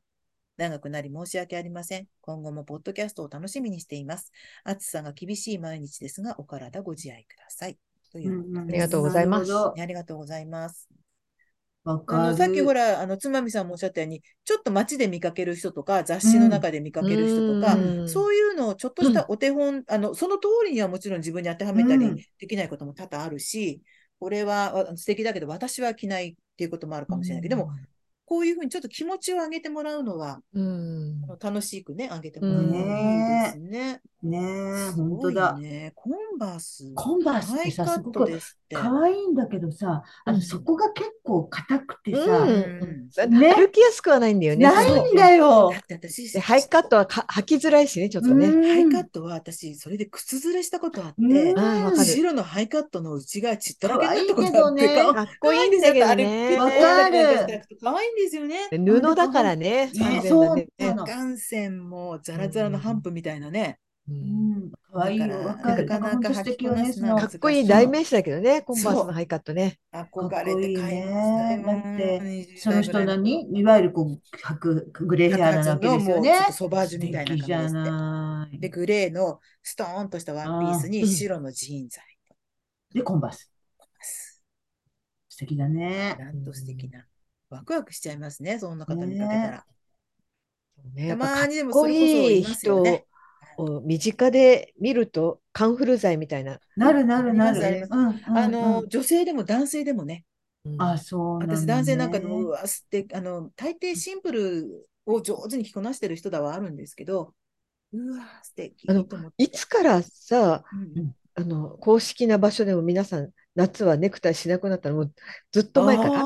S1: 長くなり申し訳ありません。今後もポッドキャストを楽しみにしています。暑さが厳しい毎日ですが、お体ご自愛ください。ということです、
S2: ありがとうございます
S3: なるほど
S1: ありがとうございます。
S3: わ
S1: あ
S3: か
S1: の
S3: る。
S1: さっきほら、あのつまみさんもおっしゃったように、ちょっと街で見かける人とか、雑誌の中で見かける人とか、
S2: うん
S1: そういうのをちょっとしたお手本、あのその通りにはもちろん自分に当てはめた
S3: うん
S1: りできないことも多々あるし、これはあ素敵だけど、私は着ないっていうこともあるかもしれないけど、でも、こういうふうにちょっと気持ちを上げてもらうのは、
S2: うん
S1: あの楽しくね、上げてもらうの
S3: ね
S1: がいいですね。
S3: ねえ、
S1: す
S3: 本
S1: ご
S3: 当
S1: い
S3: だ。
S1: ね。コンバース。
S3: コンバース
S1: ハ
S3: って
S1: イカ
S3: さ、す
S1: ッ
S3: ご
S1: ト
S3: く
S1: ですって。
S3: 可愛いんだけどさ、あ
S2: う
S3: の、
S2: ん
S3: そこが結構硬くて
S2: う
S3: さ、
S2: ん
S3: ね
S2: 歩きやすくはないんだよね。
S3: な
S2: すご
S3: い
S2: い
S3: んだよ
S1: だ。って私、
S2: でハイカットはか履きづらいしね、ちょっとね。
S1: ハ
S3: ハ
S1: イカットは私、それで靴ずれしたことあって、
S2: んあわかる
S1: 白のハイカットの内側ちったらけになった
S3: 可
S1: こ
S3: 愛いけ
S1: とあ
S3: ど
S1: っ
S3: ね
S1: て、か
S2: かっこいいんだけどね。
S3: わかる
S1: 可愛いんですよね。
S2: 布だからね、
S3: ね
S2: 完全なね。
S3: そうなの
S1: 眼線もザラザラのハンプみたいなね。
S2: う
S3: うんん、可愛いよ。わ
S1: だ
S3: か
S1: から
S3: る。
S1: なかなか
S3: 本当素敵よね、
S1: 履きこなすの
S3: そ
S2: か
S3: の
S2: っこいい代名詞だけどね、コンバースのハイカットね。
S1: 憧れて買いましたよ
S3: かっこいいねだって
S1: 20
S3: その
S1: 代ぐ
S3: 人
S1: らいの
S3: 何いわゆるこう、白、グレーヘアなわけですよ
S1: 白髪の
S3: ね。
S1: もうちょっとソバージュみたいな感じ
S3: 素敵じゃない。
S1: で、グレーのストーンとしたワンピース
S2: あ
S1: に
S2: ーうん
S1: 白のジーンズ入って
S3: で、コンバース。
S1: ます。
S3: 素敵だね。
S1: なんと素敵な。ワクワクしちゃいますね、そんな方見かけたら。た
S2: ねやっぱ
S1: ま
S2: かっ
S1: にでもそ
S2: こ
S1: れこそ
S2: い
S1: い
S2: い
S1: ますよ
S2: 人
S1: ね。
S2: を身近で見ると、カンフル剤みたいな。
S3: なるなるなる。
S1: あります
S3: うんうん
S1: あの、
S3: うん
S1: 女性でも男性でもね、
S2: うん
S3: あ、そうなんだ
S1: 私男性なんかで
S3: ね
S1: も、うわ、すって、あの、大抵シンプルを上手に着こなしてる人だはあるんですけど、うわ、素敵
S2: あの
S1: と思って。
S2: いつからさ、
S1: うん
S2: あの、公式な場所でも皆さん、夏はネクタイしなくなったのもうずっと前から。
S1: あ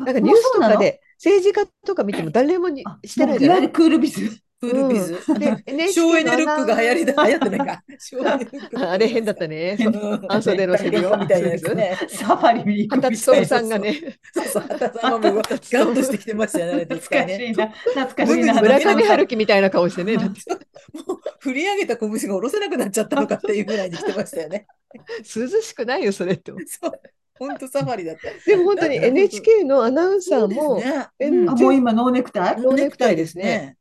S1: ー
S2: なんかニュースとかで政治家とか見ても誰もに
S3: あ
S2: してないじゃ
S3: も
S2: な
S3: ういわゆ
S2: い
S3: るクールビズ。 [LAUGHS]
S1: クールビズ。
S2: で NHK
S1: 省エネルックが流行りだ、
S2: の
S1: 流行ってないか。省エネルック
S2: ああれ変だったね。
S1: う。
S2: [LAUGHS] そうん半袖のセリオ
S1: みたいなやつね。
S3: サファリに行く
S2: 畑
S3: みた
S2: 徹
S3: いな。
S2: さんがね、
S1: そうそう、畑さんはもうガッとしてきてましたよね。
S3: [LAUGHS] 懐かしいな。懐かしいな。
S1: そう
S2: 村上
S3: 春
S2: 春樹みたいな顔してね、だって
S1: もう振り上げた拳が下ろせなくなっちゃったのかっていうぐらいに来てましたよね。
S2: 涼しくないよ、それって。
S1: そう。本当サファリだった。
S2: でも本当に NHK のアナウンサーも、
S1: ね、
S2: 全
S3: あ、もう今ノーネクタイ
S2: ノーネクタイですね。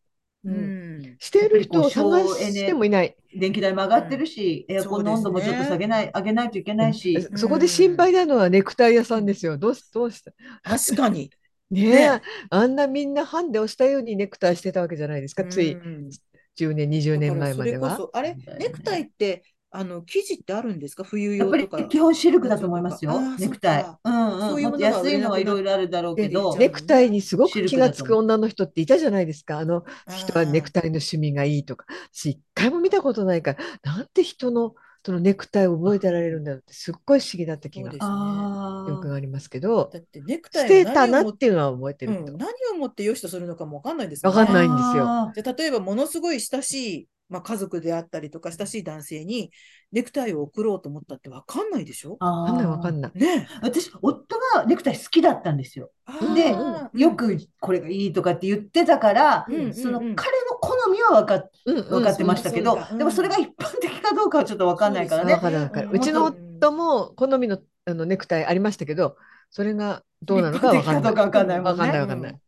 S1: う
S2: うん
S1: ん。
S2: してる人を探してもいない。
S3: 電気代も上がってるし、エアコンの温度もちょっと下げない、上げないといけないし。
S1: ね
S2: そこで心配なのはネクタイ屋さんですよ。どうしどうした
S1: 確かに。
S2: ねえ
S1: ね
S2: あんなみんなハンデをしたようにネクタイしてたわけじゃないですか、つい
S1: うん
S2: 10年、20
S1: だから
S2: 年前
S1: そ
S2: ま
S1: れ
S2: で
S1: こ
S2: は。
S1: そ、あれ、ネクタイって、あの、生地ってあるんですか冬
S3: やっ
S1: 用
S3: ぱ
S1: と
S3: り
S1: か。
S3: 基本シルクだと思います
S1: あ
S3: よ
S1: ー、
S3: ネクタイ
S1: そっか。
S3: うんうん、
S1: そういうも
S3: も
S1: の
S3: っと
S1: が
S3: 安いのはいろいろあるだろうけど、
S1: 売れ
S2: ネ
S1: なくなっ
S2: クタイにすごく気がつく女の人っていたじゃないですか。あの人はネクタイの趣味がいいとか。私一回も見たことないから、なんて人のそのネクタイを覚えてられるんだろうって、すっごい不思議だった気が
S1: そうです
S3: あ
S2: よく
S3: ー
S2: ありますけど、
S1: だってネクタイ
S2: して
S1: は
S2: た
S1: 何を
S2: な
S1: 持っ、
S2: ってていうのは覚えて
S1: う
S2: る
S1: ん、
S2: と。
S1: 何をもって良しとするのかもわかんないです
S2: わかんないんですよ
S3: あ
S1: じゃあ例えばものすごい親しい、まあ、家族であったりとか親しい男性にネクタイを贈ろうと思ったってわかんないでしょ
S3: ーあ
S2: わ
S3: ー
S2: かんないわかんない。
S1: ねえ
S3: 私、夫がネクタイ好きだったんですよ。
S1: あ
S3: で
S1: ー。
S3: よくこれがいいとかって言ってたから、
S1: うんうんうん
S3: その彼の好みは分かっ
S2: うんうん
S3: 分かってましたけ
S1: う
S3: ど
S1: んそうだ、うん
S3: でもそれが一般的かどうかはちょっと分かんないから
S1: そう
S3: ね
S2: わ
S1: です。
S2: かるわかる。
S1: うん
S2: うちの夫も好みのあのネクタイありましたけど、それがどうなのかわかんない。
S3: 一般的かどうか分かんないも
S2: わ
S3: ん
S2: かんない
S3: ね。
S2: わかんない。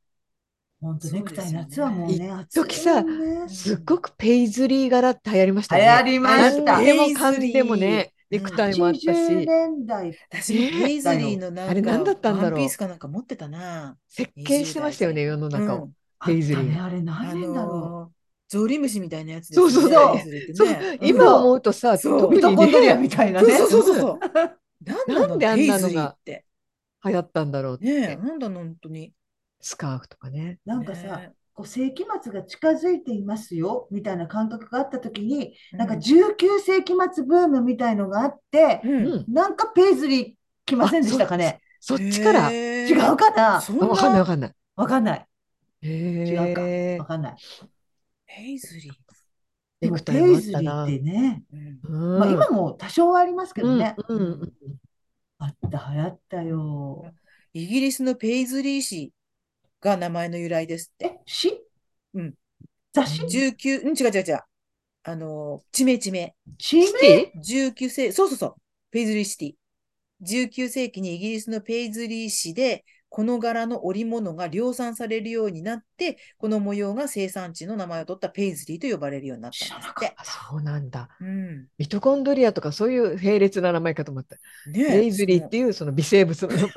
S3: 本当ネクタイ夏はもう
S2: そうです
S3: ね、暑い
S2: 時さ
S3: もんね
S2: すっごくペイズリー柄って流行りましたよね。
S3: 流行りました。
S2: な
S1: 流行
S2: んで
S1: り
S2: もかんでもね、
S1: ペイズリ
S2: ネ
S1: ー
S2: クタイもあった
S3: 80
S2: し、
S3: 年代。
S1: 私もペイズリーのなんか、
S2: あれ何だったんだろう
S1: ワンピースかなんか持ってたな。
S2: 設計してましたよね、世の中
S1: う
S2: を。
S1: ん
S2: ペイズリー
S3: あったねあれ何
S1: あ
S3: 年だろ
S1: のー、ゾウリムシみたいなやつです
S2: そ
S1: よ
S2: う
S1: ね。
S2: そう
S3: そう
S1: ペイズリーって
S2: そう
S1: ねうん
S2: 今思うとさ、
S1: そう
S3: う。
S2: 特
S3: ミト
S2: に
S3: コンドリア
S2: ね、
S3: みたいな
S1: そう
S3: ね。
S1: そうそうそうそう。何なんんだ
S2: [LAUGHS] なであ
S1: の
S2: ん
S1: ペイ
S2: なのが
S1: ズリーって。
S2: 流行ったんだろうっ
S1: ねえ、
S2: て。
S1: なんだの本当に。
S2: スカーフとかね。
S3: なんかさ、
S1: ね
S3: こう世紀末が近づいていますよみたいな感覚があった時に、
S1: え、
S3: なんか
S1: う
S3: 19世紀末ブームみたいのがあって、
S1: う。
S2: うんん。
S3: なんかペイズリー来ませんでしたかね。
S2: そっちから。
S1: へえ
S3: 違うかな
S1: そ
S2: あわかん
S1: ん
S2: ない
S1: な
S2: わかんない。
S3: わかんない。違うか。
S2: へ
S3: わ
S2: ー
S3: かんない。
S1: ペイズリー。
S3: で
S2: ネ
S3: も
S2: ク
S3: ペ
S2: タイも
S3: イ
S2: あっ
S3: ズ
S2: た
S3: リ
S2: な
S3: ーってね、
S1: うん
S2: うん
S3: まあ、今も多少はありますけどね。
S2: うんうんうん
S3: あった、流行ったよ。
S1: イギリスのペイズリー氏が名前の由来ですって。
S3: え、詩
S1: うん。
S3: 雑誌
S1: 19、うん、違う違う違う。あのー、ちめちめ。
S3: チーム
S2: シテ
S1: 19世紀、そうそうそう、ペイズリーシティ。19世紀にイギリスのペイズリー市で、この柄の織物が量産されるようになって、この模様が生産地の名前を取ったペイズリーと呼ばれるようになったんですって。
S2: ィそうなんだ。
S1: うん。
S2: ミトコンドリアとかそういう並列な名前かと思った。
S1: ねえ
S2: レイズリーっていうその微生物
S3: [LAUGHS]
S2: の名前。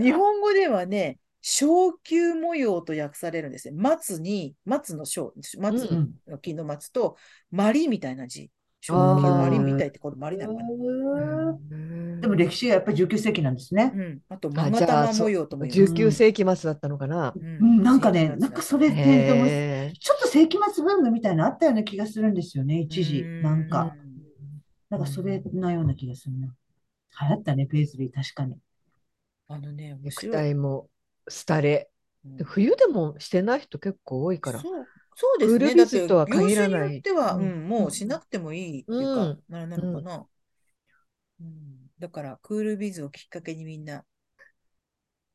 S1: 日本語ではね、小球模様と訳されるんですね。松に、松の小、松
S3: うん。
S1: の木の松と、マリみたいな字。小
S2: あ
S1: 球
S2: ー
S1: マリみたいって、これマリなのかな。
S3: でも歴史はやっぱり19世紀なんですね
S1: う。ん。あと、
S2: あ
S1: マガタマ模様とも言います。
S2: 19世紀末だったのかな。
S1: う
S3: うん、なんかね、なんかそれってでも
S2: へ
S3: ちょっと世紀末ブームみたいなのあったような気がするんですよね、一時。なんか、なんかそれなような気がするな。流行ったね、ペイズリー、確かに。
S1: うん。あのね、
S2: ー
S1: 面
S2: ネク
S1: 白
S2: タ
S1: い。
S2: イも廃れ。
S1: うん
S2: 冬でもしてない人結構多いから。
S1: そうそうです
S2: クー
S1: ね。
S2: ル
S1: だ
S2: ビ
S1: って
S2: ズとは限らな
S1: 業
S2: い
S1: 種によっては、
S2: う
S1: うんん、もうしなくてもいいっていうか、
S2: うん
S1: ななのかな。うんだから、クールビズをきっかけにみんな。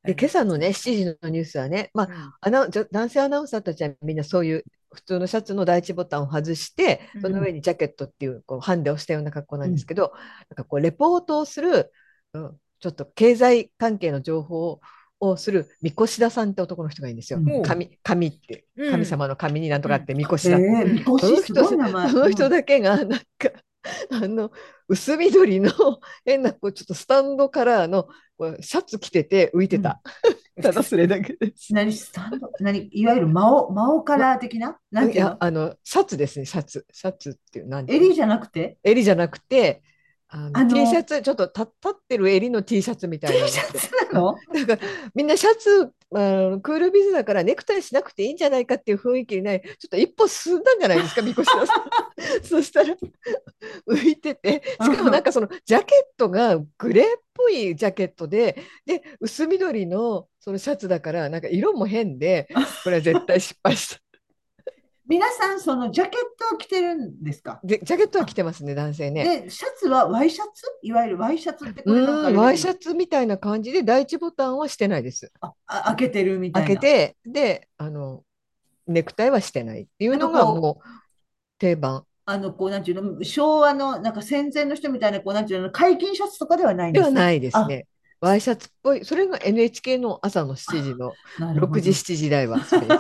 S2: で、今朝のね、7時のニュースはね、まあ、アナウンじゃ男性アナウンサーたちはみんなそういう普通のシャツの第一ボタンを外して
S1: うん
S2: その上にジャケットっていうこうハンデをしたような格好なんですけど、なんかこうレポートをする、うん、ちょっと経済関係の情報をする神輿田さんって男の人がいいんですよ。
S3: うん
S2: 神神って
S1: うん
S2: 神様の神になんとかって神
S3: え
S2: 輿田って、
S3: ー、みこ
S2: その
S3: し、す
S2: 人
S3: ごい名前。
S2: その人
S3: で。
S2: だけがなんか [LAUGHS] あの薄緑の [LAUGHS] 変なこうちょっとスタンドカラーのこうシャツ着てて浮いてた、ただそれだけです。 [LAUGHS]
S3: 何、スタンド、何、いわゆる魔王、魔王カラー的な、なん
S2: い
S3: ていう
S2: や
S3: の
S2: あのシャツですねシャツシャツっていうなんていうの
S3: 襟じゃなくて
S2: 襟じゃなくてあの
S3: あの
S2: T シャツちょっとた立ってる襟の T シャツみたい
S3: T
S2: なの
S3: シ [LAUGHS] ャツなの
S2: なんかみんなシャツあのクールビズだからネクタイしなくていいんじゃないかっていう雰囲気にないちょっと一歩進んだんじゃない [LAUGHS] ですかみこしさん [LAUGHS] そしたら浮いててしかもなんかそのジャケットがグレーっぽいジャケットでで薄緑のそのシャツだからなんか色も変でこれは絶対失敗した。
S3: 皆さん、そのジャケットを着てるんですか
S2: でジャケットは着てますね男性ね。
S3: で、シャツはワイシャツいわゆるワイシャツってこれなんか
S2: う
S3: あれ
S2: ん、
S3: だよね
S2: ワイシャツみたいな感じで第一ボタンはしてないです。
S3: ああ開けてるみたい
S2: 開
S3: な。
S2: けてであのネクタイはしてないっていうの
S3: あ
S2: が
S3: のこう
S2: もう定番
S3: あの、こう、なんていうの、昭和の、なんか戦前の人みたいな、こう、なんていうの、解禁シャツとかではないん
S2: で
S3: です
S2: は
S3: ね。
S2: ないですね。ワイシャツっぽいそれが NHK の朝の7時の
S3: なるほど
S2: 6時7時台はそれです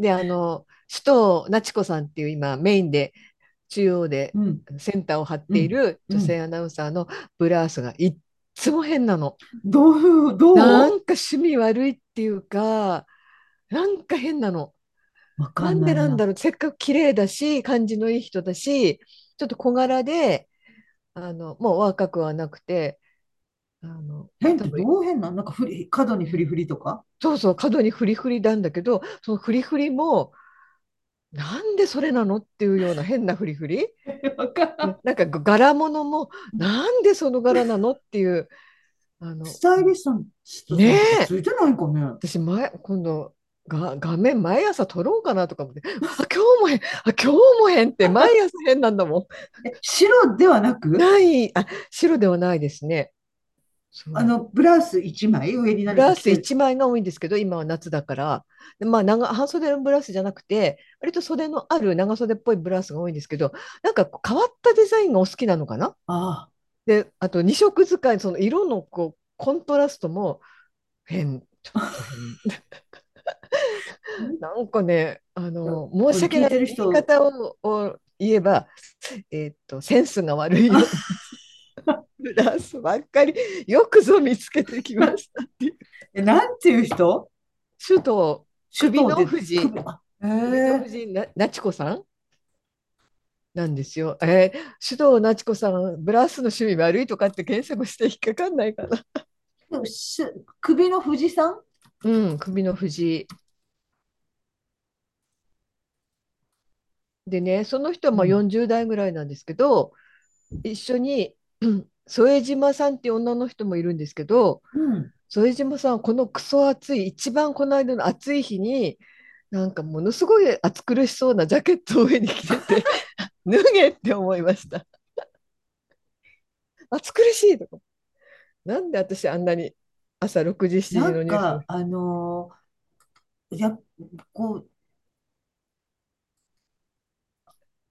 S2: であの首藤なちこさんっていう今メインで中央で
S3: [LAUGHS] うん。
S2: センターを張っている
S3: うん
S2: 女性アナウンサーのブラウスがいっつも変なの。
S3: どう、どう
S2: なんか趣味悪いっていうか、なんか変なの。
S3: わか
S2: なんん
S3: な
S2: で
S3: い
S2: なんだろう。せっかく綺麗だし、感じのいい人だし、ちょっと小柄で、あの、もう若くはなくて、あの、
S3: 変って
S2: 多分
S3: どう変なのなんかふり、角にフリフリとか
S2: そうそう、角にフリフリなんだけど、そのフリフリも、なんでそれなのっていうような変なフリフリ。
S3: わからん。
S2: なんか柄物も、なんでその柄なのっていう、あの、
S3: スタイリストスト
S2: ねえ
S3: ついてないかね。
S2: 私前、今度が画面毎朝撮ろうかなとか思って、あ、今日も変、あ、今日も変って毎朝変なんだも
S3: え白ではなく
S2: ん。、ない、あ、白ではないですね。そう
S3: あの、ブラウス一枚、上に
S2: ブ
S3: 何
S2: ラウ
S3: か着
S2: ス
S3: てる。
S2: 1枚が多いんですけど、今は夏だから、でまあ長、半袖のブラウスじゃなくて、割と袖のある長袖っぽいブラウスが多いんですけど、なんかこう変わったデザインがお好きなのかな
S3: ああ、
S2: で、あと2色使い、その色のこうコントラストも、変、ちょっと
S3: [LAUGHS]
S2: 変。なんかね、あの、申し訳ない
S3: これ聞いてる人
S2: 言い方をを言えば、えーっと、センスが悪いよ。
S3: [LAUGHS]
S2: ブラスばっかり、よくぞ見つけてきましたっていう。
S3: え、なんていう人
S2: 首都、首
S3: 首都
S2: の
S3: で
S2: 夫人。
S3: え
S2: 首藤
S3: ー、
S2: 夫人な、なちこさんなんですよ。えー、首藤なちこさん、ブラスの趣味悪いとかって検索して引っかかんないかな。
S3: でもし首の富士山
S2: うん、首の藤。でね、その人はまあ
S3: う
S2: 40代ぐらいなんですけど、一緒に [CLEARS THROAT] うん添島さんっていう女の人もいるんですけど、
S3: うん。
S2: 副島さんはこのクソ暑い、一番この間の暑い日に、なんかものすごい暑苦しそうなジャケットを上に着てて、脱げって思いました。暑苦しいとか。なんで私あんなに朝6時、7時
S3: な
S2: の
S3: ん
S2: ニュース
S3: か、あのーやっ、こう、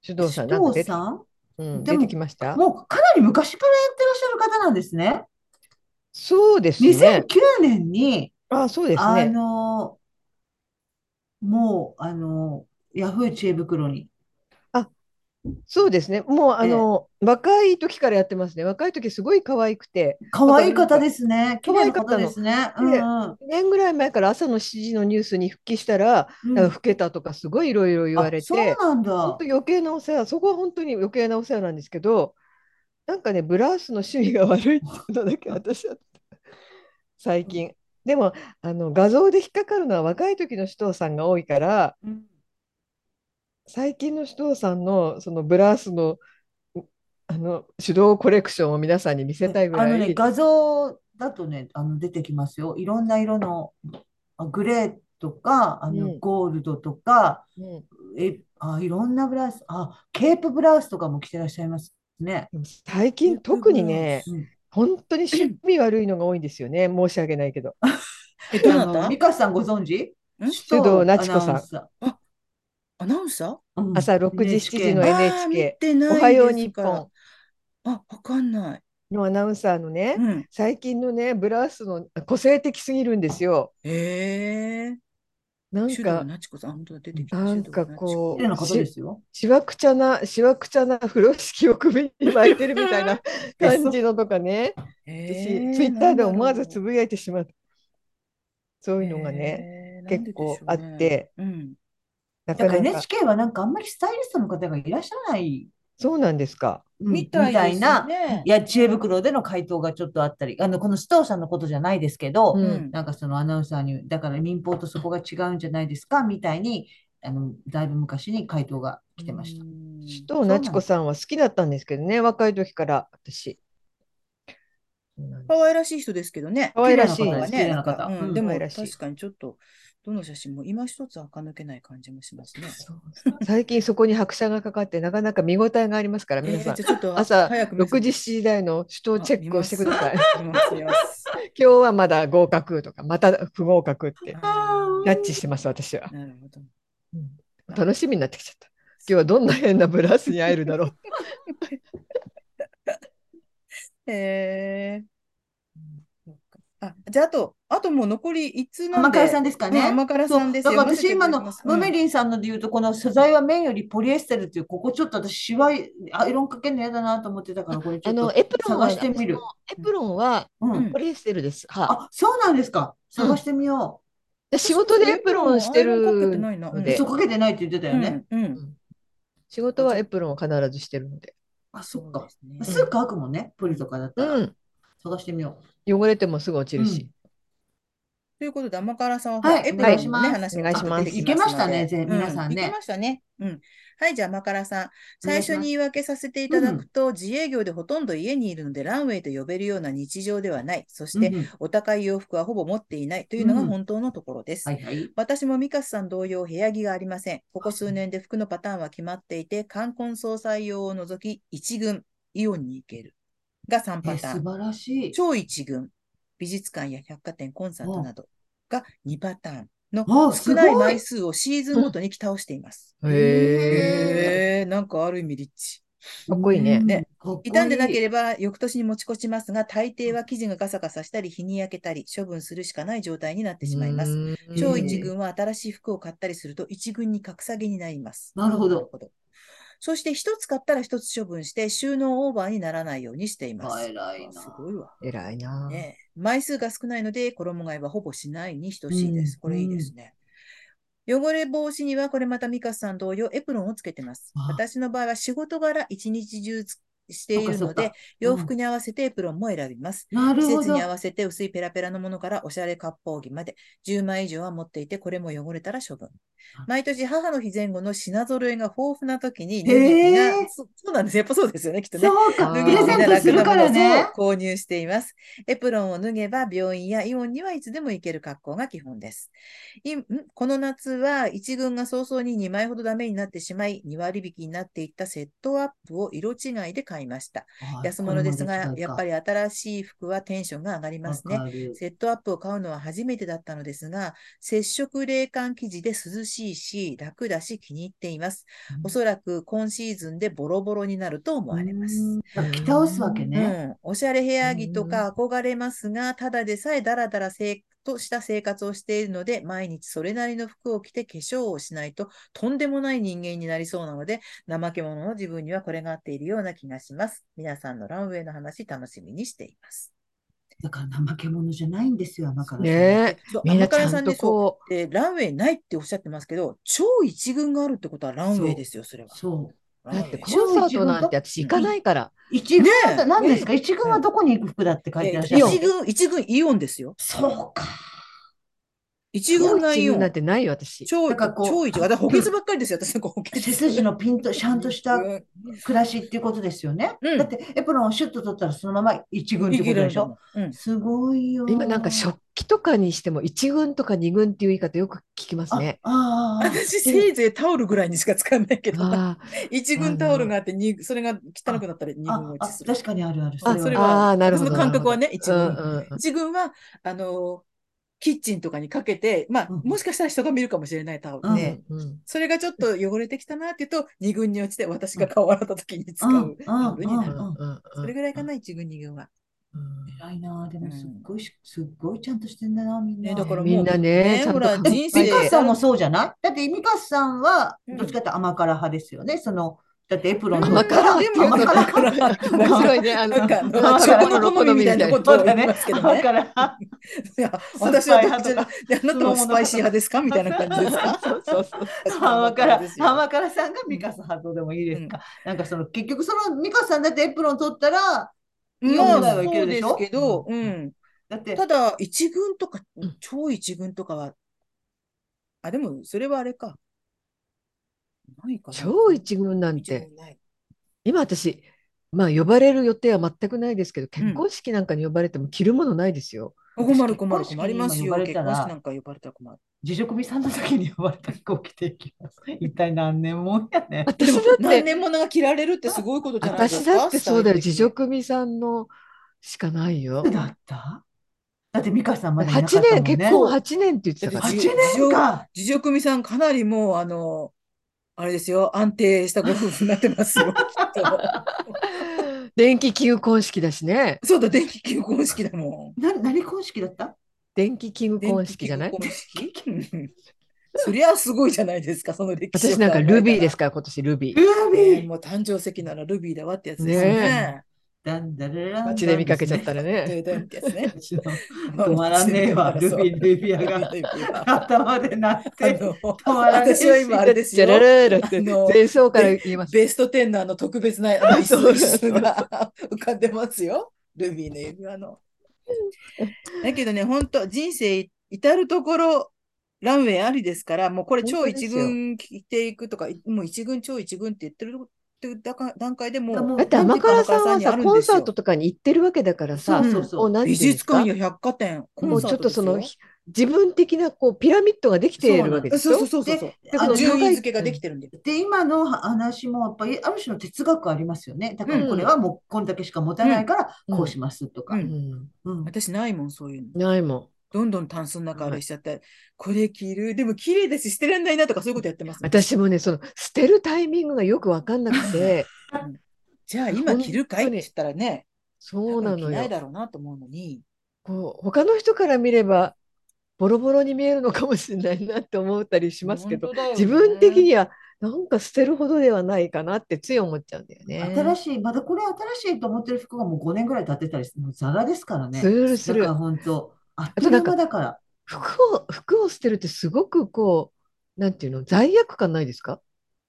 S2: 首藤さん、
S3: 首
S2: なんか
S3: 藤
S2: 出て,、
S3: さん
S2: うん、
S3: で
S2: 出
S3: も
S2: てきました
S3: もうかなり昔からやってらっしゃる方なんですね。
S2: そうですね
S3: 2009。年に、
S2: あ、そうです
S3: あ
S2: ね。
S3: のーもう、あのーヤフー知恵袋に。
S2: そうですね。もう、あ
S3: ええ
S2: の、若い時からやってますね。若い時すごい可愛くて、
S3: 可愛い方ですね。綺麗な方ですね。
S2: 可愛いう方
S3: んうん
S2: 2年ぐらい前から朝の7時のニュースに復帰したら、
S3: うん
S2: なんか老けたとかすごいいろいろ言われ
S3: あ、そう
S2: て、
S3: なんだ。
S2: 本当余計なお世話、そこは本当に余計なお世話なんですけど、なんかね、ブラウスの趣味が悪いっていうのだけ私は最近。でもあの画像で引っかかるのは若い時の首藤さんが多いから、
S3: うん
S2: 最近の首藤さんのそのブラウスのうあの手動コレクションを皆さんに見せたいぐ
S3: あ
S2: ら
S3: のね、
S2: い、
S3: 画像だとね、あの出てきますよ。いろんな色の、あグレーとか、あの
S2: うん
S3: ゴールドとか、
S2: うん
S3: え、あ、いろんなブラウス、あ、ケープブラウスとかも着てらっしゃいますね。
S2: でも最近特にね、本当に趣味悪いのが多いんですよね、申し訳ないけど。
S1: え、
S3: ケープブ
S1: どな
S3: ラウス、うん、あの、
S1: た
S3: 美香さんご存知
S1: ん
S2: 首
S3: 首
S2: 藤那智子さん
S3: アナウンサ
S1: アナウンサ
S3: ーうん
S2: 朝6時
S3: NHK
S2: 7時の
S1: ー
S2: 絵
S1: あー
S2: NHK
S1: 見てない
S2: おはよう
S1: です
S2: 日
S1: から
S2: 本
S1: あ、わかんない。
S2: のアナウンサーのね、
S1: うん。
S2: 最近のね、ブラウスの個性的すぎるんですよ。
S1: ええ。
S2: なん
S1: 手動
S2: か、
S1: なちこさん、本当だ出てきた。
S2: なんか
S1: 手動なち
S2: こ
S3: 綺麗な方ですよ。
S2: しわくちゃな、しわくちゃな風呂敷を首に巻いてるみたいな感じのとかね、私、
S1: ええ
S2: ツイッターで思わ
S1: な
S2: ず
S1: んだ
S2: つ
S1: ろう
S2: ぶやいてしまう。そういうのがね、
S1: えーなんで
S2: 結
S1: でし
S2: 構
S1: ょう
S2: あっ
S1: ね
S2: て、
S1: うん。
S2: な
S3: だ
S2: か
S3: から
S2: なか、
S3: NHK はなんかあんまりスタイリストの方がいらっしゃらない、
S2: そうなんですか。
S3: うん
S1: みたいです
S3: みな、
S1: ね
S3: いや、知恵袋での回答がちょっとあったり、あの、この須藤さんのことじゃないですけど、
S2: うん
S3: なんかそのアナウンサーに、だから民放とそこが違うんじゃないですかみたいに、あの、だいぶ昔に回答が来てました。
S1: し
S2: 首藤なちこさんは好きだったんですけどね、若い時から私。そうなんです
S1: 可愛らしい人ですけどね。
S2: 可愛らしい
S1: 綺麗な方はね
S3: 綺麗な方
S1: んか
S3: う
S1: うんん、で
S2: 可
S1: も
S2: 愛らしい
S1: 確かにちょっと、どの写真も今一つ垢抜けない感じもしますね。
S2: そう最近そこに拍車がかかって、なかなか見応えがありますから、皆さん
S1: えー、じゃあちょっと
S2: 朝
S1: 早く見せて
S2: 6時、7時台の首都チェックをしてください。今
S1: あ見ます見ます見
S2: 日はまだ合格とか、また不合格って
S1: ますあ
S2: ジャッジしてます、私は
S1: ー。なるほど。
S2: 楽しみになってきちゃった。今日はどんな変なブラウスに会えるだろう。
S1: えー、あ、じゃああと、あともう残り一通なん
S3: 甘
S1: で。
S3: 辛さんですかね。
S1: うん甘辛さんです
S3: そう
S1: よ。
S3: だから私今のムメ
S1: リ
S3: リンさんので言うと、この素材は綿よりポリエステルっていう、ここちょっと私、シワ、アイロンかけるの嫌だなと思ってたから、これちょっと
S2: エプ
S3: 探してみる。
S2: エプロンは
S3: うん
S1: うん
S2: ポリエステルです。はい
S3: あ、そうなんですか。探してみよ
S2: で仕事でエプロンをして
S1: エプロンアイロンかけて
S2: る
S1: ないなうん
S2: の
S3: う。
S2: で
S3: そう、かけてないって言ってたよね。
S1: うん、う
S2: うん
S1: ん。
S2: 仕事はエプロンを必ずしてるので、
S3: あ、そっ
S1: う
S3: か
S1: で。すね
S3: すぐ乾くもんね、ポリとかだったら。
S2: うん、
S3: 探してみよ
S2: 汚れてもすぐ落ちるし、
S1: ということで、甘辛さんは、
S3: はい
S1: エプロンのね、
S3: はい
S1: 話
S2: お
S1: も
S2: 願いします
S1: ちょっと出てきますので
S3: いけましたねぜ皆さんね
S1: ういけましたね。うん。はい、じゃあ、甘辛さん。
S3: お願
S1: 最
S3: いします
S1: 初に言い訳させていただくと、自営業でほとんど家にいるので、ランウェイと呼べるような日常ではない。そし
S3: う。
S1: て、
S3: うんうん
S1: お高い洋服はほぼ持っていないというのが本当のところです。
S3: はいはい。
S1: 私もミカスさん同様、部屋着がありません。ここ数年で服のパターンは決まっていて、冠婚葬祭用を除き、一軍、イオンに行ける。が3パ
S3: え
S1: ターン
S3: 素。晴らしい。
S1: 超一軍、美術館や百貨店、コンサートなどが2パターンの
S3: あ、
S1: 少
S3: す
S1: ない
S3: ごい。
S1: 枚数をシーズンごとに着倒しています。
S3: へー
S1: へえ、なんかある意味リッチ。
S2: かっこいいね
S3: うん
S1: ね。
S3: かっこいい
S1: 傷んでなければ翌年に持ち越しますが、大抵は生地がガサガサしたり、日に焼けたり、処分するしかない状態になってしまいます。
S2: うん
S1: 超一軍は新しい服を買ったりすると一軍に格下げになります。
S3: なるほど。
S1: そして一つ買ったら一つ処分して収納オーバーにならないようにしています。
S3: 偉いな
S1: すごいわ。
S2: 偉いな。
S1: ねえ、枚数が少ないので衣替えはほぼしないに等しいです。
S3: うん
S1: これいいですね。汚れ防止にはこれまたミカさん同様エプロンをつけてます
S3: あ。
S1: 私の場合は仕事柄一日中つしている
S3: そ
S1: の
S3: っかそっ
S1: で
S3: か
S1: 洋服に合わせてエプロンも選びます。
S3: なる
S1: 季
S3: ほ
S1: 節
S3: ど
S1: に。合わせて薄いペラペラのものからおしゃれ割烹着まで10枚以上は持っていてこれも汚れたら処分
S3: あ。
S1: 毎年母の日前後の品揃えが豊富な時に、
S3: へ
S1: み
S3: え
S1: んなそそうなんです。やっぱそうですよね、きっとね。
S3: そう
S2: あー
S3: か。プレゼントするからね。
S1: 購入しています。エプロンを脱げば病院やイオンにはいつでも行ける格好が基本です。いんこの夏は1軍が早々に2枚ほどダメになってしまい、2割引きになっていったセットアップを色違いで買いました。安物ですが、やっぱ
S3: り
S1: り新しい服はテンションが上がりますね。セットアップを買うのは初めてだったのですが、接触冷感生地で涼しいし、楽だし気に入っています。おそらく今シーズンでボロボロになると思われます。。
S3: うん着倒すわけね。
S1: うん、おしゃれ部屋着とか憧れますが、ただでさえだらだらせとした生活をしているので、毎日それなりの服を着て化粧をしないと、とんでもない人間になりそうなので、怠け者の自分にはこれが合っているような気がします。皆さんのランウェイの話、楽しみにしています。
S3: だから怠け者じゃないんですよ、甘辛さん。
S2: ねえ
S1: そう
S2: みんな
S1: 天
S2: ち
S1: 川
S2: ゃ
S1: さ
S2: ん
S1: ん
S2: と
S1: ね、そう
S2: こ
S1: でランウェイないっておっしゃってますけど、超一軍があるってことはランウェイですよ、それは。
S3: そ
S2: う、
S3: う。
S1: ラン
S2: だ
S1: ウ
S2: っ
S1: ェ
S2: て
S1: イ
S2: コンサートなんて私行かないから。
S3: 一軍
S1: ね
S3: は
S1: え
S3: 何ですか一軍はどこに行く服だって書いて
S1: え
S3: らっしゃる
S1: 一軍、一軍イオンですよ。
S3: そうか。
S1: 一軍が
S2: 一
S1: イオ
S2: 軍
S1: ン
S2: なん。てないよ私。
S1: 超
S3: なんかこう
S1: 超一軍。あ、だから補欠ばっかりですよ。私なんか補欠。
S3: 背筋のピンと、ちゃんとした
S1: うん
S3: 暮らしっていうことですよね。
S1: うん
S3: だってエプロンをシュッと取ったらそのまま一軍って
S1: い
S3: こと
S1: ける
S3: で
S1: ん
S3: し
S1: だも
S3: ょ
S1: ん。うん。
S3: すごいよ。
S2: 今なんか食器とかにしても一軍とか二軍っていう言い方よく聞きます
S3: あ、
S2: ね。
S3: あああ
S1: 私、せいぜいタオルぐらいにしか使わないけどな、
S2: あ
S1: 一軍タオルがあって、二それが汚くなったら二
S3: あ
S1: 軍
S3: あ
S1: 落
S3: あ
S1: ちする。
S3: 確かにあるある。
S2: あ
S1: あそれ
S3: は
S1: は
S2: あーなるほど。
S1: 私の感覚はね
S2: なるほどうんうんうん
S1: 一軍は、あの、キッチンとかにかけて、まあ、
S3: うん
S1: もしかしたら人が見るかもしれないタオル
S3: うん
S1: で、
S2: うんうん
S1: それがちょっと汚れてきたなっていうと、二軍に落ちて私が顔を洗った時に使
S3: うん
S1: うタオルにな
S2: う
S1: る
S2: ん。
S3: うん
S2: うん
S1: それぐらいかな、一軍、二軍は。
S2: うん
S3: 偉いなあでもすっごいし、すっごいちゃんとしてんだなみんな。
S1: ねだからもう
S2: みんなね
S1: ね
S2: ちゃん
S1: ほ
S2: と
S1: ら
S2: 考えて
S1: 人生
S3: ミカさんもそうじゃないだってミカさんは
S1: うん
S3: どっちかっていうと甘辛派ですよね。そのだってエプロ
S2: う
S3: ン
S2: ん
S3: 取
S2: 甘
S3: っ
S2: 辛
S3: たら
S1: で
S2: 派
S1: も、
S3: 甘
S1: だから、
S3: 辛
S1: なんか、
S2: 面白いね。あの
S1: なんか、 [LAUGHS] あ
S3: 甘
S1: の
S3: 辛
S1: 食の好みみたいなことを言いますけど
S3: 甘
S1: ね。
S3: 辛派。
S1: いや私はどっち
S3: 酸っぱい派と
S1: だ
S3: か
S1: であなたもスパイシー派ですかみたいな感じですか
S2: そうそうそう。
S1: 私も
S3: 甘
S1: 甘
S3: 辛
S1: ですよ
S3: 甘辛さんがミカさん派とでもいいですか、なんかその結局そのミカさんだってエプロン取ったらいい
S1: まあ、
S3: 問題はいけ
S1: そ
S3: る
S1: う
S3: で
S1: で
S3: し
S1: す
S3: ょ
S1: けど、
S2: う
S1: うんん。
S3: だって
S1: ただ、一軍とか
S2: うん、
S1: 超一軍とかは、あ、でも、それはあれか。ないかな。
S2: 超一軍なん
S1: 一
S2: て
S1: 軍ない。
S2: 今私まあ呼ばれる予定は全くないですけど
S1: うん
S2: 結婚式なんかに呼ばれても着るものないですよ。
S1: 困る困る
S3: 結婚式に
S1: 困ります
S3: 今
S1: よ。
S3: 呼ばれ
S1: 結
S3: たら
S1: 婚式なんか呼ばれたら困る。
S3: 自助組さんの時に呼ばれた飛行機で行きます一体何年もんやね
S2: 私だって
S1: 何年ものが着られるってすごいことじゃないです
S2: 私
S1: か。
S2: だってそうだよ
S1: スタイ
S2: 自
S1: ル的に
S2: 助組さんのしかないよ。
S3: だっただってミカさんまだいなか
S2: 八
S3: った
S2: 年
S3: もんね
S2: 結婚八年って言ってたか
S1: だ
S2: ら
S1: っ
S3: 8
S1: て
S3: 年か
S1: 自助組さん、かなりもう、あの、あれですよ、安定したご夫婦になってますよ、きっと。
S2: 電気求婚式だしね。
S1: そうだ、電気求婚式だもん。
S3: な何婚式だった
S2: 電気求
S1: 電気
S2: 婚式じゃない
S1: 求婚式うんそりゃすごいじゃないですか、その歴史を
S2: 私なんかルビーです
S1: 考
S2: から今年ルビ
S3: ル
S2: ー。
S1: えたら。ね
S3: ビー
S1: もう誕生石ならルビーだわってやつですよ
S2: ね
S1: ね。
S3: だんだららん
S2: 街で見かけちゃったら
S3: ら
S2: ね。
S1: で、だってやつね。
S3: [LAUGHS] 止まらねえわルビールビアが
S1: [LAUGHS] ルビーは
S3: 頭でなっ
S1: あ
S3: て
S1: の、
S3: 止まらねえし
S1: 私は今あれです
S2: じゃ
S1: よ
S2: ら。ららって
S1: あ
S2: [LAUGHS]
S1: の
S2: 前奏から言います。
S1: ベスト10のあの特別なあの椅子
S2: そう
S1: 椅子が [LAUGHS] 浮かんでますよ。ルビーの指輪の。だけどね、本当人生至るところランウェイありですから、もうこれ超
S2: 本当です
S1: 一
S2: よ
S1: 軍聞いていくとか、もう一軍超一軍って言ってるっていう段階でもう
S3: もう
S2: だって
S1: なん
S2: 甘
S1: でか
S2: 辛さん
S1: 甘辛さん
S2: は
S1: にあ
S2: さ
S1: るんですよ
S2: コンサートとかに行ってるわけだからさ
S3: そううんそう
S2: もう
S3: そう
S2: なんてい
S1: 美
S2: うんです
S1: 術
S2: か
S1: 館や百貨店、コ
S2: も
S1: ン
S2: う
S1: サ
S2: ちょ
S1: ー
S2: っ
S1: ト
S2: と
S1: です
S2: そ
S1: よ。
S2: の自分的なこうピラミッドができているわけでし
S1: そうそ
S2: ょ
S1: うそうそうそう。
S3: で
S1: あ
S3: あ
S1: の
S3: の
S1: 順
S3: 長
S1: 位
S3: い
S1: 付けができてるんで。
S3: で今の話もやっぱりある種の哲学ありますよねだからこれはもうこんだけしか持たないから
S2: うん
S3: こうしますとか、
S1: う
S2: うんん
S3: うん
S1: 私ないもん、そういうの。
S2: ないもん。
S1: どんどんタンスの中あれしちゃって、これ着る、でも綺麗だし捨てられないなとかそういうことやってますもん。
S2: 私もねその捨てるタイミングがよく分かんなくて
S1: うんじゃあ今着るかいって言
S2: 本当に
S1: ったらね、
S2: そうな
S1: 多分
S2: の
S1: 着ない
S2: よ。
S1: だろうなと思うのに、
S2: こう他の人から見ればボロボロに見えるのかもしれないなって思ったりしますけど、
S1: 本当だよね
S2: 自分的にはなんか捨てるほどではないかなってつい思っちゃうんだよね。
S3: 新しい、まだこれ新しいと思ってる服がもう5年ぐらい経ってたりする、もうザラですからね。
S2: するする
S3: だから本当、あっ
S2: と
S3: という
S2: なんか
S3: 間だから。
S2: 服を服を捨てるってすごくこうなんていうの罪悪感ないですか？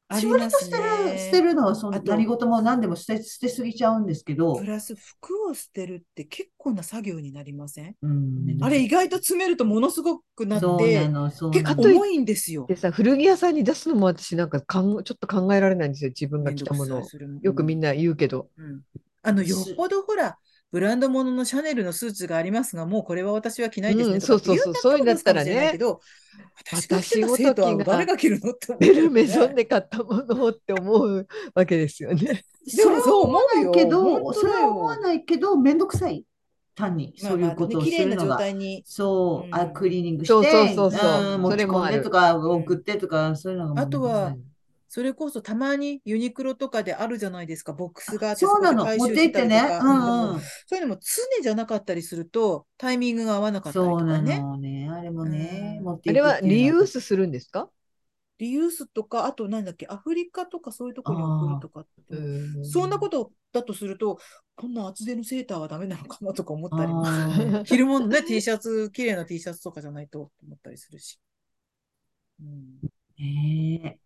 S1: あり
S3: しおり
S1: ま
S3: と
S1: す
S3: してる、
S1: ね
S3: 捨てるのはそ
S1: あ
S3: の
S1: と
S3: 何事も何でも捨て、捨てすぎちゃうんですけど
S1: プ、ラス服を捨てるって結構な作業になりません
S3: うん、めんど
S1: あ
S3: くさ
S1: れ
S3: い
S1: 意外と詰めるとものすごくなっ
S3: そうな
S1: て、
S3: の、そうな
S1: 結
S3: の
S1: 構重いんですよ。
S2: でさ古着屋さんに出すのも私なんかかんちょっと考えられないんですよ自分が
S1: めん
S2: 着
S1: ど
S2: た
S1: く
S2: も
S1: さ
S2: の
S1: い
S2: を。
S1: それも
S2: よくみんな言うけど、
S1: うんあの、よ
S3: す
S1: っぽどほら、ブランドもののシャネルのスーツがありますが、もうこれは私は着ないです
S2: う
S1: ね
S2: ん
S1: とかって
S2: そうそうそう
S1: 言んった
S2: そういうのだったらね
S1: けど、私が着てた
S2: 私ごとき
S1: 生
S2: が
S1: 徒は誰が着るのって思う
S2: ベ
S1: よね
S2: ルメゾンで買ったものをって思うわけで
S1: [LAUGHS]
S2: すよね。
S1: でもそう思うよ
S3: それは思わないけ
S1: 本
S3: ど、
S1: 当
S3: そ
S1: だよ
S3: れは思わないけど、めんどくさい。単に、
S1: ま
S3: そ
S1: あ
S3: う
S1: ま
S3: い
S1: あ
S3: うことを
S1: ね綺
S3: す
S1: 麗
S3: る
S1: な
S3: の
S1: 状
S3: が。
S1: 態に。
S3: そうう、
S1: ん
S3: あ、クリーニング
S2: そう
S3: して、
S2: そうそうそう
S3: うん
S2: そ
S3: 持ち
S2: れも
S3: 込
S2: あ
S3: ん
S2: る
S3: でとか、
S2: ん
S3: 送ってとか、そういうのがもう
S1: あと
S3: めんどく
S1: は
S3: さいの
S1: それこそたまにユニクロとかであるじゃないですか、ボックスがあって、
S3: そうな
S1: そこ
S3: の、
S1: で回
S3: 持
S1: 収
S3: って
S1: し
S3: 行
S1: て
S3: ったて
S1: りとか、
S3: ね。うん
S1: うん
S3: うん。
S1: そういうのも常じゃなかったりすると、タイミングが合わなかったりと
S3: そう
S1: か
S3: な
S1: ね。
S3: のね、あれもね、
S1: うん
S3: 持って
S2: あ
S3: いく
S2: れ
S3: っ
S2: は
S3: ていうの
S2: リ
S3: は
S2: ユースするんですか？
S1: リユースとか、あとなんだっけ、アフリカとかそういうとこに送るとかって。そんなこととだとすると、こんな厚手のセーターはダメなのかなとか思ったりも。
S3: あー
S1: 着るものね、T シャツ、綺麗な T シャツとかじゃないと思ったりするし。うん、
S3: ね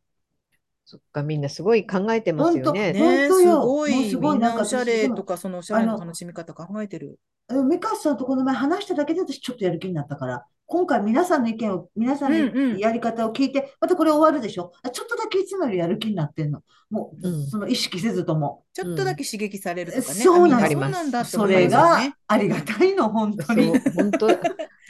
S2: そっかみんなすごい考えてますよね。
S3: 本
S1: ねえ
S3: 当
S1: す
S3: よ
S1: ご
S3: もう
S1: い、
S3: すごい
S1: みんな
S3: なんか
S1: おしゃれとか、そのおしゃれの
S3: あの
S1: 楽しみ方考えてる。
S3: えうんメカシさんとこの前話しただけで私ちょっとやる気になったから、今回皆さんの意見を、皆さん
S1: うんうん
S3: のやり方を聞いて、またこれ終わるでしょあちょっとだけいつもよりやる気になってんの。もう、
S2: うん
S3: その意識せずとも。
S1: ちょっとだけ刺激されるとかね。
S3: そう
S1: あみん
S3: なの
S1: そうなんだって
S3: そ
S1: 思います
S3: れ
S1: よね
S3: が。ありがたいの、本当に。
S2: そう本当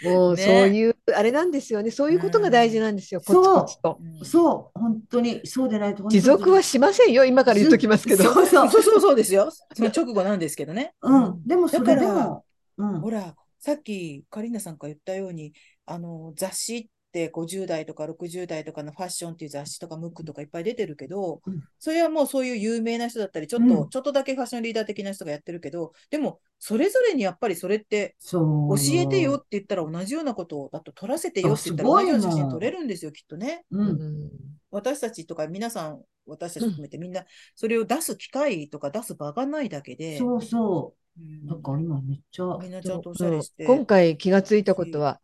S2: もう
S1: ね
S2: そういう、あれなんですよねそういうことが大事なんですよ、コツコツと。
S1: うん
S3: そう、本当に、そうでないと本当
S2: 持
S3: に。
S2: 続はしませんよ今から言っときますけど。
S3: そうそう。
S1: そうそうそうですよ。その直後なんですけどね。
S3: うん。でもそれ
S1: だ
S3: で
S1: から
S3: も、うん
S1: ほ。ら、さっきカリーナさんが言ったように、あの雑誌って50代とか60代とかのファッションっていう雑誌とかムックとかいっぱい出てるけど、
S3: うん
S1: それはもうそういう有名な人だったり、ちょっと、
S3: うん
S1: ちょっとだけファッションリーダー的な人がやってるけど、でも、それぞれにやっぱりそれって
S3: そ
S1: 教
S3: う
S1: えてよって言ったら同じようなことだと撮らせてよって言ったら
S3: そう
S1: 同じ
S3: すごい
S1: よう
S3: もん
S1: な写真撮れるんですよ、きっとね。
S3: う。
S2: うんん
S1: 私たちとか皆さん、私たち含めてみんな、それを出す機会とか出す場がないだけで、
S3: そうそうう。
S1: ん
S3: なんか今めっちゃ、
S1: みんなちゃん
S2: そ
S1: とおし
S2: う
S1: ゃ
S2: う
S1: れ
S2: ん
S1: して。
S2: 今回気がついたことは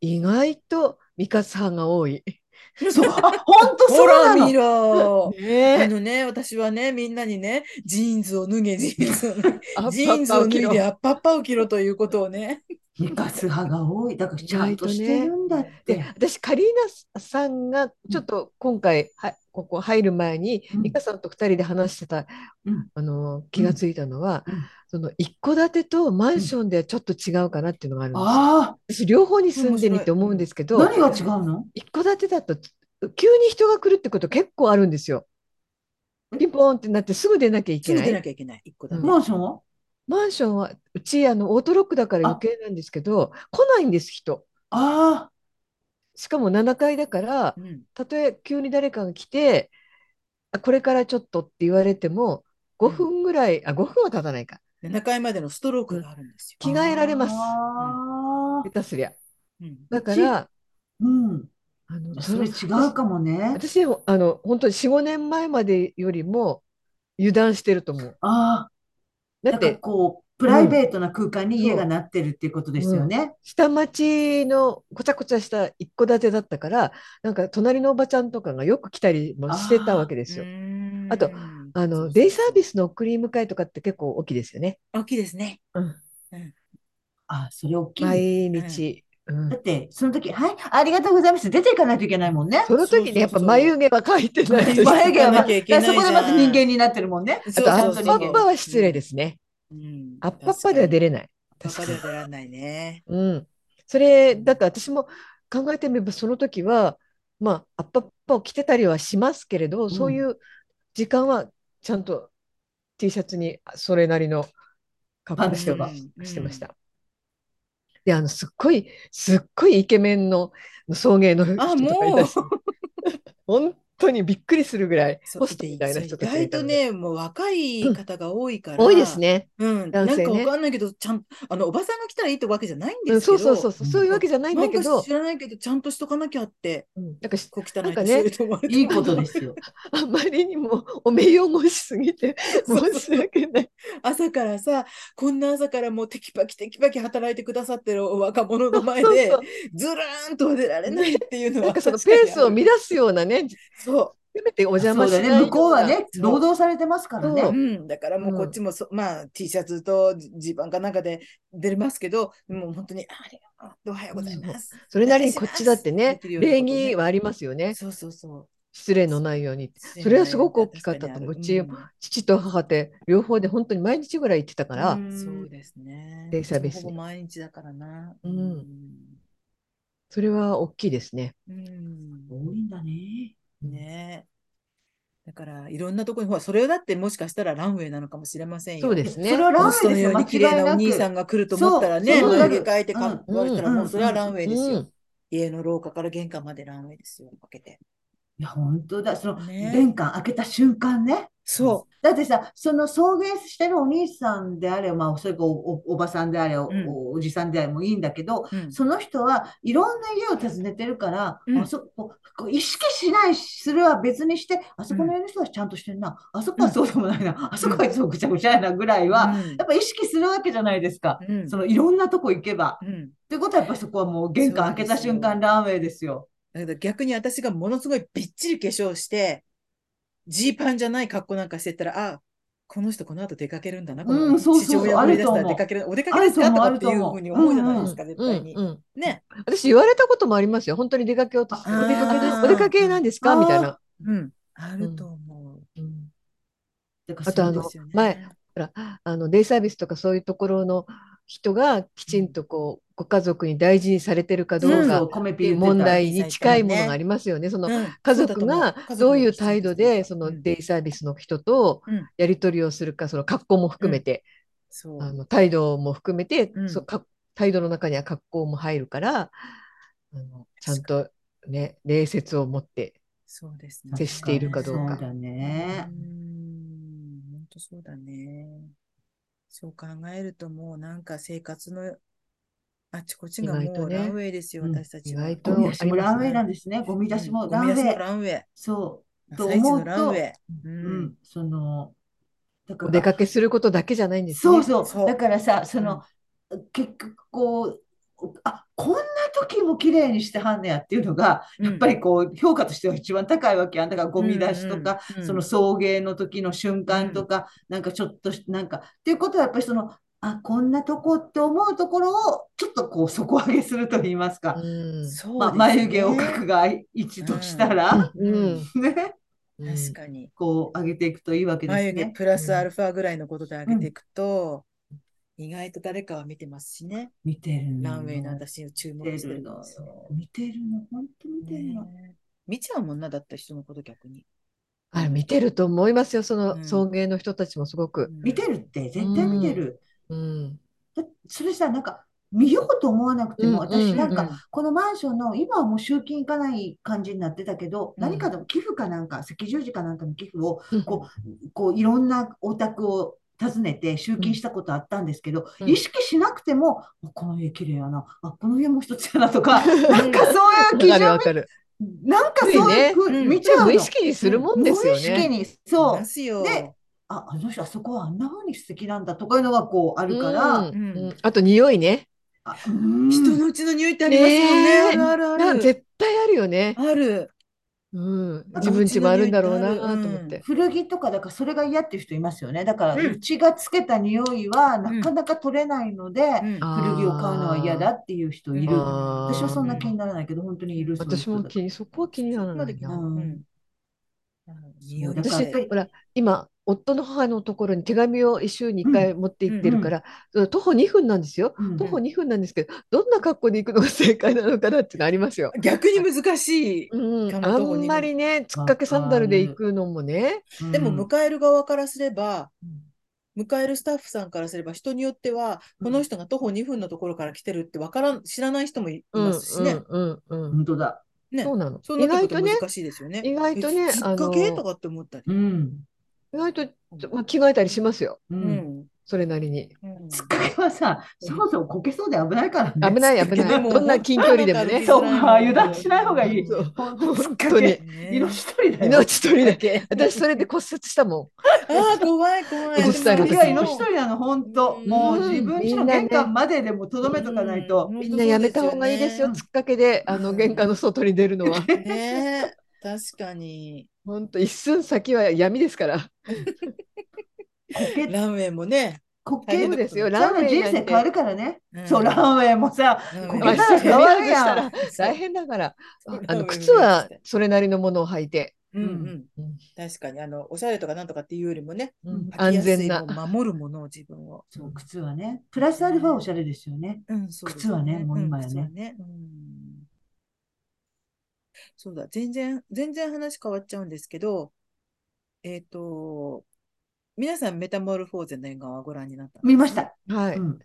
S2: 意外とミカサ派が多い。
S3: そ
S1: [LAUGHS]
S3: う、あ、本当そう
S1: ほ
S3: な
S1: ら
S3: の
S1: 見。ろあ
S2: ねえ
S1: のね、私はね、みんなにね、ジーンズを脱げ、ジーンズを脱
S2: アッ
S1: げ、
S2: パッ
S1: ジーンズ
S2: パ
S1: を
S2: を
S1: 脱
S2: 着
S1: い
S2: ろ
S1: でアッパッパを着ろということをね。
S3: ミカス派が多い。だからちゃんとしてるんだって。
S2: で私カリーナさんがちょっと今回はここ入る前に、
S3: うん
S2: ミカさんと2人で話してた
S3: うん
S2: あの気がついたのは、
S3: うん
S2: その一戸建てとマンションではちょっと違うかなっていうのがあるんですよ、私
S3: あ
S2: 両方に住んでみて思うんですけ
S3: あ、
S2: ど
S3: 何が違うの
S2: 一戸建てだと急に人が来るってこと結構あるんですよ。ピンポーンってなってすぐ出なきゃい
S1: す
S2: け
S1: ぐ
S2: な。
S1: 出ないきゃいけない、一個だけ。
S3: マンションは
S2: マンションはうちあのオートロックだから余計なんですけど来ないんです人。
S3: ああ、
S2: しかも7階だから
S1: うん。
S2: たとえ急に誰かが来てあこれからちょっとって言われても5分ぐらい、あ5分は経たないか
S1: 7階までのストロークがあるんですよ。
S2: 着替えられます
S3: あ
S2: 下手すりゃ。
S1: うん。
S2: だから
S3: ーうん。
S2: あの
S3: それ違うかもね。
S2: 私私あの本当に45年前までよりも油断してると思う。
S3: ああ、
S2: だ
S3: な
S2: っ
S3: んか
S2: て
S3: こう、プライベートな空間に家がなってるっていうことですよね。
S2: 下町のこちゃこちゃした一戸建てだったからなんか隣のおばちゃんとかがよく来たりもしてたわけですよ。あとあのデイサービ
S1: ス。
S2: スの送り迎えとかって結構大きいですよね。
S1: 大きいですね。
S3: あ、それ大きいね。
S2: 毎日、うん
S3: だって、その時、はい、ありがとうございます。出ていかないといけないもんね。
S2: その時にやっぱ眉毛は描いてない [LAUGHS]
S1: そうそうそう
S3: 眉毛は、まあ、
S1: 行かなきゃいけないじゃん
S3: そこでまず人間になってるもんね。
S1: そう
S2: あとア
S1: そう
S2: ッ
S1: そう
S2: パッパは失礼ですね。
S1: うん。
S2: アッパッパでは出
S1: れ
S2: れない。
S1: アッパ
S2: 確
S1: ッ
S2: か
S1: パで。は
S2: に
S1: 出られないね。
S2: うん、それだから私も考えてみればその時はまあアッパッパを着てたりはしますけれど、そういう時間はちゃんと T シャツにそれなりの格好しては
S1: パンツとか
S2: してました。であのすっごいすっごいイケメンの送迎の人
S1: あ
S2: とかいたし [LAUGHS] 本当にびっくりするぐらい、
S1: そう
S2: ホストみたいな人たち
S1: で
S2: が
S1: 意
S2: い
S1: 外
S2: た
S1: と
S2: ので
S1: ね、もう若い方が多いから、
S2: 多いですね。
S1: うん、
S2: 男性ね
S1: なんかわかんないけど、ちゃんあのおばさんが来たらいいってわけじゃないん
S2: う
S1: で
S2: ん、
S1: すけ
S2: そ
S1: ど、
S2: うそうそうそう、そういうわけじゃないんだけ
S1: なん
S2: ど
S1: か知、らないけど、ちゃんとしとかなきゃって、
S2: うんなんかし
S1: こう汚い
S2: なんか
S1: 年
S2: ね
S1: 寄りと思われて
S3: いいことですよ。
S2: あまりにもお名誉越しすぎて
S1: そうそう
S2: 申し訳ない。
S1: [LAUGHS] 朝からさ、こんな朝からもうテキパキテキパキ働いてくださってるお若者の前
S2: そう
S1: で
S2: そう、
S1: ずらーんとは出られないっていうのは、
S2: なんかその
S1: 確に
S2: ペースを乱すようなね、
S1: そ
S2: せめてお
S3: そ
S2: 邪魔
S3: う
S2: し
S3: だ
S2: ない
S3: ね、向こうは
S2: よ
S3: ね、労働されてますから
S1: う、
S2: そう
S3: ね。
S1: ん、だからもうこっちもそ、まあ T シャツとジジーパンかなんかで出れますけど、もう本当に、あありがとう、おはようございます。
S2: それなりにこっちだってね、
S1: お願いします
S2: 礼儀はありますよね。
S1: そうそうそう。
S2: 失礼のないようにって。
S1: そ
S2: それはすごく大きかったと
S1: と
S2: 思
S1: 思
S2: う。うち、父と母で両方で本当に毎日ぐらい行ってたから、
S3: うん
S1: そうですね。
S2: デイサービスに
S1: ほぼ毎日だからな。
S2: うんそれは大きいですね。
S1: うん。
S3: 多いんだね。
S1: ねだから、いろんなところに、ほら、それだってもしかしたらランウェイなのかもしれませんよ。
S2: そうですね
S3: それ。はランウ
S1: ホスト
S3: ェイ
S1: の
S3: です
S1: よ
S3: よ、
S1: う
S3: 間
S1: に綺麗
S3: 違い
S1: なお
S3: な
S1: 兄
S3: く。
S1: さんが来ると思ったらね、
S3: そう
S1: 上着変えて
S3: うん
S1: か、言われたら、
S2: うん
S1: もうそれはランウェイです
S2: う
S1: よ。
S2: ん、
S1: 家の廊下から玄関までランウェイですよ、かけて。
S3: いや、本当だ。その、
S1: ね
S3: 玄関開けた瞬間ね。
S1: そ
S3: だってさ、その送迎してるお兄さんであれ、まあ、それかお、お、おばさんであれ、お、
S1: うん
S3: おおじさんであれもいいんだけど、
S1: う。うん
S3: その人はいろんな家を訪ねてるから、
S1: うん
S3: あそこ、こう意識しない、するは別にして、あそこの家の人はちゃんとしてるな、あそこはそうでもないな、あそこはいつもぐちゃぐちゃやなぐらいは、
S1: うん
S3: やっぱ意識するわけじゃないですか。
S1: うん
S3: そのいろんなとこ行けば。
S1: うん
S3: ってことはやっぱそこはもう玄関開けた瞬
S1: そう
S3: 間
S1: ですよ
S3: ランウ
S1: だけ
S3: ェイですよ。
S1: ど逆に私がものすごいびっちり化粧して、ジーパンじゃない格好なんかしてたら、あ、この人この後出かけるんだな、こ
S3: う
S1: の
S3: んそうそう
S1: 父親を思い出した
S3: あ
S1: ら
S3: ると思う
S1: 出かける、お出かけですかとか
S3: あ
S1: っ
S3: る
S1: て
S3: と
S1: い
S3: 思う
S1: うふうに思うじゃないですか、
S3: う
S1: 絶
S2: う
S1: 対
S2: ん
S1: に。
S2: うん、
S1: ね。
S2: 私言われたこともありますよ。本当に出かけようとして
S3: あ
S2: お出かけです
S1: あ
S2: か
S1: ー
S2: お出かけなんですかみたいな。
S1: うん。あると思う。
S2: うん
S3: だから
S2: あと
S3: そ
S2: あ
S3: うで
S2: の
S3: す
S1: ですよね
S2: 前だからあのデイサービスとかそういうところの人がきちんとこう、ご家族に大事にされてるかどう
S3: そう
S2: か
S3: そ
S2: っ
S3: う、コメ
S2: て
S3: ピ
S2: いう
S3: 言っ
S2: 問
S3: てた。
S2: 題に近いものがありますよね。その
S1: うん
S2: 家族がどういう態度でそのデイ、サービスの人と
S1: うん
S2: やり取りをするかその格好も含めて、
S1: そうだ
S2: あ
S1: と思う家族の人
S2: の態度も含めて、
S1: うん
S2: そうか態度の中には格好も入るからあのちゃんと、ね、礼節を持って
S1: そう。そうですね。
S2: 接しているかどうか
S3: そうだね
S1: う。ん、本当そうだね。そう考えるともうなんか生活のあちこちが
S2: 意外
S1: も
S2: と
S1: う
S2: ね
S1: ランウェイですよ、
S3: うん
S1: 私たちは。
S2: 意外と
S3: ゴミ出しも
S2: あります
S3: ラ
S2: ね
S3: ンウェイなんですね。ゴミ出しもランウ
S1: ゴミ出
S3: ェ
S1: しも
S3: イ。
S1: ランウェイ。
S3: そと
S1: 朝一
S3: 思う
S1: のランウェイ。う
S3: う。うんん。その、だか
S2: お出
S3: ら、
S2: かけすることだけじゃないんですね。
S3: そうそう。
S1: そう
S3: だからさ、その、結局こう、あ、こんな時も綺麗にしてはんねやっていうのが、
S1: うん
S3: やっぱりこう、評価としては一番高いわけやん。だからゴミ出しとか、
S1: うんうんうん
S3: その送迎の時の瞬間とか、なんかちょっとし、なんか、っていうことはやっぱりその、あ、こんなとこって思うところを、ちょっとこう、底上げすると言いますか。
S2: うん
S1: そう
S3: まあ、
S1: ですね
S3: 眉毛を描くが一としたら、
S1: うん
S2: うん
S3: [LAUGHS] ね、
S2: うん
S1: 確かに。
S3: こう上げていくといいわけです
S1: 眉毛
S3: ね。
S1: プラスアルファぐらいのことで上げていくと、意外と誰かは見てますしね。
S3: 見てるの
S1: ランウェイの私を注
S3: 見
S1: 目
S3: て
S1: して
S3: る
S1: る
S3: の
S1: か
S3: よ
S1: もしれない。
S3: 見てるの、本当見てるの。
S1: ね見ちゃうもんな、だった人のこと逆に。
S2: あれ見てると思いますよ、その
S1: うん
S2: 送迎の人たちもすごく。
S3: 見てるって、絶対見てる。
S2: うん、
S3: だそれさ、なんか、見ようと思わなくても、
S2: うん
S3: 私なん
S2: うん
S3: か、このマンションの、今はもう集金行かない感じになってたけど、
S1: うん
S3: 何かの寄付かなんか、赤十字かなんかの寄付を、
S2: うん
S3: こう、こういろんなお宅を訪ねて集金したことあったんですけど、
S2: うん
S3: 意識しなくても、あこの家綺麗やな、あこの家もう一つやな
S2: [LAUGHS]
S3: とか、なんかそういう基
S2: わかる
S3: 準
S2: わかる。
S3: なんかそういうふう
S1: ついね
S3: 見ち
S2: じゃ
S3: ゃ
S2: あ
S3: う
S2: 無
S3: の。
S2: 意識にするもんですよ
S3: 無意識
S2: ね。
S3: に、そ
S1: いうま。すよ。
S3: であ、あの人、あそこはあんな風に素敵なんだとかいうのがこうあるから、
S2: うん
S1: うん
S2: うんあと匂いね。
S3: あうーん
S1: 人のうちの匂いってありますよね。
S2: ねえ
S1: あるあるあ
S2: な
S1: る。
S2: 絶対あるよね。
S1: ある。
S2: うん、自分家もあるんだろうなと思って。
S3: 古着とかだからそれが嫌っていう人いますよね。だから、
S1: う
S3: うんちがつけた匂いは
S1: ん
S3: なかなか取れないので、
S1: うん
S2: あ
S3: 古着を買うのは嫌だっていう人いる。
S2: あー
S3: 私はそんな気にならないけど、本当にいる。
S2: 私
S3: そういう
S2: も
S3: 人
S2: 気にそこは気になら
S1: ま
S2: な
S1: で
S2: い
S1: 来
S2: な。
S1: た。
S3: う
S1: うんん。匂い
S3: だ
S1: と
S3: か
S1: から
S3: やっ
S2: 私
S3: ぱり
S2: ほら今夫の母のところに手紙を一週に1回持って行ってるから、その徒歩2分なんですよ、
S3: うん
S2: 徒歩2分なんですけどどんな格好で行くのが正解なのかなっていうのありますよ。
S1: 逆に難しい。
S2: うん、
S1: かも
S2: あ
S1: 徒歩2分
S2: んまりねつっかけサンダルで行くのもね、
S3: うん
S1: でも迎える側からすれば、迎えるスタッフさんからすれば、人によっては、
S3: うん
S1: この人が徒歩2分のところから来てるってわからん、知らない人もい
S2: うん、
S1: ますしね。
S2: うんうんうん
S3: 本当だ。
S1: ね
S2: そうなの。
S1: そう
S2: 意
S1: なって
S2: 外
S1: く
S2: と
S1: る
S2: ね
S1: と、難しいですよね。
S2: 意外とね
S1: えきっかけ
S2: あの
S1: とかって思ったり。
S3: うん。
S2: 意外と、まあ、着替えたりしますよ。
S3: う。
S1: うんん。
S2: それなりに。
S1: うん
S3: つっかけはさ、そもそもこけそうで危ないからね。
S2: 危ない危
S1: で
S2: ない。
S1: も
S2: どんな近距離でもね。
S1: 本
S3: そうか、油断しない方がいい。
S2: そう
S3: 本
S2: 本当に。
S3: 命取りだよ。
S2: 命取り
S1: [LAUGHS]
S2: だけ。私それで骨折したも
S1: ああ、怖い怖い。
S2: 落ちたり
S3: い
S2: と
S3: や、
S2: か
S3: 命取りなの、本当。
S1: うん
S3: もう自分家の玄関まででもとどめとかないと。
S2: ん。みんなやめた方がいいですよ。つっかけで、あ
S1: う
S2: の、
S1: ん
S2: 玄関の外に出るのは。
S1: ねえ、確かに。
S2: 本当一寸先は闇ですから。
S3: こけ、
S1: ランウェイもね。
S3: こ
S1: 大
S3: け
S1: 変
S2: そ
S1: だ
S2: うですよ。
S3: そ
S2: ラ
S3: う
S2: ンウ
S3: だ
S2: ェイ
S3: 人
S2: なん
S3: 生
S2: て
S3: 変わるからね。
S1: うん
S3: そう、ランウェイもさ、
S1: ランウェ
S3: こ
S1: イ
S3: け
S2: まあ
S3: たら変わる
S2: 人
S3: や
S2: 生
S3: ん。
S2: 大変だから。
S1: そう
S2: あ
S1: ランウェイ
S2: の、
S1: もね
S2: 靴はそれなりのものを履いて。
S1: うんう
S3: うん
S1: ん。確かに、あの、おしゃれとかなんとかっていうよりもね、
S3: うん
S1: 履き
S2: 安
S1: やすい
S2: 全な
S1: も。の守るものを自分を。
S3: そう、靴はね。プラスアルファおしゃれですよね。
S1: うん、そうです
S3: 靴はねもう今
S1: ん
S3: やね
S1: 靴はねうんそうだ、全然、全然話変わっちゃうんですけど、えっ、と、皆さん、メタモルフォーゼの映画はご覧になったんです
S3: 見ました。
S2: はい。
S3: うん。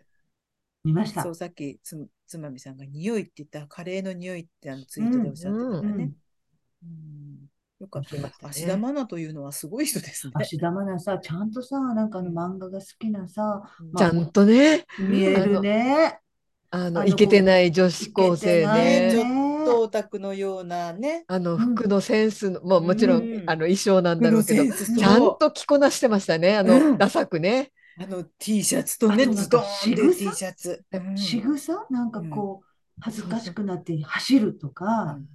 S3: 見ました
S1: そう、。さっきつ、つまみさんが匂いって言った、カレーの匂いってあのツイートでおっしゃってたから
S2: う
S1: ね。うん
S3: ん
S1: よかっ。
S2: 見ましたたね
S1: 芦田愛菜というのはすごい人ですね。
S3: 芦田愛菜さ、ちゃんとさ、なんかあの漫画が好きなさ、
S2: ちゃんとね、
S3: 見えるね。
S2: あ
S3: あの
S2: の、いけてない女子高
S1: イケ
S2: 生
S1: てないちょ
S2: ね。
S1: ちょっとオタクのようなね、
S2: あの、
S3: うん
S2: 服のセンスの、もうもちろん、
S1: うん
S2: あの、衣装なんだろうけど、
S1: センス
S2: ちゃん
S1: と、
S2: と着こなしてましたね。あの、
S3: うん
S2: ダサくね。
S1: あの T シャツとね、
S3: あとなんか
S1: ズドーンで
S3: 仕
S1: T
S3: 草
S1: シャツ。
S3: 仕草なんかこう、恥ずかしくなって走ると
S1: う
S3: か
S1: ん、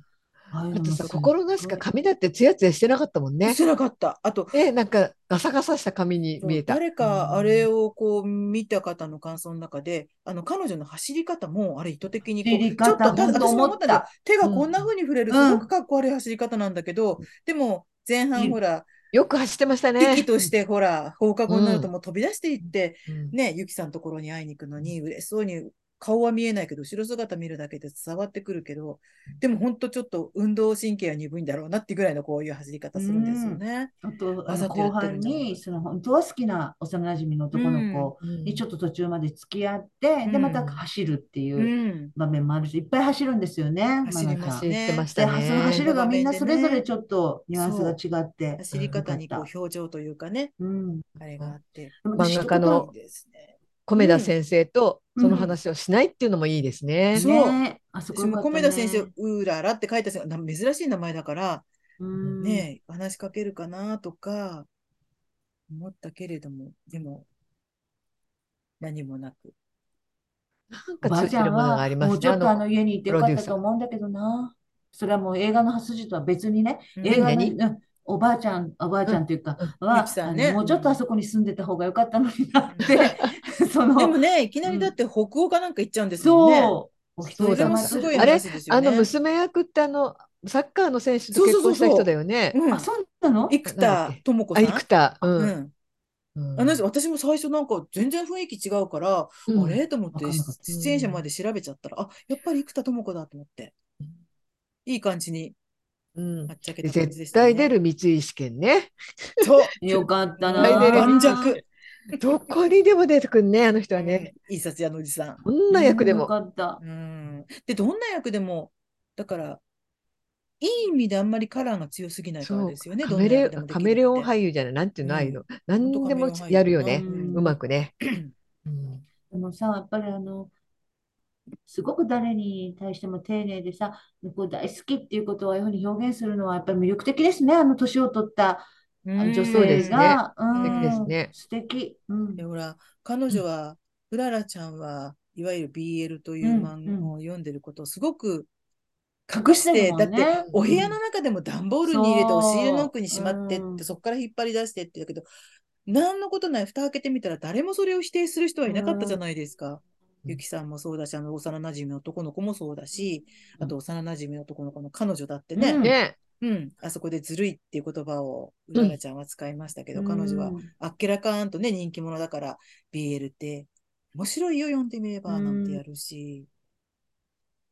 S3: ああ
S2: あ
S3: いうのも
S2: と
S3: す
S2: さ、
S3: ごい
S2: 心なしか髪だってツヤツヤしてなかったもんね
S1: し。てなかった。あと、
S2: え、なんか、ガサガサした髪に見えた。
S1: 誰かあれをこう見た方の感想の中で、あの彼女の走り方もあれ意図的にこ
S3: 走り
S1: う、ちょっとた
S3: 方
S1: だ
S3: ほん
S1: 私
S3: と
S1: も
S3: 思
S1: 思っ
S3: った
S1: んだ
S3: た。
S1: けど手がこんな風に触れる、
S3: うん
S1: すごくかっこ悪い走り方なんだけど、でも前
S3: い
S1: 半
S3: い
S1: ほら、
S2: よく走ってました
S1: 敵
S2: ね。
S1: としてほら、放課後になると
S2: うん
S1: もう飛び出していって、
S2: うん
S1: ね、ゆきさんのところに会いに行くのに、嬉しそうに、顔は見えないけど、後ろ姿見るだけで伝わってくるけど、でも本当ちょっと運動神経は鈍いんだろうなってぐらいのこういう走り方するんですよね。
S3: あとあ
S1: わざ
S3: の
S1: とや
S3: 後
S1: ってる
S3: 半
S1: んだ
S3: にその本当は好きな幼馴染の男の子にちょっと途中まで付き合って、
S1: うん。
S3: でまた走るっていううん場面もあるし、いっぱい走るんですよね、
S1: 走ります
S3: 真
S1: ね
S2: 走っ
S3: 中
S2: てまし
S3: で、
S2: た
S3: その走
S2: ね。
S3: るがみんな
S1: ね
S3: それぞれちょっとニュアンスが違って、
S1: 走り方にこ
S3: よ
S1: う
S3: かっ
S1: 表情というかね、
S3: たうん、
S1: あれがあって。
S2: 漫画家の
S1: いいですね
S2: 米田先生と
S3: うん
S2: その話をしないっていうのもいいですね。
S1: そう
S3: ね、あそこ
S1: 私
S3: よか
S1: も
S3: った
S1: 米田先生
S3: ね、
S1: うららって書いたな珍しい名前だから、
S3: うん、
S1: ねえ、話しかけるかなとか、思ったけれども、でも、何もなく。
S2: なん
S3: お
S2: か
S3: ば
S2: つ
S3: あ
S2: い
S3: ち
S2: て
S3: ゃ
S2: る
S3: ん
S2: ものがあ
S3: は
S2: りま
S3: も
S2: し
S3: う
S2: た
S3: ちょっとあの
S2: ね。
S3: 家にいてよかったと思うんだけどな。それはもう映画の発とは別にね、
S1: うん
S3: 映画の、
S2: 何
S3: うんおばあちゃん、おばあちゃんというか、
S1: ゆ
S3: は
S1: きさん
S3: あ
S1: ね
S3: のもうちょっとあそこに住んでた方がよかったのになって、そ
S1: で
S3: の、
S1: もね、いきなりだって北欧かなんか行っちゃうんですもんね。
S3: [LAUGHS] そう、お一人
S1: それも
S3: 様
S1: す
S3: とし
S1: ごい
S3: て、
S2: あれ
S1: 話ですよ
S2: あ
S1: ね。
S2: の娘役ってあのサッカーの選手と結婚した人だよね。
S1: うん
S3: あ、そうなの
S1: 生
S2: なん
S1: 田
S2: だっけ
S1: 智子
S2: あ、
S1: さん。
S2: 生田。う。
S1: うんん。
S2: うん
S1: あの人私も最初なんか全然雰囲気違うから、
S2: うん
S1: あれと思って
S3: わかんなかった
S1: 出演者まで調べちゃったら、あ、やっぱり生田智子だと思って。いい感じに、
S2: うん
S1: はっちゃけた感じで
S2: 絶
S1: したね。
S2: 対出る三井試験ね。
S1: そう。
S3: よかったな
S2: 絶対出る
S1: 盤石。
S2: どこにでも出てくんね、あの人はね。
S1: うん、いい撮影のおじさん。
S2: どんな役で
S3: よ
S2: も。
S3: かった。
S1: うん。で、どんな役でも、だから、いい意味であんまりカラーが強すぎないから
S2: そう
S1: ですよね。
S2: カ
S1: どんな
S2: メ
S1: 役
S2: レ
S1: でもで
S2: カ
S1: きるって
S2: メレオン俳優じゃない、なんていうの、
S1: うん
S2: ああいうの。
S1: ほんと
S2: 何
S1: カメ
S2: で
S1: レオン俳優
S2: も
S1: だな
S2: やるよね。
S1: うん
S2: うまくね。うん
S3: でもさ、やっぱりあの、すごく誰に対しても丁寧でさ、こう大好きっていうことをああいうふうに表現するのはやっぱり魅力的ですね、あの年を取った
S1: う
S3: あ
S1: ん
S3: の女
S2: そうで
S3: 性
S2: すね
S3: が。う
S1: 素敵です
S3: ん
S2: ね
S3: 素敵。うん
S1: で、ほら、彼女は、うららちゃんは、いわゆる BL といううん漫画を読んでることをすごく
S3: 隠し
S1: してて、
S3: るも
S1: だっ
S3: ん
S1: て
S3: ね。
S1: お部屋の中でも段ボールに入れて、
S3: そう
S1: お尻の奥にしまってって、
S3: うん
S1: そこから引っ張り出してって言うけど、何のことない、蓋開けてみたら誰もそれを否定する人はいなかったじゃないですか。
S2: うん
S1: ゆきさんもそうだし、あの、幼馴染の男の子もそうだし、あと、幼馴染の男の子の彼女だってね、
S3: うん
S2: ね。
S1: うん、あそこでずるいっていう言葉をうららちゃんは使いましたけど、彼女は
S3: うん
S1: あっけらかんとね、人気者だから、BL って面白いよ、読んでみれば、
S3: うん
S1: なんてやるし。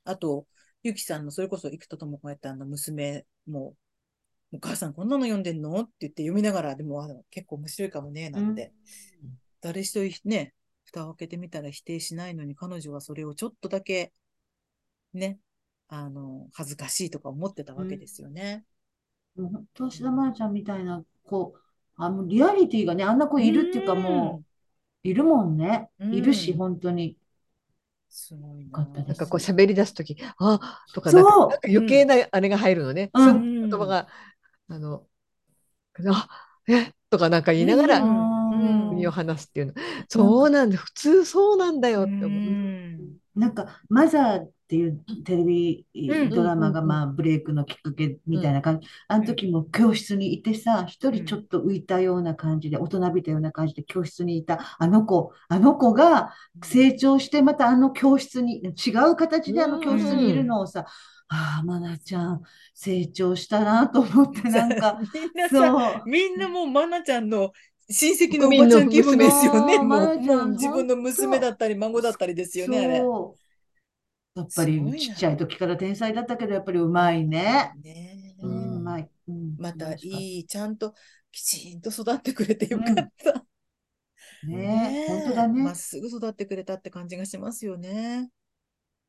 S1: あと、ゆきさんの、それこそ生田智子がやったあの娘も、お母さんこんなの読んでんのって言って読みながら、でもあの結構面白いかもね、なんて。誰一人ね、蓋を開けてみたら否定しないのに、彼女はそれをちょっとだけ、ね、あの、恥ずかしいとか思ってたわけですよね。
S3: もう本当、芦田愛菜ちゃんみたいな子、あのリアリティがね、あんな子いるっていうか、もう、いるもんね。
S1: うん
S3: いるし、本当に。
S1: すごい
S3: かった
S1: な。
S3: で
S2: なん
S3: す
S2: かこう喋り出すとき、あとか
S3: そ
S2: な
S3: うん
S2: か、なんか余計なあれが入るのね。
S3: うん
S2: その言葉が、あの、あ、え、とかなんか言いなが
S1: う
S2: ら、
S1: ん
S2: 身を離すっていうの。そうなんだ、普通そうなんだよって
S1: う
S2: 思う。
S1: ん
S3: なんか、マザーっていうテレビ
S1: うん
S3: ドラ
S2: う
S3: マが、
S2: んうんうん
S3: まあ、ブレイクのきっかけみたいな感じ。あの時も教室にいてさ、一人ちょっと浮いたような感じで、大人びたような感じで教室にいたあの子、あの子が成長して、またあの教室に、違う形であの教室にいるのをさ、ああ、愛菜ちゃん、成長したなと思って、なんか、
S1: みんなさ、
S3: そう。
S1: みんなもう、まなちゃんの親戚のおばちゃん気分ですよね。
S3: 国民
S1: も
S3: の
S1: う、
S3: 娘そう
S1: もう自分の娘だったり、孫だったりですよね、あれ。
S3: そう。やっぱり
S1: すごいな
S3: ちっちゃい時から天才だったけど、やっぱりうまいね。
S1: ねえ
S3: うん、うまい。うん、
S1: またい
S3: 素晴らし
S1: い、ちゃんときちんと育ってくれてよかった。
S3: いね
S1: え
S3: 本当だね。
S1: まっすぐ育ってくれたって感じがしますよね。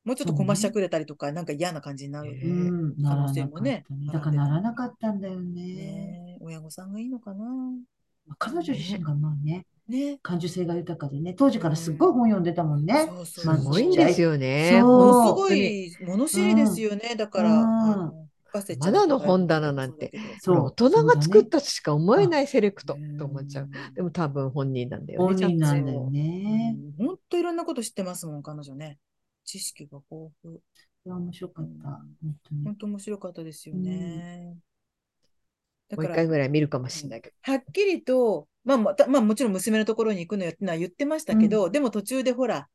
S1: もうちょっとこましゃくれたりとか、なんか嫌な感じになる
S2: ね
S3: うん、な
S1: 可
S3: ら
S1: 能性
S3: な
S1: も
S3: かっ
S1: ね
S3: たね。
S1: あ
S3: だ
S1: る
S3: から
S1: んで
S3: ならなかったんだよね。
S1: ね。親御さんがいいのかな。
S3: まあ彼女自身がまあね、
S1: ね。
S3: 感受性が豊かでね、当時からすっごい本読んでたもんね。
S1: そうそう
S2: す
S3: まず
S2: ごい
S3: ち
S2: ん
S3: っちゃ
S2: ですよね。
S3: そう
S1: ものす
S2: 本
S1: ご
S2: 当に。
S1: い物知りですよね。だから、
S3: うん
S1: あの博士ちゃん
S2: まだ
S1: と
S2: の
S1: か
S2: 本棚なんて
S3: そう
S2: 大人が作ったとしか思えないセレク
S1: そ
S2: ト
S1: うだけど
S2: と思っちゃう。。
S1: ん
S2: でも多分本人なんだよね。
S3: 本人
S2: ちゃ
S3: なんん
S2: と
S3: だよね。
S1: うんほんといろんなこと知ってますもん、彼女ね。知識が豊富。
S3: いや、面白かった。本当
S1: ほ
S3: に
S1: ん。と面白かったですよね。だ
S2: もう
S1: か
S2: 一
S1: ら
S2: 回、ぐらい見るかもしれないけど。
S1: はっきりと、まあ、また、まあ、もちろん娘のところに行くのよってのは言ってましたけど、でも途中でほら、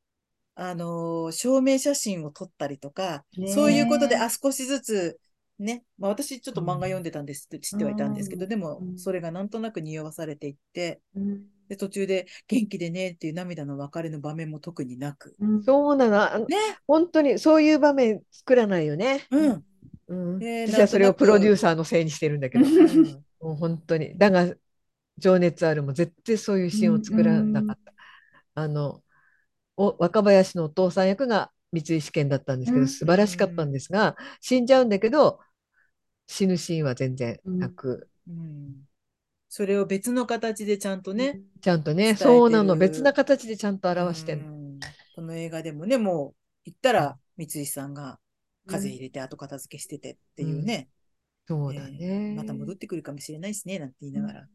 S1: あのー証明写真を撮ったりとか、
S3: ねえ
S1: そういうことで、あ、少しずつ、ね、まあ、私ちょっと漫画読んでたんですって知ってはいたんですけど、
S3: うん
S1: でも
S3: う、ん
S1: それがなんとなく匂わされていって、
S3: うん。
S1: で、途中で元気でねっていう涙の別れの場面も特になく。
S3: うん
S2: そうなのあの。
S1: ね、
S2: 本当にそういう場面作らないよね。
S1: うん。
S2: うん、
S1: ね
S2: 私はそれ
S1: な
S2: を
S1: んと
S2: プ
S1: なく
S2: ロデューサーのせいにしてるんだけど、もう本当に。だが、情熱あるも絶対そういうシーンを作らなかった。あのお若林のお父さん役が三井試験だったんですけ
S3: う
S2: ど、
S3: ん
S2: 素晴らしかったんですが、死んじゃうんだけど、死ぬシーンは全然なく、
S1: うん。それを別の形でちゃんとね、
S2: ちゃんと
S1: 伝え
S2: ね、
S1: てる
S2: そうなの、別な形でちゃんと表してる
S1: う。んこの映画でもね、もう行ったら三井さんが風入れて後片付けしててっていうね、
S2: そうだ
S1: え
S2: ね。
S1: ーまた戻ってくるかもしれないしね、なんて言いながら、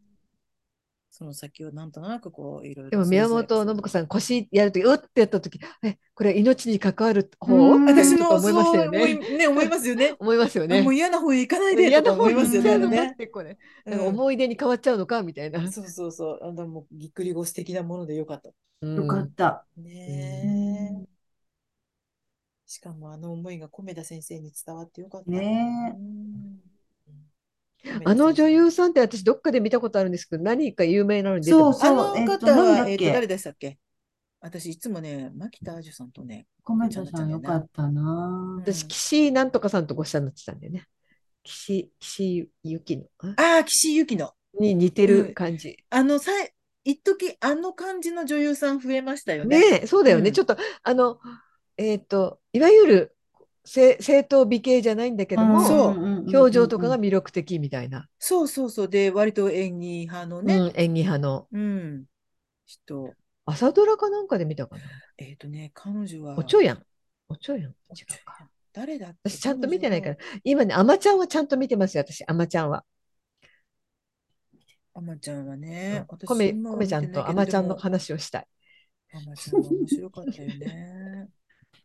S1: その先をなんとなくこう、いろいろ。
S2: でも宮本信子
S1: ん。
S2: さん、腰やるとき、うってやったとき、え、これ命に関わる方
S3: うん
S1: 私
S2: [LAUGHS] とか
S1: も
S2: 思
S1: そ
S2: いうました
S1: 思
S2: よね。
S1: いね思いますよ [LAUGHS] ね。
S2: 思いますよ
S1: あ
S2: ね
S1: もう。嫌な方へ行かないで
S2: 嫌
S1: とか
S2: な
S1: 思
S2: 方
S1: いますよ
S2: に
S1: ね。
S2: 行
S1: あ
S2: っ
S1: れ
S2: ちゃうのか
S1: ね
S2: ってこれ。
S1: う
S2: なんか
S1: ん
S2: 思い出に変わっちゃうのかみたいな。
S1: そうそうそう。あのもうぎっくり腰的なものでよかった。
S3: よかった。
S1: ねえ。しかもあの思いが米田先生に伝わってよかった。
S3: ね
S1: え
S2: あの女優さんって私どっかで見たことあるんですけど、何か有名なのに出て
S3: そう
S2: ます。
S1: あ
S3: そう、
S1: の
S3: えっ
S1: 方
S3: と、なんだ
S1: は、
S3: っ
S1: えっと、
S3: け
S1: 誰でしたっけ私、いつもね、牧田アジュさんとね、
S3: コメントさんよかったな。
S1: うん
S2: 私、岸なんとかさんとご一緒になってたんだよね。岸、岸ゆきのあ
S1: ああ、岸井ゆきの。
S2: に似てる感じ。
S1: あの、さえ、一時あの感じの女優さん増えましたよね。
S2: ねえ、そうだよね。
S1: うん
S2: ちょっと、あの、えっと、いわゆる正正統美形じゃないんだけど
S1: ん
S2: も、
S1: そう
S2: 表情とかが
S3: 見
S2: 魅力的みたいな、
S1: そうそうそう。で、割と演技派の
S2: う
S1: ね、
S2: ん、演技派の
S1: うん、人。
S2: 朝ドラかなんかで見たかな。
S1: えっ、とね、彼女は、
S2: おちょやん。おちょやん。違
S1: おちょ
S2: うか。
S1: やん誰だっけ
S2: 私ちゃんと見てないか。ら
S1: 彼。
S2: 今ね、あまちゃんはちゃんと見てますよ、私、あまちゃんは。
S1: 女のあまちゃんはね、私
S2: コメ、
S1: 今
S2: コ
S1: は
S2: メ
S1: 見
S2: ちゃ
S1: て
S2: ん
S1: ない
S2: と
S1: け
S2: あ
S1: ど、
S2: ま
S1: で
S2: ちゃんの
S1: も、
S2: 話をしたい。
S1: あまちゃんは面白かったよ
S2: [LAUGHS]
S1: ね。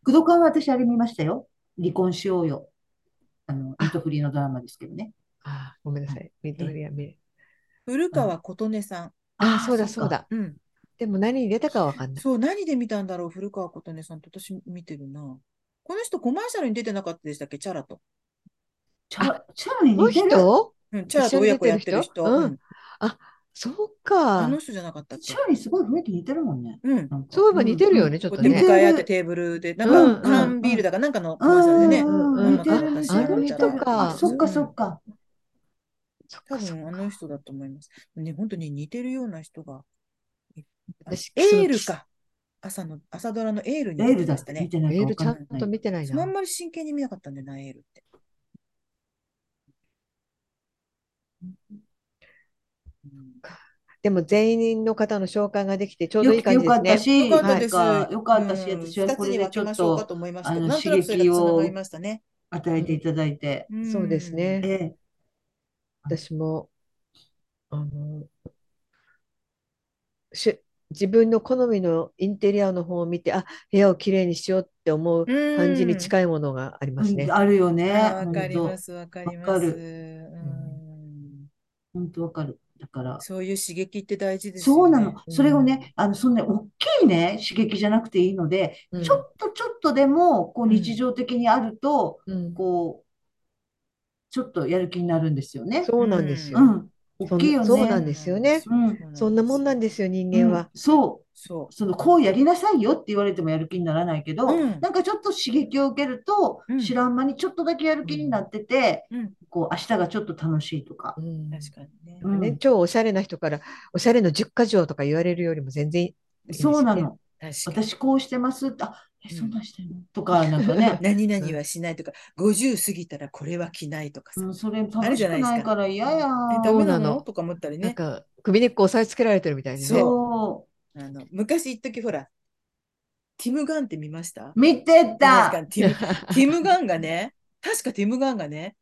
S3: 工藤君は私あれ見ましたよ。離婚しようよ。あの、ネットフリーのドラマですけどね。
S2: ああ、ごめんなさい。ミッドフリアミ
S1: 古川琴音さん。
S2: ああ、そうだ、そう。だ。
S1: うん。
S2: でも何に出たかわかんない。
S1: そう、何で見たんだろう、古川琴音さんと私見てるな。この人コマーシャルに出てなかったでしたっけ、チャラと。
S3: チャ、チャラに
S2: この
S3: 似てる。
S2: 人
S1: うん、チャラと親子やってる
S2: 一
S1: 人。
S2: 緒に出て
S1: う
S2: る人うん
S1: ん。
S2: そう
S1: あ
S2: か
S1: の。人じゃなかったっ
S3: チ
S1: け
S3: ャ。ラにすごい雰囲気似てるもんね。
S1: うん。
S3: なんか
S2: そういえば似てるよね、ちょっ
S1: ことうやって
S2: ね
S1: 向。かい合ってテーブルで、なんか、
S2: うん
S1: 缶ビールだかなんかのコ
S3: うん
S1: マーシャルでね。
S3: うんうん
S1: うん
S3: 似てる似て
S2: あ
S3: る
S2: の
S3: 似て
S2: 人
S3: る
S2: か
S3: あ、そっかそっか。
S2: そっ
S1: 多
S2: かそっ
S1: 分あ
S2: か
S1: の人だと思います。ね、本当に似てるような人が。いっぱい
S2: 私
S1: エールか。朝の、朝ドラのエールに
S3: レー
S1: 出て
S3: ルだ
S1: ま
S3: っ
S1: したた
S3: ね。見
S1: ね。
S3: てない
S2: メ
S3: か
S2: ールちゃ
S3: 分かん
S2: ん
S3: ない
S2: と見てない
S1: あ
S2: な。
S1: んまり真剣に見なかったんだよな、エールって。うん
S2: でも全員の方の紹介ができてちょうどいい感じ
S3: よ
S2: です
S3: くてよかった
S1: よかった
S2: ね。
S3: し、な
S1: で
S3: ん
S1: す。
S3: かよかったし、
S1: うん
S3: 私は
S1: 二
S3: こ
S1: つ
S3: れ
S1: に
S3: で
S1: 分
S3: ち
S1: け
S3: ょ
S1: ま
S3: っ
S1: しょうか
S3: と
S1: と思いましたけ
S3: あ
S1: ど、
S3: の
S1: なんとなくそれが
S3: 刺激
S1: つ
S3: を
S1: ながりましたね。
S3: 与えていただいて、
S1: ん
S2: そうですね
S3: ええ
S2: 私もあのし自分の好みのインテリアの方を見てあ部屋をきれいにしようって思う
S1: うん
S2: 感じに近いものがありますね。
S3: あるよね。
S1: あーわかりま
S3: 本
S1: す、わかり
S3: わ
S1: ま
S3: か
S1: す。
S3: る
S1: うん
S3: 当本当わかる。だから、
S1: そういう刺激って大事ですよね。
S3: そうなの。
S2: うん
S3: それをね、あの、そんな大きいね、刺激じゃなくていいので、
S2: うん
S3: ちょっとちょっとでも、こう、
S1: うん
S3: 日常的にあると、
S2: うん
S3: こう、ちょっとやる気になるんですよね。
S2: そうなんです
S3: う
S2: よ。
S3: ん。大きいよね。
S2: そそうなんですよね
S3: うん
S2: そんなもんなんですよ人間は。
S3: うんそう。
S1: そ
S3: そのこうやりなさいよって言われてもやる気にならないけど、
S1: うん
S3: なんかちょっと刺激を受けると、
S1: うん
S3: 知らん間にちょっとだけやる気になってて、
S1: う。うん、
S3: こう明日がちょっと楽しいとか
S2: う。ん
S1: 確かにね。
S3: うん
S2: ね、超おしゃれな人からおしゃれの10か条とか言われるよりも全然いいですね
S3: そうなの。
S1: 確かに。
S3: 私こうしてますって。あ、え、
S1: うん。
S3: そんなんしてんのとか、なんかね
S1: 何々はしないとか、50過ぎたらこれは着ないとかさ。
S3: うん、それ
S1: ある
S3: 楽
S1: じ
S3: し
S1: ゃな
S3: く
S1: いですか
S3: ないから嫌や。
S1: え、ダメ
S2: そうな
S1: な
S2: の
S1: のとか思ったり
S2: なん
S1: ね。
S2: か首根っこ押さえつけられてるみたいにね。 [LAUGHS]
S3: そ
S1: あの昔一時ほら、ティムガンって見ました
S3: う。見て
S1: 確か
S3: た。
S1: にティムティムガンがね、確かティムガンがね、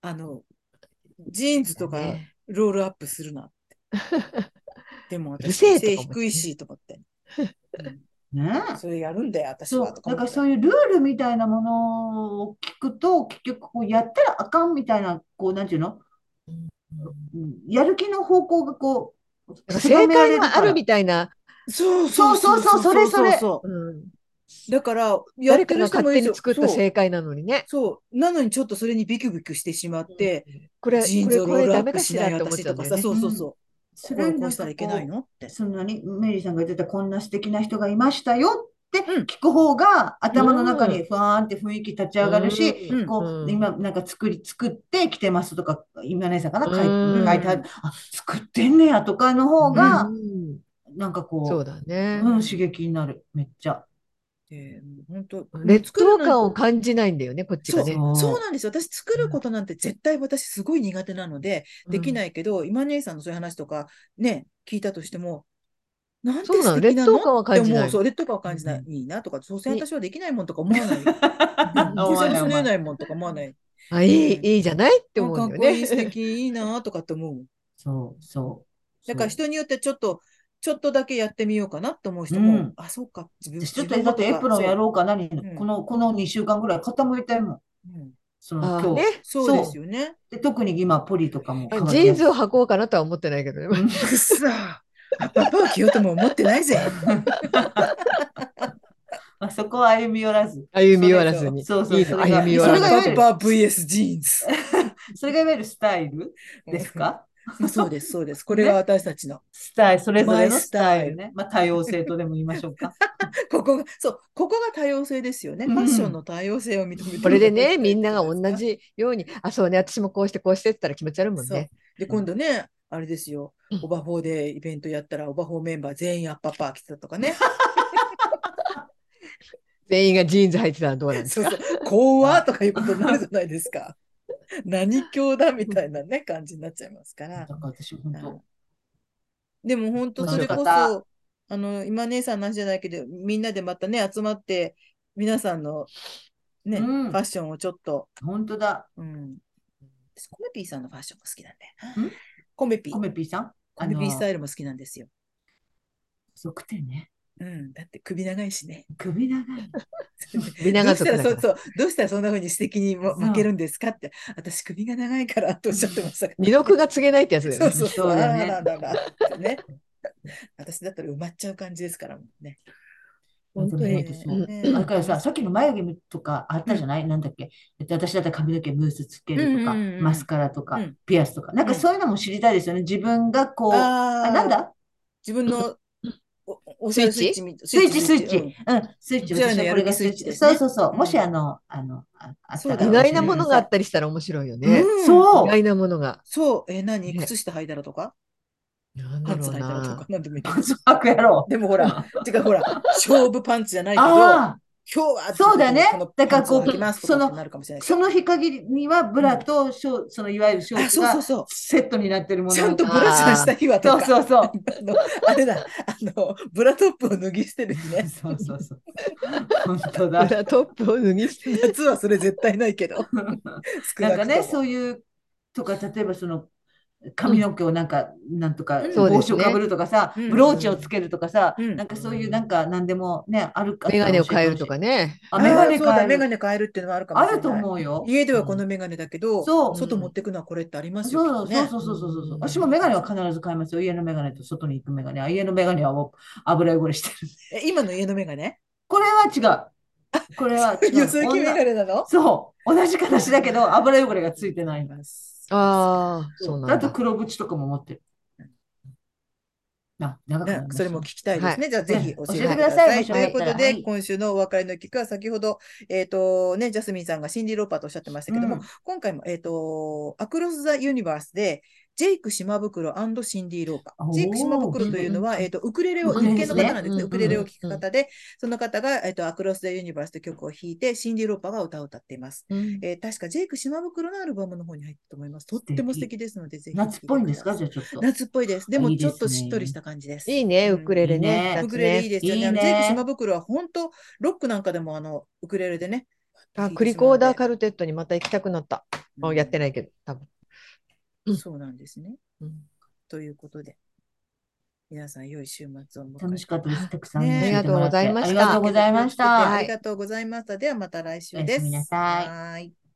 S1: あの、ジーンズとか
S2: ね
S1: ロールアップするなって。
S2: [LAUGHS]
S1: でも
S2: うる
S1: 私、
S2: せえと
S1: 背
S2: か思ってね
S1: 低いしとかって。うん
S3: ね。
S1: それやるんだよ、私
S3: そ
S1: は
S3: う。
S1: とか思
S3: だか
S1: っ
S3: ら
S1: て。
S3: そういうルールみたいなものを聞くと、結局こうやったらあかんみたいな、こう、なんていうのうんやる気の方向がこう、
S2: なんか
S3: 狭
S2: 正
S3: められ
S2: 解
S3: る
S2: が
S3: か
S2: あ
S3: ら
S2: るみたいな。
S1: そう
S3: そうそうそれそれ
S1: そう
S2: うん
S1: だから、やって
S2: 誰か
S1: る
S2: が
S1: 人
S2: 勝
S1: もいる
S2: 手
S1: し
S2: に作った正解なのにね。
S1: そう。そう。なのにちょっとそれにビクビクしてしまって、
S2: これ、
S1: ジーン
S2: こ
S1: ズ
S2: れ、
S1: を
S2: こ
S1: ロー
S2: れ
S1: ルア
S2: ダ
S1: ッ
S2: メ
S1: プ
S2: か
S1: し
S2: し
S1: な
S2: ら
S1: い
S2: って思っ
S1: 私
S2: ちゃう
S1: と
S2: んだ
S1: か
S2: よ
S1: さ、
S2: ね
S1: そ。うそうそう。
S3: そ
S1: こ
S3: れ
S1: れをこ
S3: よりな
S1: うんした
S3: から
S1: い
S3: こ
S1: け
S3: う
S1: ないのって。
S3: そのにメリーさんが言ってたこんな素敵な人がいましたよって
S1: うん
S3: 聞く方が頭の中
S2: う
S3: にふわーんって雰囲気立ち上がるし、
S1: うん
S3: こ
S2: う
S3: うん今なんか作り作ってきてますとか今姉さんかな書い
S2: うん
S3: 書いてあるあ作ってんねやとかの方
S2: う
S3: が
S2: ん
S3: なんか
S2: そう
S3: こ
S2: だ
S3: う
S2: ね。
S3: うん刺激になるめっちゃ
S1: で本当
S2: 劣
S1: 作ら
S2: 等
S1: ない
S2: 感を感じないんだよね、こっち
S1: そ
S2: が
S1: う、
S2: ね。
S1: そうなんですよ。私作ることなんて絶対私すごい苦手なので、できないけど、今姉さんのそういう話とかね、聞いたとしても、なんて
S2: そうなの
S1: 素敵なの
S2: 劣等感は感じない
S1: って思うそう、劣等感は感じない。いいなとか、そうせん私はできないもんとか思わ
S2: [LAUGHS]
S1: ない。 [LAUGHS]
S3: 思わ
S1: 小
S3: ない
S1: さ
S3: 思
S1: んも
S3: わな
S1: え
S3: い
S1: ないもんとか思わない。
S2: あ、いい、いいじゃないって思
S1: あか
S2: うん
S1: っ
S2: だよ
S1: こいい、素
S2: ね。
S1: 敵、いいなとかって思う。
S3: そうそう
S1: だから
S3: そう
S1: 人によってちょっと、ちょっとだけやってみようかなって思う人も、
S3: うん
S1: あ、そうか、自分
S3: 私ちょっ
S1: 自
S3: と
S1: 分も
S3: だってエプロンやろうかなに
S1: ん
S3: このこの2週間ぐらい傾いてるもん
S1: そううん
S3: その
S2: あ
S3: 今
S2: ね
S3: 日
S1: そうですよね。
S3: で、特に今、ポリとかも
S2: あ
S3: 変わ
S2: ジ
S3: り
S2: ー
S3: や
S2: ン
S3: すい
S2: ズを履こうかなとは思ってないけどね。
S1: くっさ。あパパを着ようとも思ってない
S3: [LAUGHS]
S1: ぜ。
S3: まあ、そこは歩み寄らず。
S2: 歩み寄らずに。
S3: そうそう
S2: いいの
S3: それが
S2: 歩み寄
S1: そ
S2: ら
S1: れ
S2: ず
S1: が
S3: いわゆ
S1: パ
S3: る
S1: パ VS ジーンズ。
S3: それがいわゆるスタイルですか
S1: まあそうです、そうです。これが私たちの。
S3: スタイル、それぞれの
S1: マイ
S3: ス
S1: スタ
S3: タ
S1: イル
S3: イルね。まあ、多様性とでも言いましょうか。
S1: ここが、そう、ここが多様性ですよね。
S3: う
S1: フ
S3: ん
S1: ァッションの多様性を認めてる
S2: これでね、みんなが同。じように、あ、そうね、私もこうしてこうしてって言ったら気持ち悪いもん
S1: そう
S2: ね。。
S1: で、今度ね、あれですよ
S2: うん。
S1: オバフォーでイベントやったら、オバフォーメンバー全員アッパッパー着てたとかね。
S2: 全員がジーンズ履いてたらどうなんです
S1: そう
S2: か。
S1: そう。怖っとかいうことになるじゃないです [LAUGHS] か。何教だみたいなね、感じになっちゃいますか
S3: だ
S1: ら
S3: か。ら私、本当、
S1: でも本当
S3: まあ
S1: それこ
S3: よかっ
S1: そ、あの、今姉さんの話じゃないけど、みんなでまたね、集まって、皆さんのね、
S3: う
S1: フ
S3: ん
S1: ァッションをちょっと、
S3: 本当だ。
S1: うん。私コメピーさんのファッションが好きなん
S3: ん
S1: で。コメピー。
S3: コメピーさん
S1: コメピースタ
S3: イル。
S1: イルも好きなんですよ。
S3: 細くてね。
S1: うん。だって首長いしね。
S3: 首長い。
S2: 首長族
S1: どうした
S2: だから
S1: そう
S2: ら。
S1: そうどうしたらそんな風に素敵にも
S3: そう
S1: 負けるんですかって、私首が長いからとおっしゃってましたから
S2: 二の句が告げないってやつだよ
S1: そう
S2: ね。
S1: そうそう。
S3: そうだね
S1: あららららってね。私だったら埋まっちゃう感じですからもうね。
S2: 本当
S3: そう
S2: に。
S3: そう
S1: ね
S3: だからさ、さっきの眉毛とかあったじゃない、なんだっけで私だったら髪の毛ムースつけるとか、
S1: うんうんうん
S3: マスカラとか、
S1: うん
S3: ピアスとか、なんかそういうのも知りたいですよね。自分がこう、あ、
S1: あー
S3: なんだ
S1: 自分のおお
S2: スイッチ
S1: スイッチみ
S3: スイッチ、スイッチ。
S1: う
S3: うんん、スイッチ。
S1: じゃあね
S3: 私はこれがスイッチ
S1: やる気スイッチで
S3: です
S1: ね
S3: そうそうそうう。
S1: ん
S3: もし、あの、あの、ああった
S1: そう
S3: ら
S1: だ
S2: 意
S1: よ
S2: 外なものがあっ
S3: 教
S2: たりしたら面白いよ
S1: う
S2: ね。
S1: ん
S3: えてくださいそ
S2: 意
S3: う
S2: 外なものが。
S1: そう、え、何
S2: ね
S1: 靴下履いたらとか
S2: なん
S1: パ
S2: だ
S1: ン
S2: ろ
S1: ツ
S2: う
S1: 履いたらとか
S2: な。、
S1: なんでもいいけど
S3: パンツ履くやろ。
S1: でもほら、てかほら、勝負パンツじゃないけど、今
S3: あ
S1: 日は
S3: そうだね
S1: この
S3: だからこう
S1: パンツを履きますと
S3: そ
S1: か
S3: の
S1: ってなるかもしれ
S3: あ、
S1: ないけ
S3: そ
S1: ど。
S3: の日限りにはブラとショー、そのいわゆるショー
S1: あ、
S3: ツ
S1: そうそう
S3: が
S1: そう。
S3: セットになってるもの
S1: ちゃんとブラジャーした日はと
S3: そう
S1: か。
S3: そう
S1: [LAUGHS]
S3: そう。
S1: あの、あれだ、あの、ブラトップを脱ぎ捨てる日ね。
S3: そうそうそう。本当だ。
S2: 裏トップを脱ぎ捨て
S1: 夏はそれ絶対ない
S3: [LAUGHS]
S1: けど。少
S3: なん
S1: な
S3: か
S1: く
S3: ね、
S1: とも
S3: そういう、とか、例えばその、髪の毛をなんか、なんとか、
S1: そう
S2: で
S3: 帽
S2: す
S3: 子
S2: ね
S3: をかぶるとかさ、
S1: うん
S3: ブローチをつけるとかさ、
S1: うん
S3: なんかそういう、なんか、なんでもね、あるか
S2: メガネを変えるとかね。
S3: あ、メガネ
S1: あそうだ、
S3: 変え
S1: メ
S3: る。
S1: ガネ変えるっていうのはあるかもしれ
S3: あ
S1: ない。
S3: ると思うよ。
S1: 家ではこのメガネだけど、
S3: そう
S1: 外持ってくのはこれってありますよ
S3: そう
S1: きっとね
S3: そうそうそうそうそうう。
S2: ん
S3: 私もメガネは必ず買いますよ。家のメガネと外に行くメガネ。あ家のメガネはもう油汚れしてる。
S1: え今の家のメガ
S3: [LAUGHS]
S1: ネ
S3: これは違う。これは
S2: [LAUGHS]
S3: 違う。
S1: ゆずきメガ
S3: 女
S1: ネなの
S3: そう。同じ形だけど油汚れがついてないんだ。
S2: ああ、そうな
S3: あ
S2: ん
S3: と
S2: だ。
S3: 黒縁とかも持ってる。あ、長くなり
S1: ね
S3: まし
S1: それも聞きたいですね。じゃあぜひ教えて
S2: はい
S1: ください。
S3: 教
S1: と
S3: え
S1: いう
S3: てく
S1: こ
S3: だ
S1: と
S3: さい
S1: で、
S3: はい
S1: 今週のお別れの企画は先ほど、えっ、とね、ジャスミンさんがシンディ・ローパーとおっしゃってましたけども、
S3: うん
S1: 今回も、えっ、と、アクロス・ザ・ユニバースで、ジェイク・島袋シンディ・ローパ
S3: お
S1: ー。
S3: ー
S1: ジェイク・島袋というのは、
S2: うんうんうん
S1: えっ、と、ウクレレを、
S3: ウ
S1: 日
S3: クレレ
S1: 系の方なんですね。
S2: うんうんう
S1: ウ
S2: ん
S1: クレレを聴く方で、その方が、えっ、と、アクロス・ザ・ユニバースという曲を弾いて、シンディ・ローパーが歌を歌っています。
S2: うん
S1: えー確かジェイク・島袋のアルバムの方に入ったと思います。とっても素敵ですので、ぜひ。
S3: 夏っぽいんですかじ
S1: ゃ
S3: ゃあちょっと。
S1: 夏っぽいです。で
S3: あ
S1: も
S3: いい
S1: ち
S3: で
S1: ょ
S3: すね
S1: っとしっとりした感じです。
S2: いいね、
S1: うん
S2: ウクレレね。
S3: いい
S2: 二
S3: ね
S1: ウ
S2: つ
S1: クレレいいですよね。
S3: いいね
S1: あのジェイク島袋は本当ロックなんかでもあのウクレレでね。
S2: あ、クリコーダー
S1: か
S2: カルテットにまた行きたくなった。あやってないけど、多分。
S1: う
S2: うんん
S1: そうなんですね。
S2: うん
S1: ということで、皆さん良い週末を迎え
S3: 楽しかったです。たくさん
S1: ね
S3: 教えてもらって
S2: ありがとうございました
S3: ありがとうございました。
S1: ありがとうございました。ではまた来週です。
S3: おやすみなさい
S1: はーい。